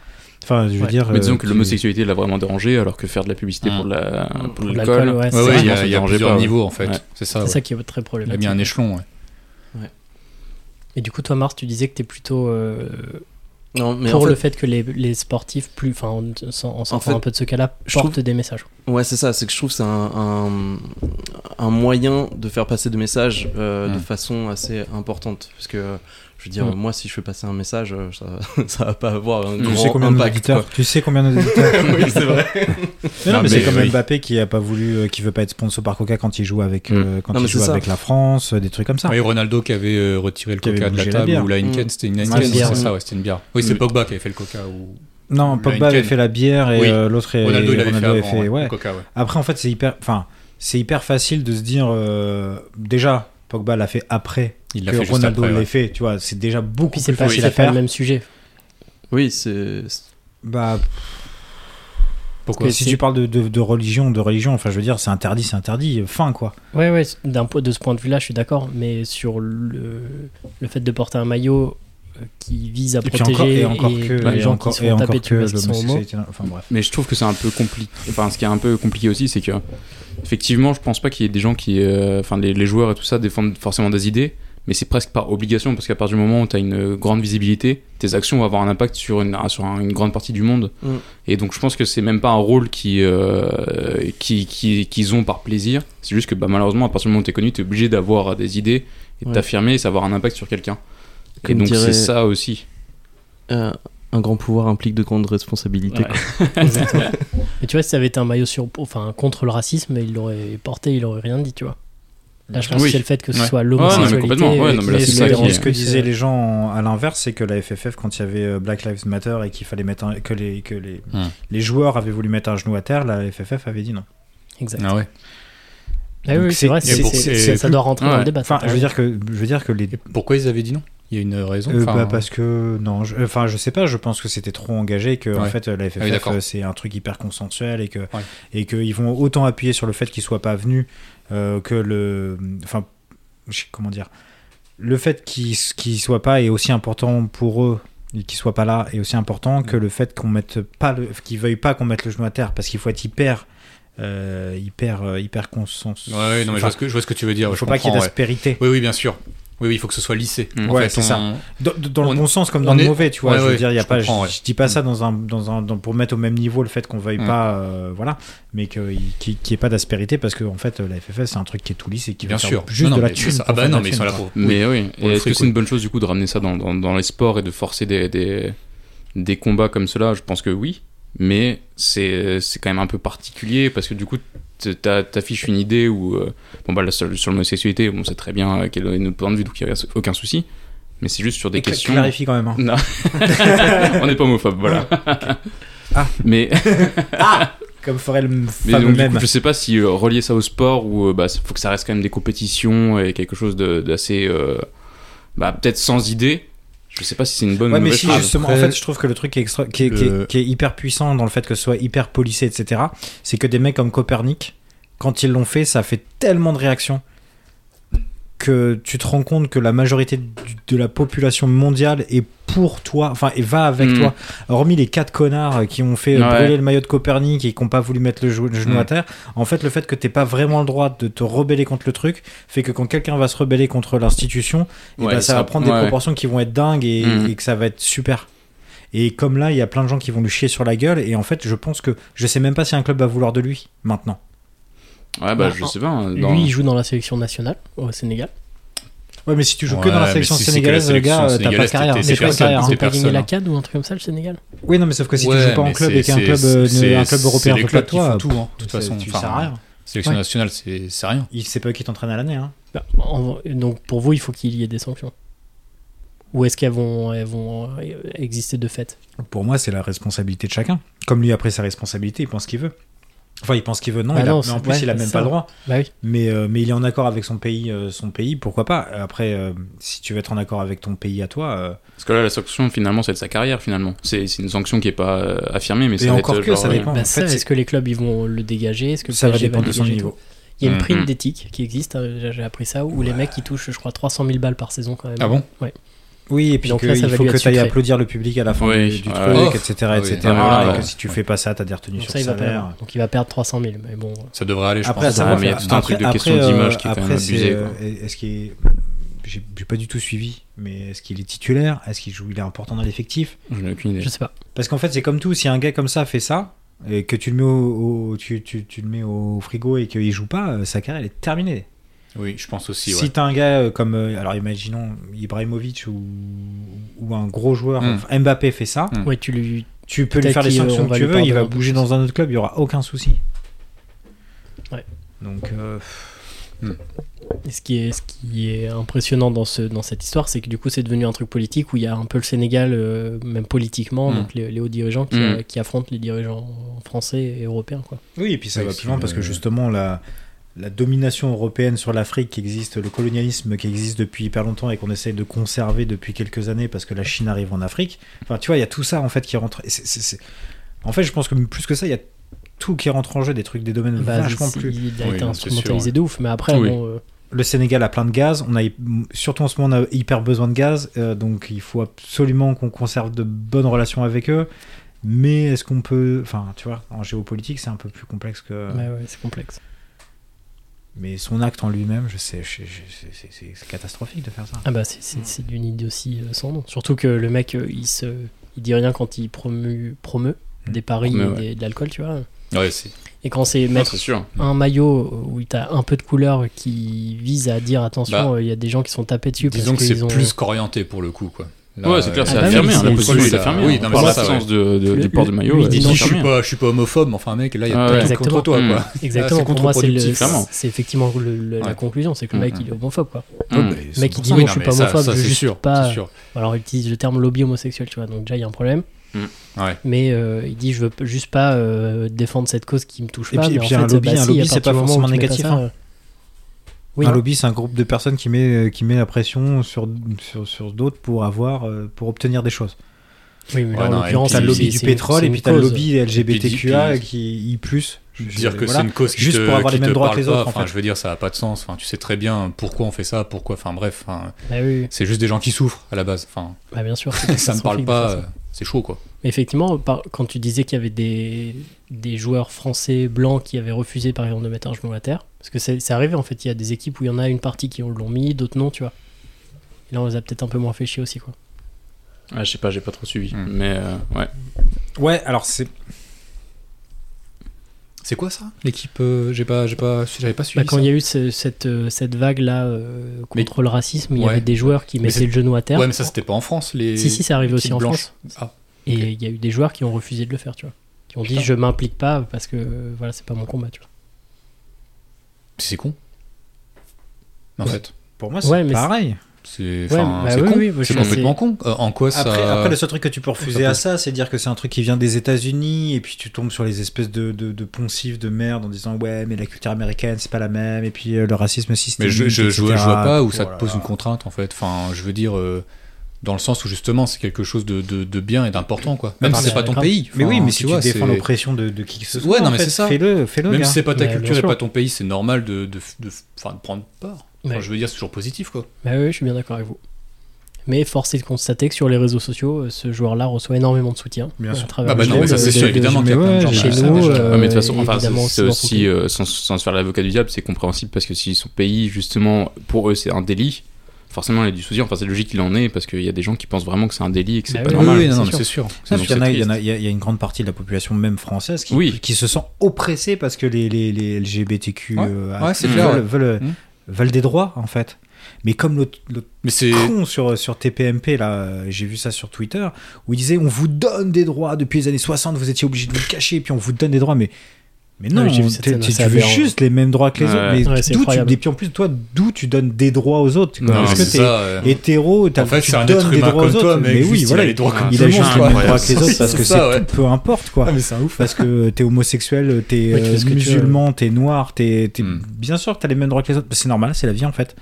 Enfin, je veux Ouais. dire. Mais disons euh, que tu- l'homosexualité l'a vraiment dérangé, alors que faire de la publicité Mm. pour, la, pour de l'alcool. Hein. l'alcool, ouais, Ouais, c'est ouais, ça. il Je pense que y a, il y a ça plusieurs dérangeait pas, niveaux en fait. Ouais. C'est ça. C'est ouais. ça qui est très Il a mis un problématique. échelon. ouais. Et du coup, toi, Mars, tu disais que t'es plutôt euh, Non, mais pour en fait, le fait que les, les sportifs, plus, enfin, on s'en- on s'en En prend fait, un peu de ce cas-là, je portent trouve- des messages. Ouais, c'est ça, c'est que je trouve que c'est un, un, un moyen de faire passer des messages euh, de Mm. façon assez importante. Parce que, euh, je veux dire, Mm. moi, si je fais passer un message, euh, ça, ça va pas avoir un Tu sais grand combien impact. d'auditeurs Tu sais combien d'auditeurs quoi. oui, c'est vrai. Mais non, Non, mais, c'est mais comme oui. Mbappé qui a pas voulu, euh, qui veut pas être sponsor par Coca quand il joue avec, Mm. euh, quand Non, il mais joue c'est ça. avec la France, euh, des trucs comme ça. Oui, Ronaldo qui avait euh, retiré le Qui avait coca de bougé la la table bière. ou la Heineken, Mm. c'était une Heineken, Ah, c'est c'est bière, ça, ouais, c'était une bière. Oui, c'est Mais- Pogba qui avait fait le coca ou Non, Le Pogba avait Heineken. fait la bière et Oui. euh, l'autre et Ronaldo il l'avait fait Ronaldo avait avant. ouais, ouais. le Coca, ouais. Après, en fait, c'est hyper, enfin, c'est hyper facile de se dire euh, déjà. Pogba l'a fait après Il l'a que fait juste Ronaldo après. l'a ouais. fait, tu vois, c'est déjà beaucoup Puis c'est plus pas, facile à c'est pas faire. le même sujet. Oui, c'est. c'est- Bah, Pourquoi que si c'est- tu parles de, de- de religion, de religion, enfin, je veux dire, c'est interdit, c'est interdit, euh, fin quoi. Ouais, ouais, d'un point de ce point de vue-là, je suis d'accord, mais sur le, le fait de porter un maillot euh, qui vise à Et puis encore, protéger et encore et que, que les et gens encore- qui se et font encore taper que dessus parce qu'ils sont homo. l'homosexualité, enfin bref. Mais je trouve que c'est un peu compliqué. Enfin, ce qui est un peu compliqué aussi, c'est que effectivement, je pense pas qu'il y ait des gens qui, euh, enfin, les, les joueurs et tout ça défendent forcément des idées, mais c'est presque par obligation parce qu'à partir du moment où tu as une grande visibilité, tes actions vont avoir un impact sur une ah, sur un- une grande partie du monde. Mm. Et donc, je pense que c'est même pas un rôle qui euh, qui qui- qu'ils ont par plaisir. C'est juste que bah, malheureusement, à partir du moment où t'es connu, t'es obligé d'avoir des idées et de Ouais. t'affirmer, et ça va avoir un impact sur quelqu'un. Et Comme donc, dirait- c'est ça aussi. Euh, un grand pouvoir implique de grandes responsabilités. Ouais. quoi. Exactement. Mais tu vois, si ça avait été un maillot sur, enfin, contre le racisme, il l'aurait porté, il aurait rien dit, tu vois. Là, je pense Oui. que c'est le fait que ce Ouais. soit Ouais, non, mais l'homosexualité. complètement. Ouais, euh, non, mais qui là, les c'est ça qui dérange est- ce que plus, disaient euh, les gens à l'inverse, c'est que la FFF, quand il y avait euh, Black Lives Matter et qu'il fallait mettre un- que les que les, Hmm. les joueurs avaient voulu mettre un genou à terre, la FFF avait dit non. Exact. Ah ouais. Ah Donc oui, c'est c'est- vrai, c'est- c'est- c'est- c'est- ça doit rentrer dans Ouais. le débat. ça, Enfin, t'as je veux raison. dire que je veux dire que les Et pourquoi ils avaient dit non Il y a une raison. Euh, enfin, bah, parce que non, je, euh, enfin je sais pas, je pense que c'était trop engagé et que en Ouais. fait la FFF Ah oui, d'accord. euh, c'est un truc hyper consensuel et que Ouais. et que ils vont autant appuyer sur le fait qu'ils soient pas venus euh, que le enfin je sais- comment dire le fait qu'ils qu'ils soient pas est aussi important pour eux et qu'ils soient pas là est aussi important que le fait qu'on mette pas le qu'ils veuillent pas qu'on mette le genou à terre parce qu'il faut être hyper euh, hyper euh, hyper Ouais, consensuel. ouais, non, mais je, Enfin, vois ce que, je vois ce que tu veux dire. il je faut pas qu'il y ait comprends, ouais. d'aspérité. Oui, oui, bien sûr. Oui, oui, il faut que ce soit lissé. Mm. En Ouais, fait, c'est on- ça. Dans, dans On- le bon sens comme dans on le est- mauvais, tu vois. Ouais, je veux ouais, dire, y a je pas, je, comprends, ouais. je dis pas ça dans un, dans un, dans- pour mettre au même niveau le fait qu'on veuille Mm. pas, euh, voilà, mais que- qu'il n'y ait pas d'aspérité parce que en fait, la FFF c'est un truc qui est tout lisse et qui Bien veut faire sûr. juste Non, non, de la mais c'est thune. ça. pour Ah bah faire de non, la mais ils thune, sont là quoi. pour. Mais oui, Pour et le est-ce que fric, c'est oui. une bonne chose du coup de ramener ça dans, dans, dans les sports et de forcer des, des, des combats comme cela Je pense que oui, mais c'est c'est quand même un peu particulier parce que du coup t- t'a- t'affiches une idée où, euh, bon bah là, sur, sur l'homosexualité, on sait très bien euh, quel est notre point de vue, donc il n'y a aucun souci, mais c'est juste sur des Et cla- questions. Clarifie quand même. hein. Non, on n'est pas homophobe, voilà. Ah. Mais, Comme ferait le mais fameux donc, du coup, même. je sais pas si euh, relier ça au sport ou euh, bah faut que ça reste quand même des compétitions et quelque chose de- d'assez euh, bah peut-être sans idée. Je sais pas si c'est une bonne Ouais, ou une mais mauvaise si, chose. justement, en Après, fait, je trouve que le truc qui est, extra- qui, est, qui est- le- qui est hyper puissant dans le fait que ce soit hyper policé, etc., c'est que des mecs comme Copernic, quand ils l'ont fait, ça a fait tellement de réactions que tu te rends compte que la majorité du- de la population mondiale est pour toi, enfin, et va avec Mm. toi. Hormis les quatre connards qui ont fait euh, Ouais. Hmm. brûler le maillot de Copernic et qui n'ont pas voulu mettre le, jou- le genou Mm. à terre, en fait, le fait que t'aies pas vraiment le droit de te rebeller contre le truc fait que quand quelqu'un va se rebeller contre l'institution, eh Ouais, ben, et ça ça- va prendre des ouais. proportions qui vont être dingues et, Mhm. Mm. et que ça va être super. Et comme là, il y a plein de gens qui vont lui chier sur la gueule, et en fait, je pense que je sais même pas si un club va vouloir de lui maintenant. Ouais, bah, Bah, je sais pas. hein, dans- Lui, il joue dans la sélection nationale au Sénégal. Ouais, mais si tu joues que dans Ouais, la mais sélection si c'est que la sénégalaise, le sélection gars, euh, t'as pas de sénégalaise, carrière. t'es- C'est t'es pas de personne, carrière. On t'es hein. peut pas personne, gagner la hein. CAD ou un truc comme ça, le Sénégal Oui, non, mais sauf que si tu Ouais, joues pas en mais club c'est- et qu'un c'est- club, euh, c'est- ne- un club c'est européen les veut pas clubs de qui toi, font tout, hein, pff, de toute c'est- façon, Tu enfin, hein. sers à rien. Sélection Ouais. nationale, c'est c'est rien. Il sait pas qui t'entraîne à l'année. Hein. Bah, en- Donc pour vous, il faut qu'il y ait des sanctions. Ou est-ce qu'elles vont, elles vont euh, exister de fait Pour moi, c'est la responsabilité de chacun. Comme lui a pris sa responsabilité, il pense qu'il veut. Enfin, il pense qu'il veut, non, Ah il a- non, mais en c'est- plus, ouais, il a c'est même ça. pas le droit. Bah oui. mais, euh, mais il est en accord avec son pays, euh, son pays, pourquoi pas Après, euh, si tu veux être en accord avec ton pays à toi, euh, Parce que là, la sanction, finalement, c'est de sa carrière, finalement. C'est c'est une sanction qui est pas euh, affirmée, mais et ça va encore être, que genre, ça euh, dépend. Bah en ça, fait, c'est- est-ce que les clubs ils vont le dégager Est-ce que le ça va PSG dépendre de son dégager et niveau. tout Il y a une Mm. prime Mm. d'éthique qui existe, hein, j'ai j'ai appris ça, où les mecs ils touchent, je crois, 300 000 balles par saison quand même. Ah bon Ouais. Oui, et puis Donc que, là, ça il va faut lui que être tu ailles sucré. applaudir le public à la fin Oui. du, du Ah truc, oui. etc. Ah oui. etc. Ah oui, voilà, et que ouais. si tu fais pas ça, t'as des retenues Donc sur ça, le il va pas salaire. l'avoir. Donc il va perdre 300 000. Mais bon, Ça devrait aller, je Après, pense. ça Ouais, va mais il y a faire- tout un après- truc de question après, d'image euh, qui est quand après, même abusé, c'est, euh, Est-ce qu'il est- J'ai j'ai pas du tout suivi, mais est-ce qu'il est titulaire Est-ce qu'il joue Il est important dans l'effectif Je n'ai aucune idée. je sais pas. Parce qu'en fait, c'est comme tout. Si un gars comme ça fait ça, et que tu le mets au, au- tu, tu- tu le mets au frigo et qu'il joue pas, euh, sa carrière elle est terminée. Oui, je pense aussi. Si, ouais. t'as un gars euh, comme, euh, alors imaginons Ibrahimovic ou, ou un gros joueur, Mm. enfin, Mbappé fait ça, Mm. Ouais, tu lui. tu peux lui Peut-être faire les qu'il- on sanctions que va tu lui veux, il va pardonner un bouger peu dans un autre club, il y aura aucun souci. Ouais. Donc, euh, Et ce qui est, ce qui est impressionnant dans, ce, dans cette histoire, c'est que du coup, c'est devenu un truc politique où il y a un peu le Sénégal, euh, même politiquement, Mm. donc les, les hauts dirigeants qui, euh, Mm. qui affrontent les dirigeants français et européens. Quoi. Oui, et puis ça Oui, va c'est plus loin parce une- que euh, justement, la, la domination européenne sur l'Afrique qui existe, le colonialisme qui existe depuis hyper longtemps et qu'on essaye de conserver depuis quelques années parce que la Chine arrive en Afrique. Enfin, tu vois, il y a tout ça en fait qui rentre. et c'est- c'est- c'est- En fait, je pense que plus que ça, il y a tout qui rentre en jeu, des trucs, des domaines Bah, vachement c'est- plus. Il a Oui, été non, c'est instrumentalisé sûr, ouais. de ouf, mais après, Oui. bon, euh, Le Sénégal a plein de gaz, on a, hy- surtout en ce moment, on a hyper besoin de gaz, euh, donc il faut absolument qu'on conserve de bonnes relations avec eux. Mais est-ce qu'on peut. Enfin, tu vois, en géopolitique, c'est un peu plus complexe que. ouais, ouais, c'est complexe. Mais son acte en lui-même, je sais, je- je- c'est- c'est- c'est c'est catastrophique de faire ça. Ah bah c'est- c'est c'est d'une idiotie euh, sans nom. Surtout que le mec, euh, il se, il dit rien quand il promue, promeut Mmh. Mm. des paris Promeut, et ouais. des- de l'alcool, tu vois. Ouais, c'est- Et quand Ah, c'est Non, mettre c'est sûr. un maillot où t'as un peu de couleur qui vise à dire attention, Bah, euh, il y a des gens qui sont tapés dessus parce Disons que c'est qu'ils ont- plus qu'orienté pour le coup. Quoi. Là, ouais, c'est clair, euh, c'est bah oui, affirmé. c'est hein, la une possibilité possibilité, d'affirmée. oui, hein, non, mais par ça, l'absence ça, de- de- Le- du port le- du maillot. lui, ouais, il dit Il c'est non, dit, je affirmé. suis pas, je suis pas homophobe, mais enfin, mec, là, il y a Ah plein ouais. de trucs contre toi, Exactement. quoi. Exactement, c'est pour moi, c'est le- contre-productif, clairement. c'est effectivement le- le- la Ouais. conclusion, c'est que le Mm, mec mm. il est homophobe quoi. Hum. Ouais, mec, c'est il pour dit ça. non, Hmm. Oui, je suis mais pas ça- homophobe, ça, je c'est veux juste sûr, pas- c'est sûr. Alors il utilise le terme lobby homosexuel, tu vois, donc déjà il y a un problème. Mm. Ouais. Mais euh, il dit je veux p- juste pas euh, défendre cette cause qui me touche Et pas. puis- et mais puis en un fait, lobby, bah un si, lobby, à partir c'est pas du moment où forcément tu mets négatif, ça, hein. euh, Oui, un non. lobby, c'est un groupe de personnes qui met, qui met la pression sur, sur, sur d'autres pour avoir, euh, pour obtenir des choses. Oui, mais là, Ouais, non, en et l'occurrence, puis T'as le c'est- lobby c'est- du c'est- pétrole c'est et une puis t'as le cause. lobby LGBTQIA puis- qui y plus. Je- je- dire que voilà. c'est une cause qui juste te- pour avoir qui les mêmes te droits que parle les autres. pas. en Enfin, fait. je veux dire, ça a pas de sens. Enfin, tu sais très bien pourquoi on fait ça, pourquoi. Enfin, bref, enfin, Bah oui, c'est juste des gens qui souffrent à la base. Enfin, bah bien sûr. c'est ça me parle catastrophique de pas. faire ça. euh, C'est chaud, quoi. Mais Effectivement, par- quand tu disais qu'il y avait des, des joueurs français blancs qui avaient refusé, par exemple, de mettre un genou à terre, parce que c'est c'est arrivé en fait, il y a des équipes où il y en a une partie qui l'ont mis, d'autres non, tu vois. Et là, on les a peut-être un peu moins fait chier aussi, quoi. Ah, je sais pas, j'ai pas trop suivi. Hum. Mais euh, ouais. Ouais, alors c'est. C'est quoi ça L'équipe, euh, j'ai pas, j'ai pas, j'avais pas Bah, suivi. quand ça. il y a eu ce- cette, euh, cette vague-là euh, Mais- contre le racisme, il y Ouais. avait des joueurs qui Mais mettaient c'est- le genou à terre. Ouais, mais ça c'était pas en France. Les... Si, si, ça arrive les aussi petites en blanches. Ah, Et ok. il y a eu des joueurs qui ont refusé de le faire, tu vois. Qui ont dit Putain. je m'implique pas parce que euh, voilà, c'est pas mon combat, tu vois. c'est con. Mais en fait, Pour moi, c'est Ouais, mais pareil. c'est Ouais, enfin, bah c'est oui, con. oui, moi, je c'est pense complètement con. Euh, en quoi ça. Après, après, le seul truc que tu peux refuser Ça à peut- ça, c'est dire que c'est un truc qui vient des États-Unis, et puis tu tombes sur les espèces de, de, de poncifs de merde en disant ouais, mais la culture américaine, c'est pas la même, et puis euh, le racisme Mais systémique. je, je, je, vois, etc. je vois pas où ça Oh là te pose là. une contrainte en fait. Enfin, je veux dire, euh, dans le sens où justement c'est quelque chose de, de, de bien et d'important quoi. Même Même si c'est si- pas ton grave. pays. Bah, Mais enfin, oui, mais si tu, vois, défends c'est- l'oppression de, de qui que ce soit, Ouais, non, en mais fait, c'est ça. Fais-le, fais-le. Même gars. si c'est pas ta Mais bien culture et sûr. pas ton pays, c'est normal de, de, de, enfin, de prendre part. Enfin, Ouais. Je veux dire, c'est toujours positif quoi. Bah oui, je suis bien d'accord avec vous. Mais force est de constater que sur les réseaux sociaux, euh, ce joueur-là reçoit énormément de soutien. euh, Bien à sûr. travers Ah bah les non, gens mais ça de- c'est de- sûr, de- évidemment qu'il y a plein de gens ouais, qui chez font ça, nous, déjà. euh, Ouais, mais de toute façon, et enfin, c'est évidemment, aussi c'est dans son aussi, pays. euh, sans, sans se faire l'avocat du diable, c'est compréhensible parce que si son pays, justement, pour eux, c'est un délit, forcément, il y a du soutien. Enfin, c'est logique qu'il en ait parce qu'il y a des gens qui pensent vraiment que c'est un délit et que c'est Bah pas oui, normal. Oui, oui, non, non, c'est mais c'est sûr. Ah, puis Donc, Il y, en c'est a- il y en triste. a- il y a- il y a une grande partie de la population, même française, qui, Oui. qui se sent oppressée parce que les, les, les LGBTQ Ouais, euh, ouais, c'est veulent, clair, ouais. veulent- Mm. veulent des droits, en fait. Mais comme l'autre l'autre Mais c'est. con sur, sur TPMP, là, euh, j'ai vu ça sur Twitter, où il disait on vous donne des droits depuis les années 60, vous étiez obligé de vous cacher, puis on vous donne des droits, mais. Mais non, Ouais, j'ai vu on- cette t'es- scène, t'es- c'est tu veux aberrant. juste les mêmes droits que les Ouais. autres. Mais Ouais, c'est d'où tu- incroyable. et puis en plus, toi, d'où tu donnes des droits aux autres quoi Non, Est-ce mais que c'est t'es- ça, euh, hétéro, t'as- En fait, tu c'est un donnes être des humain droits comme aux toi, autres, mec. mais juste, oui, il a voilà, les droits comme il tout a le juste monde, les quoi. mêmes droits que les autres C'est parce que c'est ça, ouais. peu importe quoi. Ah, mais c'est un ouf. Parce que t'es homosexuel, t'es Ouais, tu fais euh, ce que tu veux. musulman, t'es noir, t'es, t'es- Hmm. bien sûr que t'as les mêmes droits que les autres. C'est normal, c'est la vie en fait.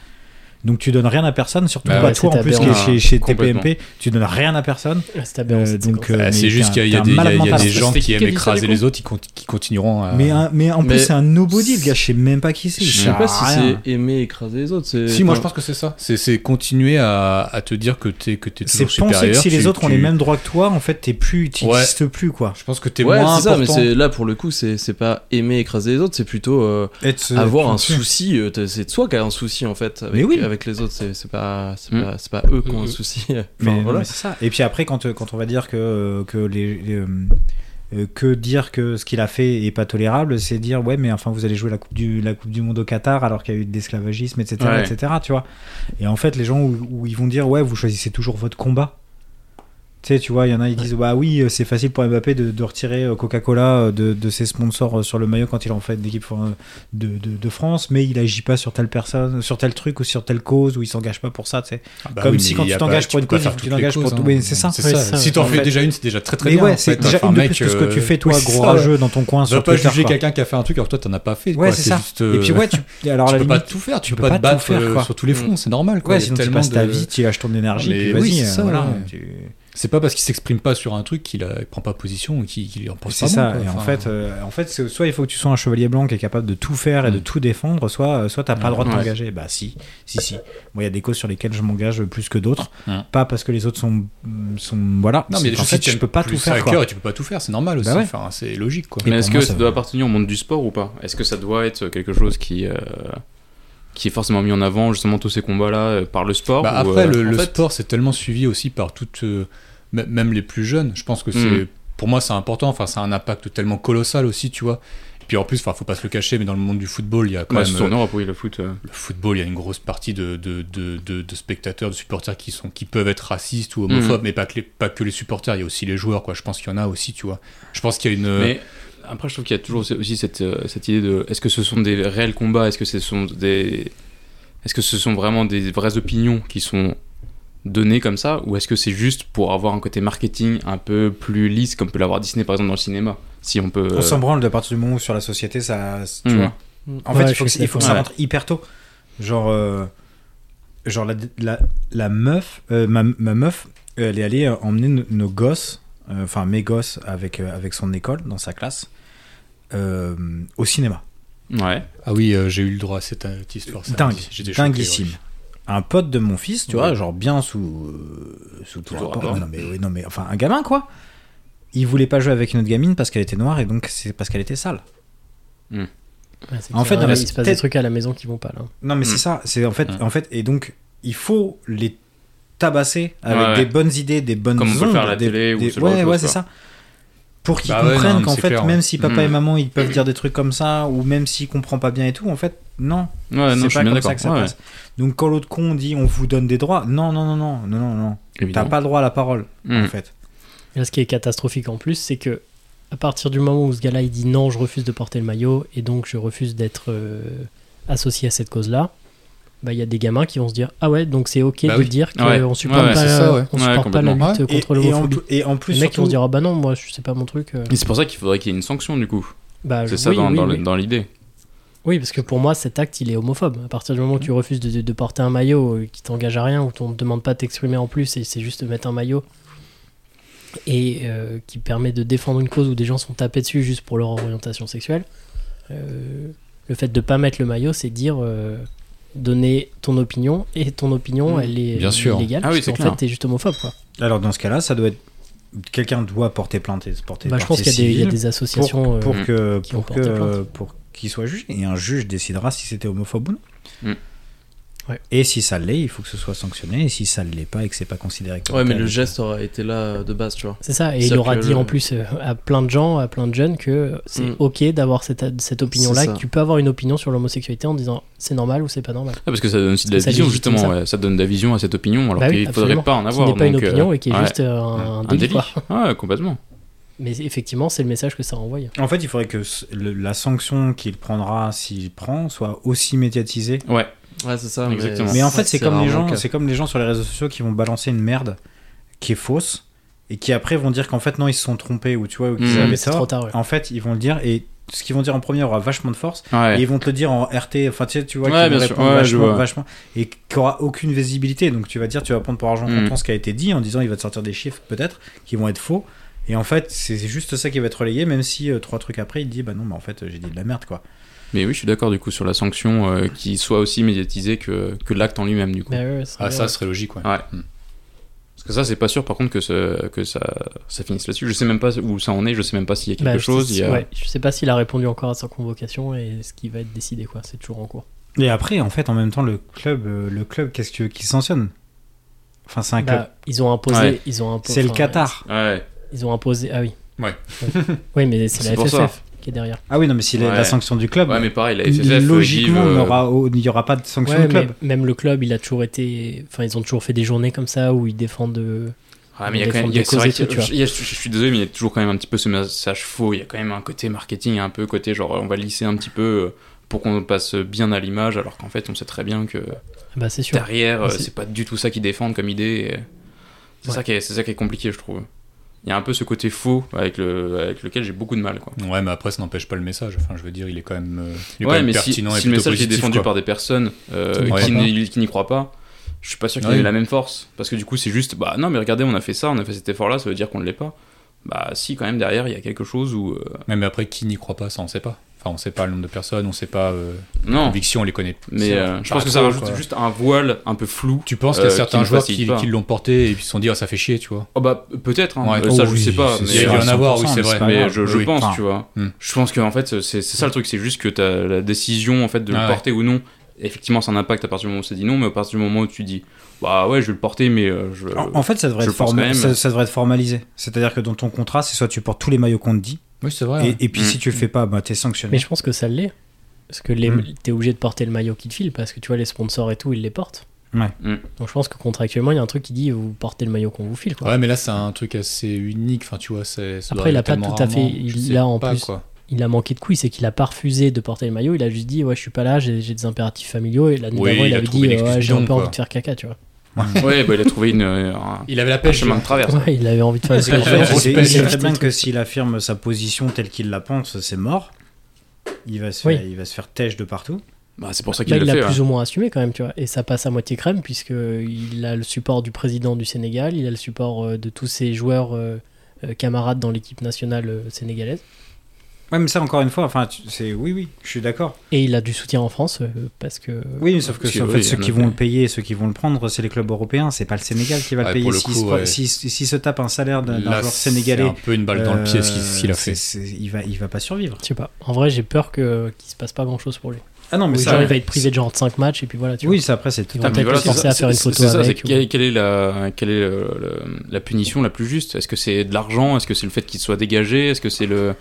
Donc tu donnes rien à personne, surtout Bah pas ouais, toi c'est en plus qui aberrant. est chez, chez Complètement. TPMP. Tu donnes rien à personne. Ah, C'est aberrant, Euh, cette donc, séquence. euh, Ah, mais c'est juste t'es qu'il y a, il y a un des, il y a- malade il y a mental. des gens C'était qui aiment qui a dit ça, écraser du coup les autres, ils con- qui continueront à. Mais, un- mais en Mais- plus, c'est un nobody le gars, je sais même pas qui c'est. Je sais sert pas à si rien. c'est aimer écraser les autres. c'est- Si, moi je enfin, pense que c'est ça. C'est- C'est continuer à, à te dire que t'es que t'es C'est toujours penser que supérieur. si les tu- autres ont tu- les mêmes droits que toi, en fait, t'es plus, Ouais. t'existes plus quoi. Je pense que t'es ouais, moins c'est ça, mais important. c'est là pour le coup, c'est c'est pas aimer écraser les autres, c'est plutôt euh, avoir un souci. euh, t'as- c'est de soi qui a un souci en fait. Avec, Mais oui. avec les autres, c'est c'est pas, c'est Mm. pas, c'est pas eux qui ont un Mm. souci. Mais, Enfin, voilà. mais c'est ça. Et puis après, quand, euh, quand on va dire que, euh, que les. les, euh, euh, que dire que ce qu'il a fait est pas tolérable, c'est dire ouais mais enfin vous allez jouer la coupe du la coupe du monde au Qatar alors qu'il y a eu de l'esclavagisme etc Ouais. etc tu vois et en fait les gens où, où ils vont dire ouais vous choisissez toujours votre combat tu sais tu vois il y en a ils disent bah oui euh, c'est facile pour Mbappé de, de retirer euh, Coca-Cola euh, de, de ses sponsors euh, sur le maillot quand il est en fait d'équipe euh, de, de, de France mais il agit pas sur telle personne sur tel truc ou sur telle cause ou il s'engage pas pour ça tu sais Ah bah comme oui, si mais quand il y a tu t'engages pas- pour une peux pas cause, faire tu toutes t'engages les pour causes, tout. Oui, c'est ça. Ouais, ça. ça, Si t'en en fais fait. déjà une, c'est déjà très très mais bien. en ouais, c'est fait. déjà Enfin, une de mec, plus que ce que euh, tu fais, toi, oui, c'est gros ça. rageux, dans ton coin Tu vas sur pas Twitter. juger quoi. quelqu'un qui a fait un truc alors que toi t'en as pas fait. quoi. Ouais, c'est ça. juste, Et euh, puis ouais, tu, et alors, à tu la peux pas limite, tout faire, tu tu peux peux pas pas te tout battre faire, euh, quoi. sur tous les fronts, c'est normal. quoi. ouais, Il y a sinon tu tellement passes ta de- vie, tu lâches ton énergie, puis Mais oui, vas-y, c'est euh, ça, voilà. ouais. tu- C'est pas parce qu'il s'exprime pas sur un truc qu'il euh, prend pas position ou qu'il qu'il en pense pas. C'est ça. moins, quoi. Et en Enfin, fait, euh, en fait, c'est- soit il faut que tu sois un chevalier blanc qui est capable de tout faire et de Mm. tout défendre, soit, euh, soit t'as pas le droit de Ouais. t'engager. Bah si, si, si. Moi, il y a des causes sur lesquelles je m'engage plus que d'autres, Mm. pas parce que les autres sont, sont voilà. Non, C'est mais des qu'en choses qui fait, je tiennent peux pas plus tout à faire. quoi. cœur et tu peux pas tout faire, c'est normal aussi. Bah ouais. Enfin, c'est logique quoi. Et Mais pour est-ce moi, que ça ça va. doit appartenir au monde du sport ou pas Est-ce que ça doit être quelque chose qui, euh, qui est forcément mis en avant, justement, tous ces combats-là, euh, par le sport Bah, ou, après, euh, le, en le fait, sport, c'est tellement suivi aussi par toutes, euh, m- même les plus jeunes. Je pense que c'est, Mm. pour moi, c'est important. Enfin, ça a un impact tellement colossal aussi, tu vois. Et puis en plus, enfin, faut pas se le cacher, mais dans le monde du football, il y a quand bah, même surtout en Europe, oui, le foot. euh, le football, il y a une grosse partie de, de, de, de- de spectateurs, de supporters qui, sont, qui peuvent être racistes ou homophobes, Mm. mais pas que, les, pas que les supporters, il y a aussi les joueurs, quoi. Je pense qu'il y en a aussi, tu vois. Je pense qu'il y a une. euh, Mais après, je trouve qu'il y a toujours aussi cette, euh, cette idée de est-ce que ce sont des réels combats Est-ce que ce sont des. Est-ce que ce sont vraiment des vraies opinions qui sont données comme ça Ou est-ce que c'est juste pour avoir un côté marketing un peu plus lisse, comme peut l'avoir Disney par exemple dans le cinéma Si on peut. On euh, s'en branle de partir du moment où sur la société, ça, tu Mm. vois. En Ouais, fait, je il faut, que, suis il faut que ça d'accord. rentre hyper tôt. Genre, euh, genre la, la, la meuf, euh, ma, ma meuf, euh, elle est allée euh, emmener nos, nos gosses, euh, enfin mes gosses, avec, euh, avec son école, dans sa classe, euh, au cinéma. Ouais. Ah oui, euh, j'ai eu le droit à cette, euh, petite histoire. ça. Dingue, J'étais choqué, dinguissime. Un pote de mon fils, tu Ouais. vois, genre bien sous, euh, sous tout Tout rapport. rapport. Non, mais, oui, non, mais enfin, un gamin quoi. Il voulait pas jouer avec une autre gamine parce qu'elle était noire et donc c'est parce qu'elle était sale. Ouais, c'est en clair, fait, dans ouais, la Ah, il se passe tête- des trucs à la maison qui vont pas là. Non, mais Mm. c'est ça. C'est en fait, Mm. en fait, et donc il faut les tabasser avec Ouais, ouais. des bonnes idées, des bonnes Comme on peut ondes, le faire à la des- télé ou des- ce genre de ouais, choses, ouais, c'est quoi. ça. Pour qu'ils Bah ouais, comprennent non, mais qu'en c'est fait, clair, même ouais. si papa et Mm. maman ils peuvent dire des trucs comme ça, ou même s'ils comprend pas bien et tout, en fait, non, Ouais, non, je c'est suis pas bien comme ça d'accord. que ça Ouais, passe. Donc quand l'autre con dit on vous donne des droits, non, non, non, non, non, non, non, t'as évidemment. pas le droit à la parole, en Mm. fait. Et là, ce qui est catastrophique en plus, c'est que à partir du moment où ce gars-là il dit non, je refuse de porter le maillot et donc je refuse d'être euh, associé à cette cause-là, bah il y a des gamins qui vont se dire ah ouais donc c'est ok Bah de oui. dire qu'on Ouais. supporte Ouais, ouais, pas, c'est ça, ouais. on Ouais, supporte pas la complètement. lutte Et, contre et en, l'homophobie. pl- et en plus, Les mecs ils vont surtout- se dire ah bah non moi je- c'est pas mon truc. euh. Et c'est pour ça qu'il faudrait qu'il y ait une sanction du coup. Bah, C'est ça oui, dans, oui, dans le- oui. dans l'idée. Oui, parce que pour moi, cet acte, il est homophobe. À partir du moment où Mmh. tu refuses de, de- de porter un maillot euh, qui t'engage à rien, où on ne te demande pas de t'exprimer en plus, et c'est juste de mettre un maillot, et euh, qui permet de défendre une cause où des gens sont tapés dessus juste pour leur orientation sexuelle, euh, le fait de pas mettre le maillot, c'est dire euh, donner ton opinion, et ton opinion, Mm. elle est Bien sûr. illégale, Ah oui, parce c'est qu'en clair. fait, t'es juste homophobe. Quoi. Alors dans ce cas-là, ça doit être quelqu'un doit porter plainte et se porter. Bah, je pense partie qu'il y a des- il y, a civile. des associations... pour, pour euh, euh, que qui ont pour porté que plainte. pour qu'il soit jugé et un juge décidera si c'était homophobe ou non. Mm. Ouais. Et si ça l'est, il faut que ce soit sanctionné. Et si ça ne l'est pas et que c'est pas considéré comme Ouais, mais tel- le geste aurait été là euh, de base, tu vois. C'est ça, et il C'est-à-dire aura que dit le- en plus euh, à plein de gens, à plein de jeunes, que c'est Mm. ok d'avoir cette, cette opinion-là, C'est ça. que tu peux avoir une opinion sur l'homosexualité en disant c'est normal ou c'est pas normal. Ah, parce que ça donne aussi de la Parce que ça vision, légitime justement. ça. ouais. Ça donne de la vision à cette opinion, alors Bah oui, qu'il faudrait absolument. pas en Ce avoir. n'est pas une donc, euh, opinion et qui est ouais, juste euh, un, un délit. délit. quoi. Ouais, complètement. Mais effectivement, c'est le message que ça envoie. Mm. En fait, il faudrait que ce- le- la sanction qu'il prendra s'il prend soit aussi médiatisée. Ouais. Ouais, c'est ça. Exactement. Mais en fait, c'est comme les rarement le gens, cas. c'est comme les gens sur les réseaux sociaux qui vont balancer une merde qui est fausse et qui après vont dire qu'en fait non, ils se sont trompés ou tu vois ou qu'ils Mm. avaient Mais c'est tort. trop tard. ouais. En fait, ils vont le dire et ce qu'ils vont dire en premier aura vachement de force. Ouais. Et ils vont te le dire en RT, enfin tu sais, tu vois, Ouais, qu'ils vont bien sûr. répondre Ouais, je vachement, vois. vachement, et qui aura aucune visibilité. Donc tu vas dire, tu vas prendre pour argent Mm. comptant ce qui a été dit en disant, il va te sortir des chiffres peut-être qui vont être faux. Et en fait, c'est c'est juste ça qui va être relayé, même si euh, trois trucs après, il te dit, bah non, mais en fait, j'ai dit de la merde, quoi. Mais oui, je suis d'accord du coup sur la sanction euh, qui soit aussi médiatisée que, que l'acte en lui-même du coup. Bah ouais, ouais, c'est Ah, vrai, ça ouais. serait logique, ouais. Ouais. Parce que ça, c'est pas sûr par contre que, ce- que ça, ça finisse là-dessus. Je sais même pas où ça en est, je sais même pas s'il y a quelque Bah, je- chose. il y a- ouais, je sais pas s'il a répondu encore à sa convocation et ce qui va être décidé, quoi. C'est toujours en cours. Et après, en fait, en même temps, le club, euh, le club, qu'est-ce que tu veux qu'il sanctionne Enfin, c'est un club. Bah, ils ont imposé. Ouais. Ils ont imposé c'est le enfin, Qatar. Ouais. Ils ont imposé. Ah oui. Ouais. oui, mais c'est C'est la pour ça. FFF qui est derrière. Ah oui, non, mais si la, la Ouais. sanction du club, Ouais, mais pareil, la FFF, euh, logiquement, give, on euh, aura- oh, il n'y aura pas de sanction Ouais, du club. mais même le club, il a toujours été. Enfin, ils ont toujours fait des journées comme ça où ils défendent. euh, Ah, mais il y a des quand même. formes il y a- de c'est vrai causes et que- tout, tu vois. il y a- je, je suis désolé, mais il y a toujours quand même un petit peu ce message faux. Il y a quand même un côté marketing, un peu côté genre on va lisser un petit peu euh, pour qu'on passe bien à l'image, alors qu'en fait, on sait très bien que Bah, c'est sûr. derrière, euh, Merci. c'est pas du tout ça qu'ils défendent comme idée. et C'est Ouais. ça, qui est- c'est ça qui est compliqué, je trouve. Il y a un peu ce côté faux avec, le, avec lequel j'ai beaucoup de mal. Quoi. Ouais, mais après, ça n'empêche pas le message. Enfin, je veux dire, il est quand même, euh, il est quand Ouais, même mais si, pertinent et si le plutôt message est positif, défendu quoi. par des personnes euh, Qui n'y qui croient n'y- qui n'y croient pas, je suis pas sûr qu'il Ouais. ait la même force. Parce que du coup, c'est juste, bah non, mais regardez, on a fait ça, on a fait cet effort-là, ça veut dire qu'on ne l'est pas. Bah si, quand même, derrière, il y a quelque chose où... euh, Ouais, mais après, qui n'y croit pas, ça, on sait pas. Enfin, on sait pas le nombre de personnes, on sait pas. euh, les Non, convictions, on les connaît. mais C'est- euh, je enfin, pense que ça trop, rajoute quoi. juste un voile un peu flou. Tu penses qu'il y euh, a qui certains ne joueurs facilite qui, pas. qui l'ont porté et puis se sont dit, ah, ça fait chier, tu vois. Oh bah peut-être, hein. Ouais. Euh, ça Oh je oui, sais pas. c'est mais- Il y a sûr, dû en à avoir, 100%, oui, c'est mais vrai. c'est pas mais grave. je, je Oui. pense, Enfin, tu vois. hmm. Je pense que en fait, c'est c'est ça le truc, c'est juste que t'as la décision en fait de Ah le ouais. porter ou non. Effectivement, c'est un impact à partir du moment où c'est dit non, mais à partir du moment où tu dis bah ouais, je vais le porter, mais euh, je. En, en fait, ça devrait, je être le pense forma- quand même. ça, ça devrait être formalisé. C'est-à-dire que dans ton contrat, c'est soit tu portes tous les maillots qu'on te dit, Oui, c'est vrai. et, et puis Mm. si tu le fais pas, bah, t'es Mais sanctionné. je pense que ça l'est. Parce que les... Hmm. Mm. t'es obligé de porter le maillot qui te file parce que tu vois, les sponsors et tout, ils les portent. Ouais. Mm. Donc je pense que contractuellement, il y a un truc qui dit vous portez le maillot qu'on vous file. Quoi. Ouais, mais là, c'est un truc assez unique. Enfin, tu vois, c'est. ça Après, doit il a arriver pas tellement tout à fait- rarement, je il- sais là, en pas, plus. quoi. Il a manqué de couilles, c'est qu'il a pas refusé de porter le maillot, il a juste dit ouais, je suis pas là, j'ai j'ai des impératifs familiaux. Et l'année Oui, d'avant, il il a avait dit trouvé euh, l'excuse ouais, j'ai un donc, peu quoi. envie de faire caca, tu vois. Ouais, bah il a trouvé une, euh, un, Il avait la un pêche. chemin de traverse. Ouais, il avait envie de faire Parce qu'en c'est- fait, c'est- c'est- c'est- il sait c'est- très bien que s'il affirme sa position telle qu'il la pense, c'est mort. Il va se, Oui. il va se faire têche de partout. Bah c'est pour ça Bah, qu'il il l'a l'a fait. plus ouais. ou moins assumé quand même, tu vois. Et ça passe à moitié crème, puisqu'il a le support du président du Sénégal, il a le support euh, de tous ses joueurs euh, euh, camarades dans l'équipe nationale euh, sénégalaise. Ouais, mais ça, encore une fois, enfin, tu- c'est oui, oui, je suis d'accord. Et il a du soutien en France, euh, parce que. Oui, mais Ah, sauf que Parce que, en oui, fait, il y ceux en a qui plein. vont le payer et ceux qui vont le prendre, c'est les clubs européens. C'est pas le Sénégal qui va Ouais, le payer. pour le S'il coup, se, pre- ouais. s'il- s'il se tape un salaire d'un d'un Là, joueur sénégalais, C'est un peu une balle dans le pied, ce qu'il- ce qu'il a euh, fait. c'est- c'est- il va, il va pas survivre. Je sais pas. En vrai, j'ai peur que- qu'il se passe pas grand chose pour lui. Ah non, mais Genre, ça. il va être privé de genre de 5 matchs, et puis voilà, tu Oui, vois. ça après, c'est tout. Ils vont Ah, mais peut-être voilà, le forcer c'est à ça, faire une c'est- photo c'est ça, avec. c'est ou- quelle, quelle est la, quelle est euh, le- la punition la plus juste Est-ce que c'est de l'argent Est-ce que c'est le fait qu'il soit dégagé Est-ce que c'est le.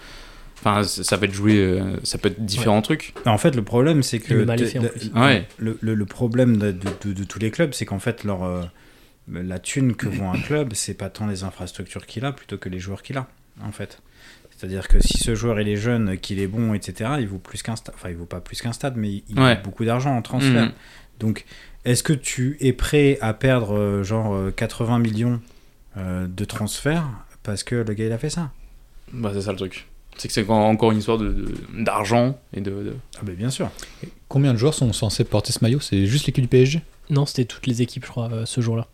Enfin, c- ça va être joué, euh, ça peut être différents trucs. En fait, le problème, c'est que Le mal est de- fait, en de- plus. Ouais. le, le- le problème de, de- de- de tous les clubs, c'est qu'en fait, leur, euh, la thune que vend un club, c'est pas tant les infrastructures qu'il a, plutôt que les joueurs qu'il a, en fait. C'est-à-dire que si ce joueur il est jeune, qu'il est bon, etc., il vaut plus qu'un stade. Enfin, il vaut pas plus qu'un stade, mais il Ouais. vaut beaucoup d'argent en transfert. Mhm. Donc, est-ce que tu es prêt à perdre euh, genre euh, 80 millions euh, de transferts parce que le gars il a fait ça Bah, c'est ça le truc. C'est que c'est en- encore une histoire de- de- d'argent et de. de- Ah, ben bien sûr. Combien de joueurs sont censés porter ce maillot C'est juste l'équipe du PSG Non, c'était toutes les équipes, je crois, euh, ce jour-là.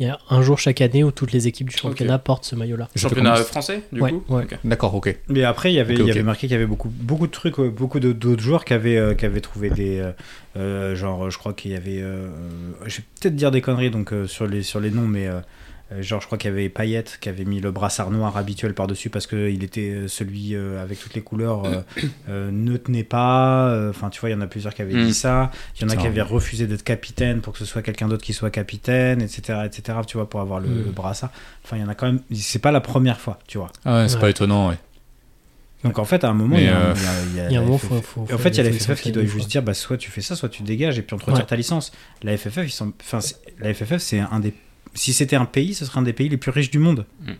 Il y a un jour chaque année où toutes les équipes du championnat portent ce maillot-là. Je sais pas Championnat comment- français, du Ouais, coup ouais. Ok. D'accord, ok. Mais après, il y avait, Ok, il y ok. avait marqué qu'il y avait beaucoup, beaucoup de trucs, euh, beaucoup de- d'autres joueurs qui avaient, euh, qui avaient trouvé des. euh, euh, genre, je crois qu'il y avait. euh, je vais peut-être dire des conneries donc, euh, sur, les, sur les noms, mais. euh, euh, Genre, je crois qu'il y avait Payet qui avait mis le brassard noir habituel par-dessus parce qu'il était euh, celui euh, avec toutes les couleurs euh, euh, ne tenait pas. euh, Enfin, tu vois, il y en a plusieurs qui avaient Hmm. Mm. dit ça. Il y en a qui Putain. avaient refusé d'être capitaine pour que ce soit quelqu'un d'autre qui soit capitaine, etc., etc., tu vois, pour avoir le, Hmm. Mm. le brassard. Enfin, il y en a quand même. C'est pas la première fois, tu vois. Ah ouais, c'est Ouais. pas étonnant, ouais. Donc en fait, à un moment, Mais, il y a, un- euh, il y a- il y a Il y a un la moment, FFF. faut. faut- En faut fait, il y a la laisser FFF qui ça doit une juste fois. dire, bah, soit tu fais ça, soit tu dégages, et puis on te retire Ouais. ta licence. La FFF, ils sont... enfin, c'est- la FFF, c'est un des... Si c'était un pays, ce serait un des pays les plus riches du monde. Mm.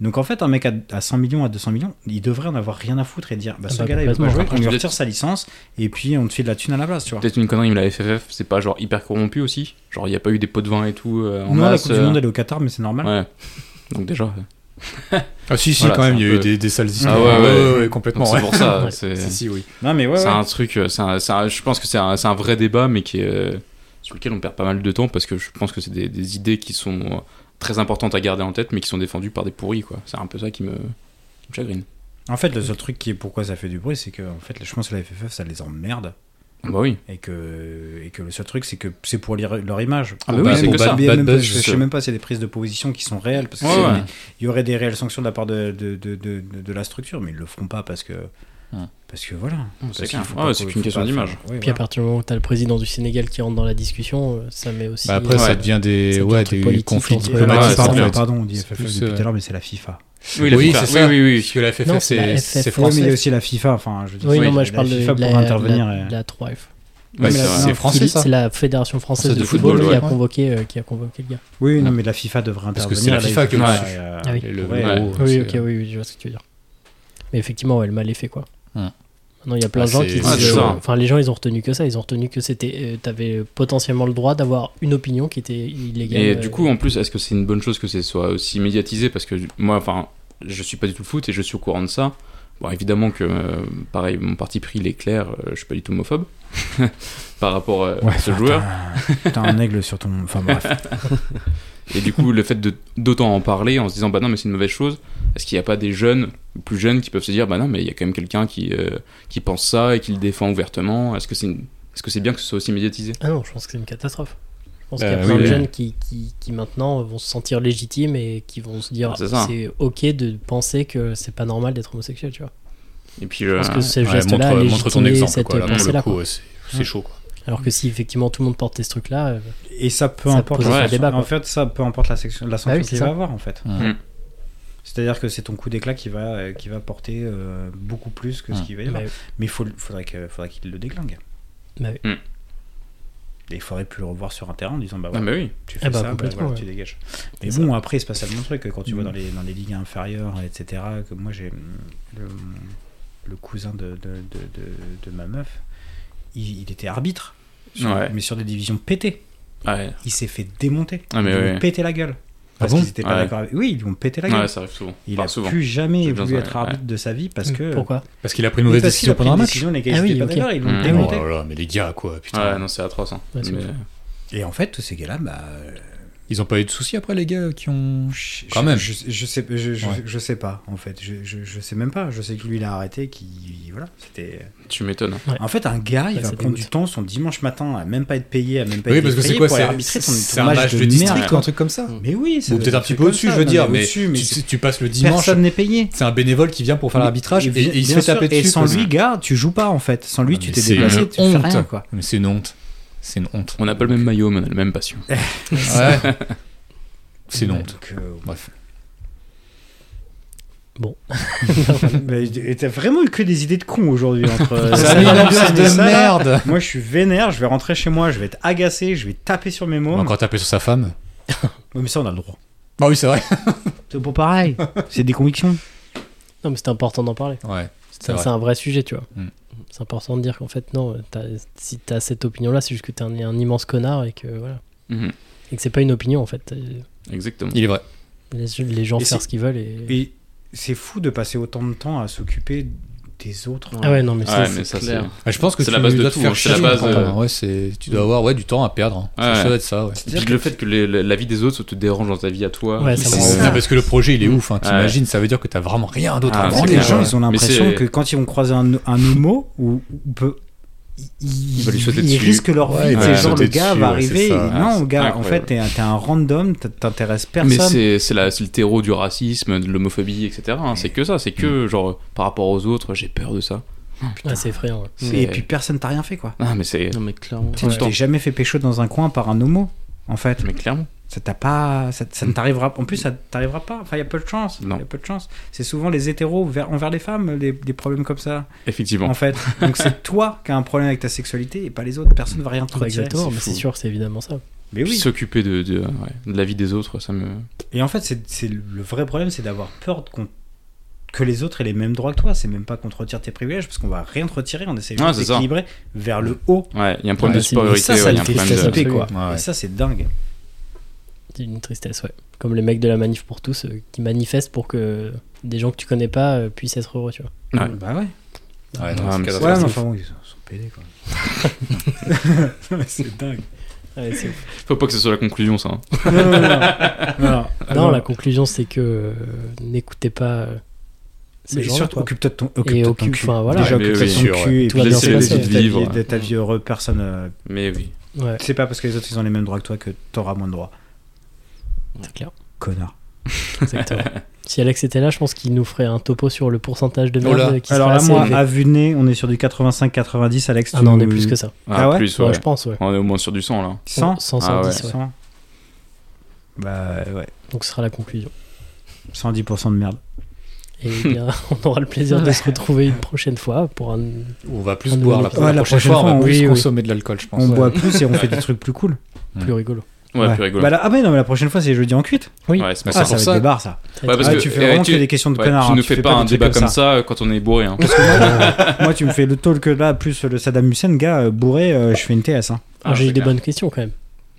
Donc en fait, un mec à, à 100 millions, à 200 millions, il devrait en avoir rien à foutre et dire, bah, Ah ce bah, gars-là, il veut pas complètement. jouer, on lui Après, retire sa licence, et puis on te file la thune à la place, tu vois. Peut-être une connerie, mais la FFF, c'est pas genre hyper corrompu aussi Genre, il n'y a pas eu des pots de vin et tout euh, en Non, la masse, Coupe du euh, Monde, elle est au Qatar, mais c'est normal. Ouais. Donc, déjà. euh, Ah si, si, Voilà, quand même, c'est il un y a eu peu- des, des sales histoires. ouais, ouais. complètement. Donc, C'est ouais. pour ça. Ouais. c'est- Si, si, oui. Non, mais ouais. C'est ouais. un truc, euh, c'est un- c'est un- je pense que c'est un, c'est un vrai débat, mais qui est, euh, sur lequel on perd pas mal de temps parce que je pense que c'est des, des idées qui sont euh, très importantes à garder en tête, mais qui sont défendues par des pourris, quoi. C'est un peu ça qui me, qui me chagrine. En fait, le seul truc qui est pourquoi ça fait du bruit, c'est que en fait, je pense que la FFF, ça les emmerde. Bah oui. Et que, et que le seul truc, c'est que c'est pour leur- leur image. Ah bah Pour oui, même- c'est que ça. même- Bad même- buzz, je c'est sais ça. même pas s'il y a des prises de position qui sont réelles. Parce que Ouais, c'est- ouais. il y aurait des réelles sanctions de la part de, de, de, de, de- de la structure, mais ils le feront pas parce que. Ouais. Parce que voilà. Non, c'est Parce clair. qu'il faut Ouais, pas c'est qu'on- qu'une faut question pas d'image. faire- oui, Puis à voilà. partir du moment où t'as le président du Sénégal qui rentre dans la discussion, euh, ça met aussi. Bah, après, Ouais. ça devient des, Ça devient un ouais, truc des politique, conflits en fait. Ouais, ouais, diplomatiques. pardon, c'est parfois. clair. pardon, on dit C'est FFF plus, depuis euh, tout à l'heure, mais c'est la FIFA. Oui, la oui, FIFA. c'est ça. Oui, oui, oui. Parce que la FFF, Non, c'est la c'est FFF. c'est Ouais, Oui, français. mais il y a aussi la FIFA. Enfin, je veux dire, Oui, c'est- non, moi je la parle de, FIFA de pour la, intervenir. la- et- la 3F. Ouais, mais c'est la- vrai. non, C'est français, Qui- ça C'est la Fédération française Française de, de football, football, qui, a ouais. convoqué, euh, qui a convoqué le gars. Oui, non, mais la FIFA devrait Parce intervenir. que c'est la FIFA qui est Ouais, au-dessus. euh, Ah oui. Et le Ouais. gros, oui, Oh, c'est- ok, oui, oui, je vois ce que tu veux dire. Mais effectivement, ouais, le mal est fait, quoi. Hum. Maintenant, il y a plein Ah, de gens c'est- qui ah, disent. c'est euh, ça. Enfin, les gens, ils ont retenu que ça. Ils ont retenu que c'était. euh, T'avais potentiellement le droit d'avoir une opinion qui était illégale. Et euh, du coup, en plus, est-ce que c'est une bonne chose que ce soit aussi médiatisé Parce que moi, enfin, je suis pas du tout foot et je suis au courant de ça. Bon, évidemment que, euh, pareil, mon parti pris, il est clair, euh, je suis pas du tout homophobe par rapport euh, Ouais, à ce enfin, joueur. t'as- T'as un aigle sur ton. Enfin bref. Et du coup, le fait de- d'autant en parler en se disant, bah non, mais c'est une mauvaise chose, est-ce qu'il n'y a pas des jeunes, plus jeunes, qui peuvent se dire, bah non, mais il y a quand même quelqu'un qui, euh, qui pense ça et qui le défend ouvertement Est-ce que c'est une- est-ce que c'est bien que ce soit aussi médiatisé Ah non, je pense que c'est une catastrophe. Je pense Bah, qu'il y a oui, plein de oui. jeunes qui, qui, qui maintenant vont se sentir légitimes et qui vont se dire Ah, c'est ça. c'est ok de penser que c'est pas normal d'être homosexuel, tu vois. Et puis, euh, Je pense que ce Bah Ouais, geste-là montre, a montre ton légitimé exemple. cette Quoi. Là, pour le pensée-là. coup, quoi. ouais, c'est c'est chaud. Quoi. Alors que si effectivement tout le monde portait ce truc-là, euh, Et ça peu Ça importe. pose la un sanction- débat, quoi. Ah en fait, ça peu importe la, section, la sanction oui, c'est qu'il ça. va avoir en fait. Mm. C'est-à-dire que c'est ton coup d'éclat qui va euh, qui va porter euh, beaucoup plus que ce Mm. qu'il va y avoir. Bah oui. Mais il faudrait que faudrait qu'il le déglingue. Bah oui. Et il faudrait plus le revoir sur un terrain en disant bah ah voilà, bah oui. tu Ah fais bah, ça, bah complètement, voilà, ouais. Mm. tu dégages. Mais bon, après, il se passe tellement de trucs que quand tu vois dans les, dans les ligues inférieures, etc. Que moi, j'ai le, le cousin de, de, de, de- de ma meuf, il, il était arbitre, sur- Ouais. mais sur des divisions pétées Ouais, il s'est fait démonter. Ah, mais ils lui ouais. ont pété la gueule. Parce Ah bon qu'ils étaient pas Ouais. d'accord avec- Oui, ils lui ont pété la gueule. Ouais, ça arrive souvent. il Enfin, a souvent. plus jamais C'est bien voulu ça, être ouais. arbitre de sa vie parce que. Hum, pourquoi Parce qu'il a pris Hmm. une mauvaise Parce qu'il décision a pris pendant un une match. décision, les gars, Ah ils oui, étaient pas ok. d'accord, ils l'ont Mm. Oh démonté. là là, mais les gars, quoi, putain. Ouais, non, c'est atroce. hein. Ouais, c'est Mais- ouf. Et en fait, tous ces gars-là, bah. euh, Ils ont pas eu de soucis après, les gars, qui ont. je- Quand je- même. Je, je sais, je, je- Ouais. je sais pas, en fait. Je, je, je sais même pas. Je sais que lui, il a arrêté, qui Voilà. C'était. Tu m'étonnes. hein. Ouais. En fait, un gars, il Ouais, va ça prendre dégoûte. du temps son dimanche matin à même pas être payé, à même pas Bah Oui, être parce que c'est payé quoi pour aller arbitrer C'est ton, c'est ton un match, match de merde. district ou un truc comme ça Mais oui, Ou c'est peut-être un petit c'est peu comme au-dessus, ça, je veux non, dire, mais au-dessus, mais tu tu passes le dimanche. personne n'est payé. C'est un bénévole qui vient pour faire l'arbitrage et, et il se bien fait taper sûr, dessus. Et sans quoi. lui, gars, tu joues pas en fait. Sans lui, Ah, tu mais t'es c'est déplacé, une tu fais honte. rien quoi. Mais c'est une honte. C'est une honte. On n'a pas le même maillot, mais on a la même passion. Ouais. C'est une honte. Donc, euh, Bref. euh, mais- et t'as vraiment eu que des idées de con aujourd'hui entre. euh, Ça a ça, mis Ah, une ça, ambiance ça, de ça. merde. Moi, je suis vénère. Je vais rentrer chez moi. Je vais être agacé. Je vais taper sur mes On mots. va encore taper sur sa femme. mais ça, on a le droit. Bah oui, c'est vrai. C'est bon, pareil. C'est des convictions. Non, mais c'est important d'en parler. Ouais. C'est C'est c'est vrai. un vrai sujet, tu vois. Mm. C'est important de dire qu'en fait, non, euh, t'as- si t'as cette opinion-là, c'est juste que t'es un, un immense connard et que voilà. Mhm. Et que c'est pas une opinion, en fait. Euh, Exactement. Il est vrai. Laisse les gens Et faire c'est- ce qu'ils veulent. Et... Et c'est fou de passer autant de temps à s'occuper des autres. Ah ouais, non, mais ça, Ouais, c'est- mais ça, c'est. clair. Ah, Je pense que C'est tu la base de dois tout, te faire hein, c'est la chier, base, hein. euh, Ouais, c'est. Tu dois avoir ouais du temps à perdre. hein. Ça Ouais. ça doit être ça. Ouais. Puis le fait que les- la, la vie des autres te dérange dans ta vie à toi. Ouais, tu ça sais, me- c'est- Non, parce que le projet il est ouf, hein. Ouais. t'imagines, ça veut dire que t'as vraiment rien d'autre Ah, à c'est Vraiment, vendre. les clair, gens, ouais. ils ont Mais l'impression c'est- que quand ils vont croiser un, un homo, ou, ou peu, ils, Ils veulent lui sauter ils dessus. risquent leur Ouais, vie. ils C'est veulent genre, sauter le gars dessus, va ouais, arriver. c'est ça. il- non, Ouais, gars, c'est en fait, incroyable. t'es un, t'es un random, t- t'intéresses Mais personne. c'est c'est la- c'est le terreau du racisme, de l'homophobie, etc. hein. C'est que ça, c'est que genre par rapport aux autres, j'ai peur de ça. ouais, c'est effrayant. ouais. Et puis personne t'a rien fait, quoi. Ah, mais c'est. Non, mais clairement. Tu sais, Tu Ouais. t'es jamais fait pécho dans un coin par un homo, en fait. Mais clairement. Ça t'a pas, ça, ça ne t'arrivera. En plus, ça t'arrivera pas. Enfin, il y a peu de chance. Il y Non. a peu de chance. C'est souvent les hétéros vers- envers les femmes, les, des problèmes comme ça, Effectivement. en fait. Donc c'est toi qui as un problème avec ta sexualité et pas les autres. Personne va rien te Pas retirer. Bah, exactement, mais fou. c'est sûr, c'est évidemment ça. Mais Puis oui. s'occuper de, de, ouais, de la vie des autres, ça me. Et en fait, c'est c'est le vrai problème, c'est d'avoir peur de qu'on- que les autres aient les mêmes droits que toi. C'est même pas qu'on te retire tes privilèges, parce qu'on va rien te retirer. On essaie Ouais, juste c'est ça. d'équilibrer vers le haut. Ouais, il y a un problème Ouais, de c'est- mais Et supériorité. ça, ça ouais, il y le a un fait problème de- flipper, de- quoi. Ouais, ouais. Et ça, c'est dingue. C'est une tristesse, ouais. Comme les mecs de la manif pour tous euh, qui manifestent pour que des gens que tu connais pas euh, puissent être heureux, tu vois. Ouais. Bah ouais. Ouais, Ouais, Ah, mais Ouais, mais enfin bon, ils sont sont pédés quoi. Non, mais c'est dingue. Ouais, c'est ouf. Faut pas que ce soit la conclusion, ça. hein. Non, non, non, non. Alors, Ah non, alors, la conclusion, c'est que euh, n'écoutez pas. euh, ces mais gens-là, surtout, quoi. occupe-toi de ton, occupe-toi de ton occupe- cul. enfin, voilà. Déjà, Ouais, mais occupe-toi de oui, ton sûr, cul ouais. et Tout puis va bien se laisse- passer. laisse ta vie- Vivre. d'être ta vie heureux, personne. euh, Mais oui. Ouais, C'est pas parce que les autres ils ont les mêmes droits que toi que t'auras moins de droits. c'est clair. Connard. Exactement. si Alex était là, je pense qu'il nous ferait un topo sur le pourcentage de Oh là. merde qui Alors sera là, assez moi, élevé. à vue de nez, on est sur du 85-90. Alex, Ah tu non, on est nous- plus que ça. Ah ouais plus, Ouais, ouais. je pense, ouais. On est au moins sur du sang, là. 100 100, Ah ouais. 110, ouais. 100. Bah ouais, Donc ce sera la conclusion. 110% de merde. Et eh bien, on aura le plaisir de se retrouver une prochaine fois pour un. On va plus On boire est- la, Ouais, la la prochaine prochaine fois, on fois, va plus oui, oui. consommer de l'alcool, je pense. On Ouais. boit plus et on fait des trucs plus cool. Plus rigolo. Ouais, plus rigolo. Bah là- ah mais non, mais la prochaine fois c'est jeudi en cuite. oui. Ouais, c'est pas Ah, ça, ça. va être ça. des barres ça. Ouais, parce Ah, que tu fais eh, vraiment tu- que des questions de ouais, connards. tu hein, ne fais pas un des trucs débat comme comme ça euh, quand on est bourré. hein. Moi, tu me fais le talk là, plus le Saddam Hussein, gars, euh, bourré, euh, je fais une TS. Hein. Ah, J'ai c'est eu des clair. bonnes questions quand même.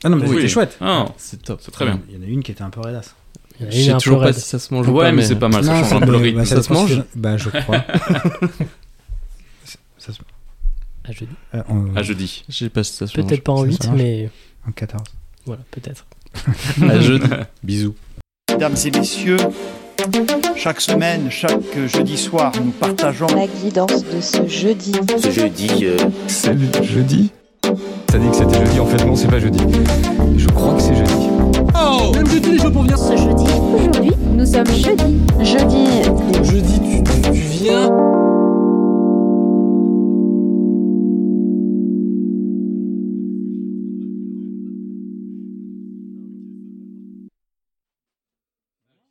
Ah non, mais Oui. c'était chouette. Ah, C'est top. c'est très bien. Il y en a une qui était un peu redasse. Il y en a Je une sais un peu toujours pas raide. si ça se mange ou pas. Ouais, mais c'est pas mal, ça Non, change un peu le mais- rythme. bah, Ça se dépend si- mange Bah, je crois. Ça se- Ah, je dis. euh, en- À jeudi. Je sais pas si ça se mange. Peut-être pas en Ça se 8, mange. mais en 14. voilà, peut-être. À jeudi. Bisous. Mesdames et messieurs, chaque semaine, chaque jeudi soir, nous partageons La guidance de ce jeudi. Ce jeudi, C'est le jeudi T'as dit que c'était jeudi, en fait non, c'est pas jeudi. Je crois que c'est jeudi. Ce jeudi. Aujourd'hui, nous sommes jeudi. Jeudi. jeudi, tu, viens